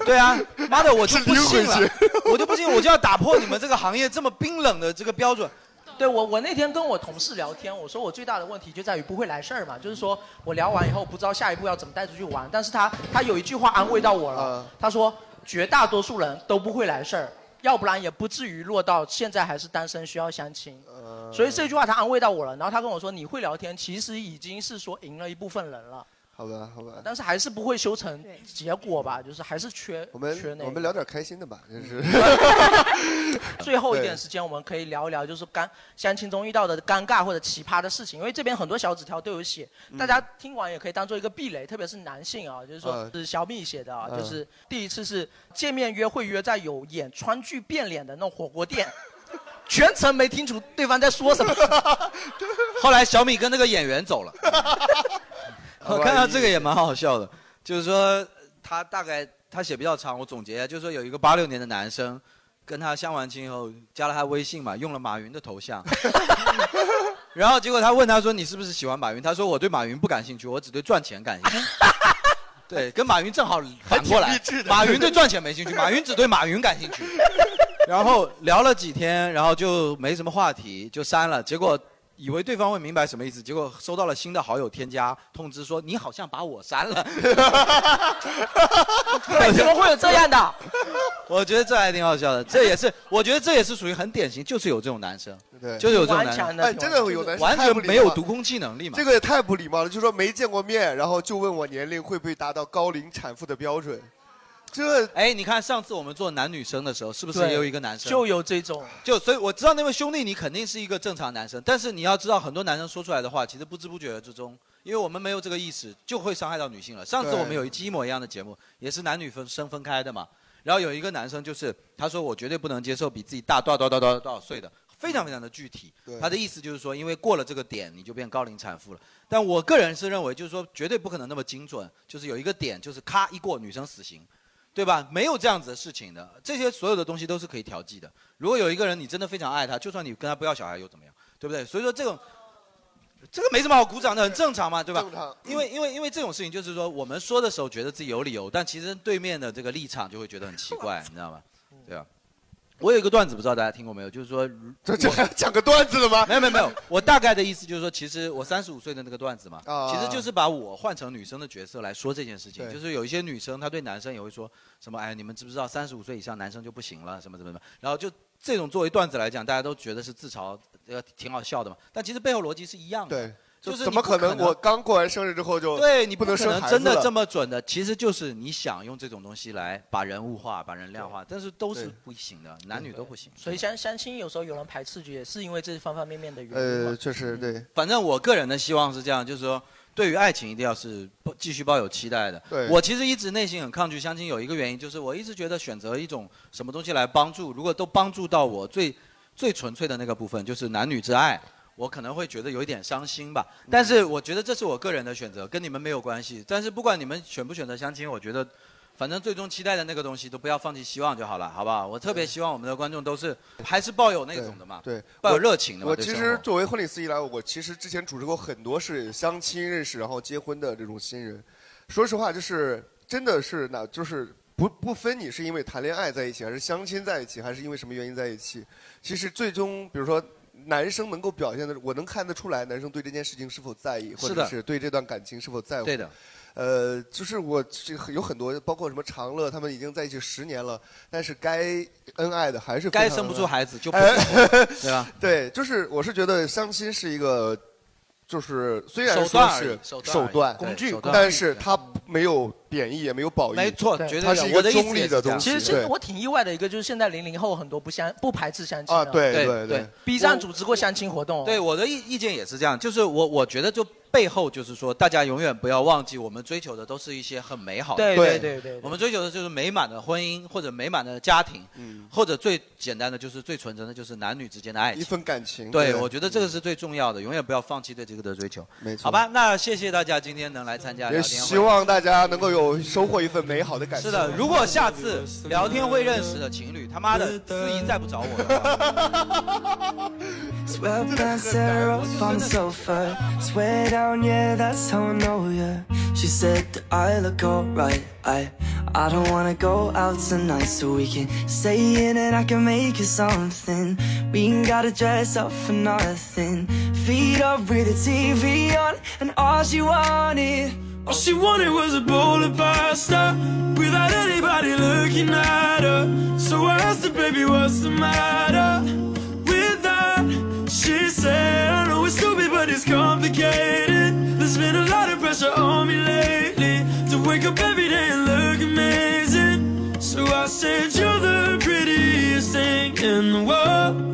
对啊，妈的，我就不信是拎了，我就不信，我就要打破你们这个行业这么冰冷的这个标准。对我，我那天跟我同事聊天，我说我最大的问题就在于不会来事儿嘛，就是说我聊完以后不知道下一步要怎么带出去玩，但是他他有一句话安慰到我了，嗯他说绝大多数人都不会来事儿，要不然也不至于落到现在还是单身需要相亲。呃嗯所以这句话他安慰到我了，然后他跟我说你会聊天，其实已经是说赢了一部分人了，好吧，好吧。但是还是不会修成结果吧，就是还是缺我缺们那我个们。聊点开心的吧，真是。嗯最后一对点时间，我们可以聊一聊，就是尴相亲中遇到的尴尬或者奇葩的事情，因为这边很多小纸条都有写，嗯大家听完也可以当做一个壁垒，特别是男性啊，就是说嗯是小米写的啊，嗯就是第一次是见面约会约在有演川剧变脸的那种火锅店， *laughs* 全程没听出对方在说 *laughs* 什么。后来小米跟那个演员走了，我看到这个也蛮好笑的，就是说他大概他写比较长，我总结一下，就是说有一个八六年的男生跟他相完亲以后加了他微信嘛，用了马云的头 *laughs* 像，然后结果他问他说你是不是喜欢马云？他说我对马云不感兴趣，我只对赚钱感兴 *laughs* 趣。对，跟马云正好反过还来挺励志，的马云对赚钱 *laughs* 没兴趣，马云只对马云感兴趣。然后聊了几天，然后就没什么话题，就删了。结果以为对方会明白什么意思，结果收到了新的好友添加通知说你好像把我删了。 *laughs* 怎么会有这样的？我觉得这还挺好笑的，这也是我觉得这也是属于很典型，就是有这种男生，对就是有这种顽男强生，的哎真的有男生完太不全礼没有貌读空气能力嘛。 *laughs* 这个也太不礼貌了，就说没见过面，然后就问我年龄会不会达到高龄产妇的标准，这哎，你看上次我们做男女生的时候，是不是对也有一个男生就有这种？就所以我知道那位兄弟你肯定是一个正常男生，但是你要知道很多男生说出来的话，其实不知不觉之中，因为我们没有这个意识，就会伤害到女性了。上次对我们有一期一模一样的节目，也是男女分生分开的嘛，然后有一个男生就是他说我绝对不能接受比自己大多少多少多少多少岁的。非常非常的具体。他的意思就是说，因为过了这个点，你就变高龄产妇了。但我个人是认为，就是说绝对不可能那么精准，就是有一个点，就是咔一过，女生死刑。对吧？没有这样子的事情的，这些所有的东西都是可以调剂的。如果有一个人你真的非常爱他，就算你跟他不要小孩又怎么样，对不对？所以说这种，这个没什么好鼓掌的，很正常嘛，对吧？正常因为因为因为这种事情就是说，我们说的时候觉得自己有理由，但其实对面的这个立场就会觉得很奇怪，你知道吗？对吧？我有一个段子，不知道大家听过没有？就是说，这这讲个段子了吗？没有没有没有，我大概的意思就是说，其实我三十五岁的那个段子嘛，啊其实就是把我换成女生的角色来说这件事情。对就是有一些女生，她对男生也会说什么，哎，你们知不知道三十五岁以上男生就不行了，什么什么什么。然后就这种作为段子来讲，大家都觉得是自嘲，呃，挺好笑的嘛。但其实背后逻辑是一样的。对。就是你怎么不可可能？我刚过完生日之后就对你不能可生能孩子真的了这么准的，其实就是你想用这种东西来把人物化、把人量化，但是都是对不行的，男女都不行。所以相相亲有时候有人排斥，也是因为这方方面面的原因嘛。呃，确实对。反正我个人的希望是这样，就是说，对于爱情一定要是抱继续抱有期待的。对我其实一直内心很抗拒相亲，有一个原因就是我一直觉得选择一种什么东西来帮助，如果都帮助到我最最纯粹的那个部分，就是男女之爱。我可能会觉得有一点伤心吧，嗯但是我觉得这是我个人的选择，跟你们没有关系。但是不管你们选不选择相亲，我觉得反正最终期待的那个东西都不要放弃希望就好了，好不好？我特别希望我们的观众都是还是抱有那种的嘛，对，抱有我热情的嘛。我对其生实活作为婚礼司仪来，我其实之前主持过很多是相亲认识，然后结婚的这种新人。说实话，就是真的是那，就是不不分你是因为谈恋爱在一起，还是相亲在一起，还是因为什么原因在一起。其实最终，比如说男生能够表现的，我能看得出来，男生对这件事情是否在意，或是者的是对这段感情是否在乎。对的。呃，就是我这有很多，包括什么长乐，他们已经在一起十年了，但是该恩爱的还是非该常生不恩出爱孩子就 *laughs* 不哎生对吧？对，就是我是觉得相亲是一个，就是虽然手说段而是已手段而已对工工具具手，段但是它没有贬义，也没有褒义，没错对绝对它是有一我个的意思中也立是的这东样西。其实现对我挺意外的一个，就是现在零零后很多不相不排斥相亲啊的对对对，B 站组织过相亲活动哦。对，我的意意见也是这样，就是我我觉得就背后就是说，大家永远不要忘记，我们追求的都是一些很美好的，对对对对对我们追求的就是美满的婚姻或者美满的家庭，嗯或者最简单的就是最纯真的就是男女之间的爱情，一份感情。对，对我觉得这个是最重要的，永远不要放弃对这个的追求。没错好吧，那谢谢大家今天能来参加聊也天会希望大家能够有收获一份美好的感情。是的，如果下次 *laughs* 聊天会认识的情侣，他妈的司仪再不找哎我了。 Sweat pants tear up on the sofa. Swear down, yeah, that's how I know ya. She said that I look alright. I I don't wanna go out tonight, so we can stay in and I can make you something. We ain't gotta dress up for nothing. Feet up with the TV on, and all she wanted, all she wanted was a bowl of pasta without anybody looking at her. So I asked her, baby, what's the matter? with that. She said, I know it's stupid, but it's complicated. There's been a lot of pressure on me lately to wake up every day and look amazing. So I said, You're the prettiest thing in the world.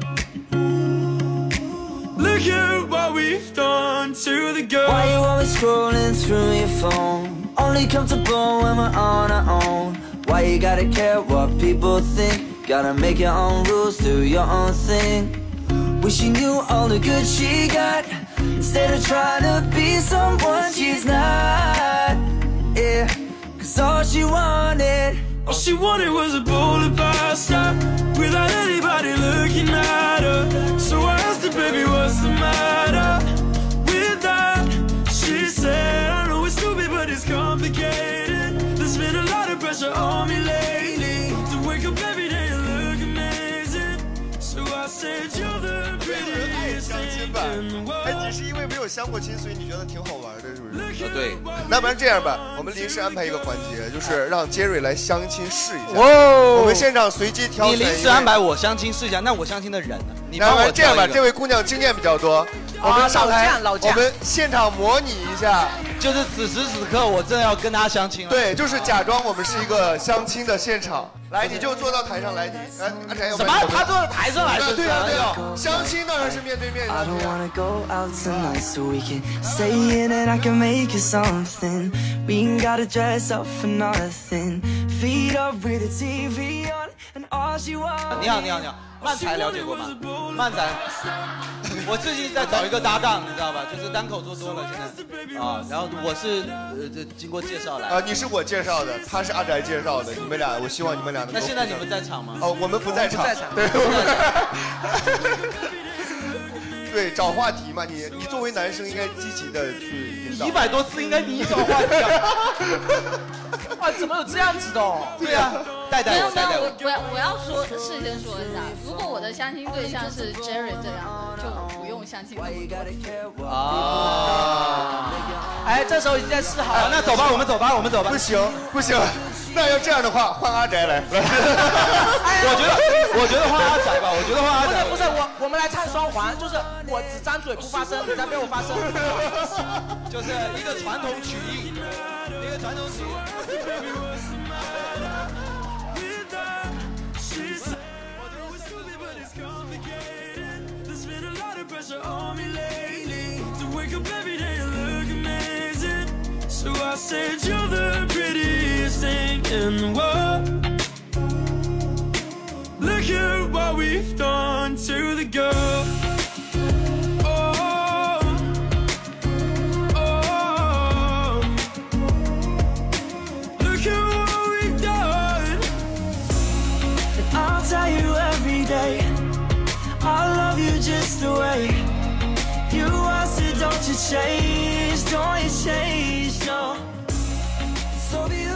Look at what we've done to the girl. Why you always scrolling through your phone? Only comfortable when we're on our own. Why you gotta care what people think? Gotta make your own rules, do your own thing. Wish you knew all the good she got. Instead of trying to be someone she's not. Yeah, cause all she wanted. All she wanted was a bowl of pasta without anybody looking at her. So I asked her, baby, what's the matter with that? She said, I know it's stupid, but it's complicated. There's been a lot of pressure on me lately to wake up every day and look amazing. So I said, You're the prettiest 爱相 thing 亲吧 in the，哎， world. 你是因为没有相过亲，所以你觉得挺好玩的，是不是？呃，对，那不然这样吧，我们临时安排一个环节，就是让杰瑞来相亲试一下。哦我们现场随机挑选你一位。临时安排我相亲试一下，那我相亲的人呢？你帮那我这样挑吧，一个啊这位姑娘经验比较多，我们上台，我们现场模拟一下，就是此时此刻我正要跟她相亲了。对，就是假装我们是一个相亲的现场。来，你就坐到台上来，你，哎，阿宅要不什要么你过去他坐到台上来是对哎啊，对什啊对么啊，相亲当然是面对面 I 啊的。don't wanna go out tonight, so we can stay in and I can make you something. We ain't gotta dress up for nothing. feet up with the TV on and all she wants. 你好，你好，你好，漫才了解过吗？漫才，我最近在找一个搭档，你知道吧？就是单口做多了，现在啊，然后我是呃这经过介绍来的啊，你是我介绍的，他是阿宅介绍的，你们俩，我希望你们俩能那够现在你们在场吗？哦，我们不在场，我们不在场对，我们不在场对，找话题嘛，你你作为男生应该积极的去引导。一百多次应该你找话题 *laughs* 啊！哇，怎么有这样子的哦？对呀、带带没有我，没带带有，我我。我要我要说事先说一下，如果我的相亲对象是 Jerry 这样的，就不用相亲这么多次。啊！哎，这时候已经在示好了。那走吧，我们走吧，我们走吧。不行，不行，那要这样的话，换阿宅来。 *laughs* 哎我觉 *laughs* 得，我觉得换阿仔吧，我觉得换阿不仔。是不是，我我们来唱双簧，就是我只张嘴不发声，你在被我发 *laughs* 声。就是一个传统曲艺，一个传统曲 So I said you're the prettiest thing in the world. Look at what we've done to the girl. Oh, oh. Look at what we've done. And I'll tell you every day, I love you just the way you are. So don't you change, don't you change, no. So be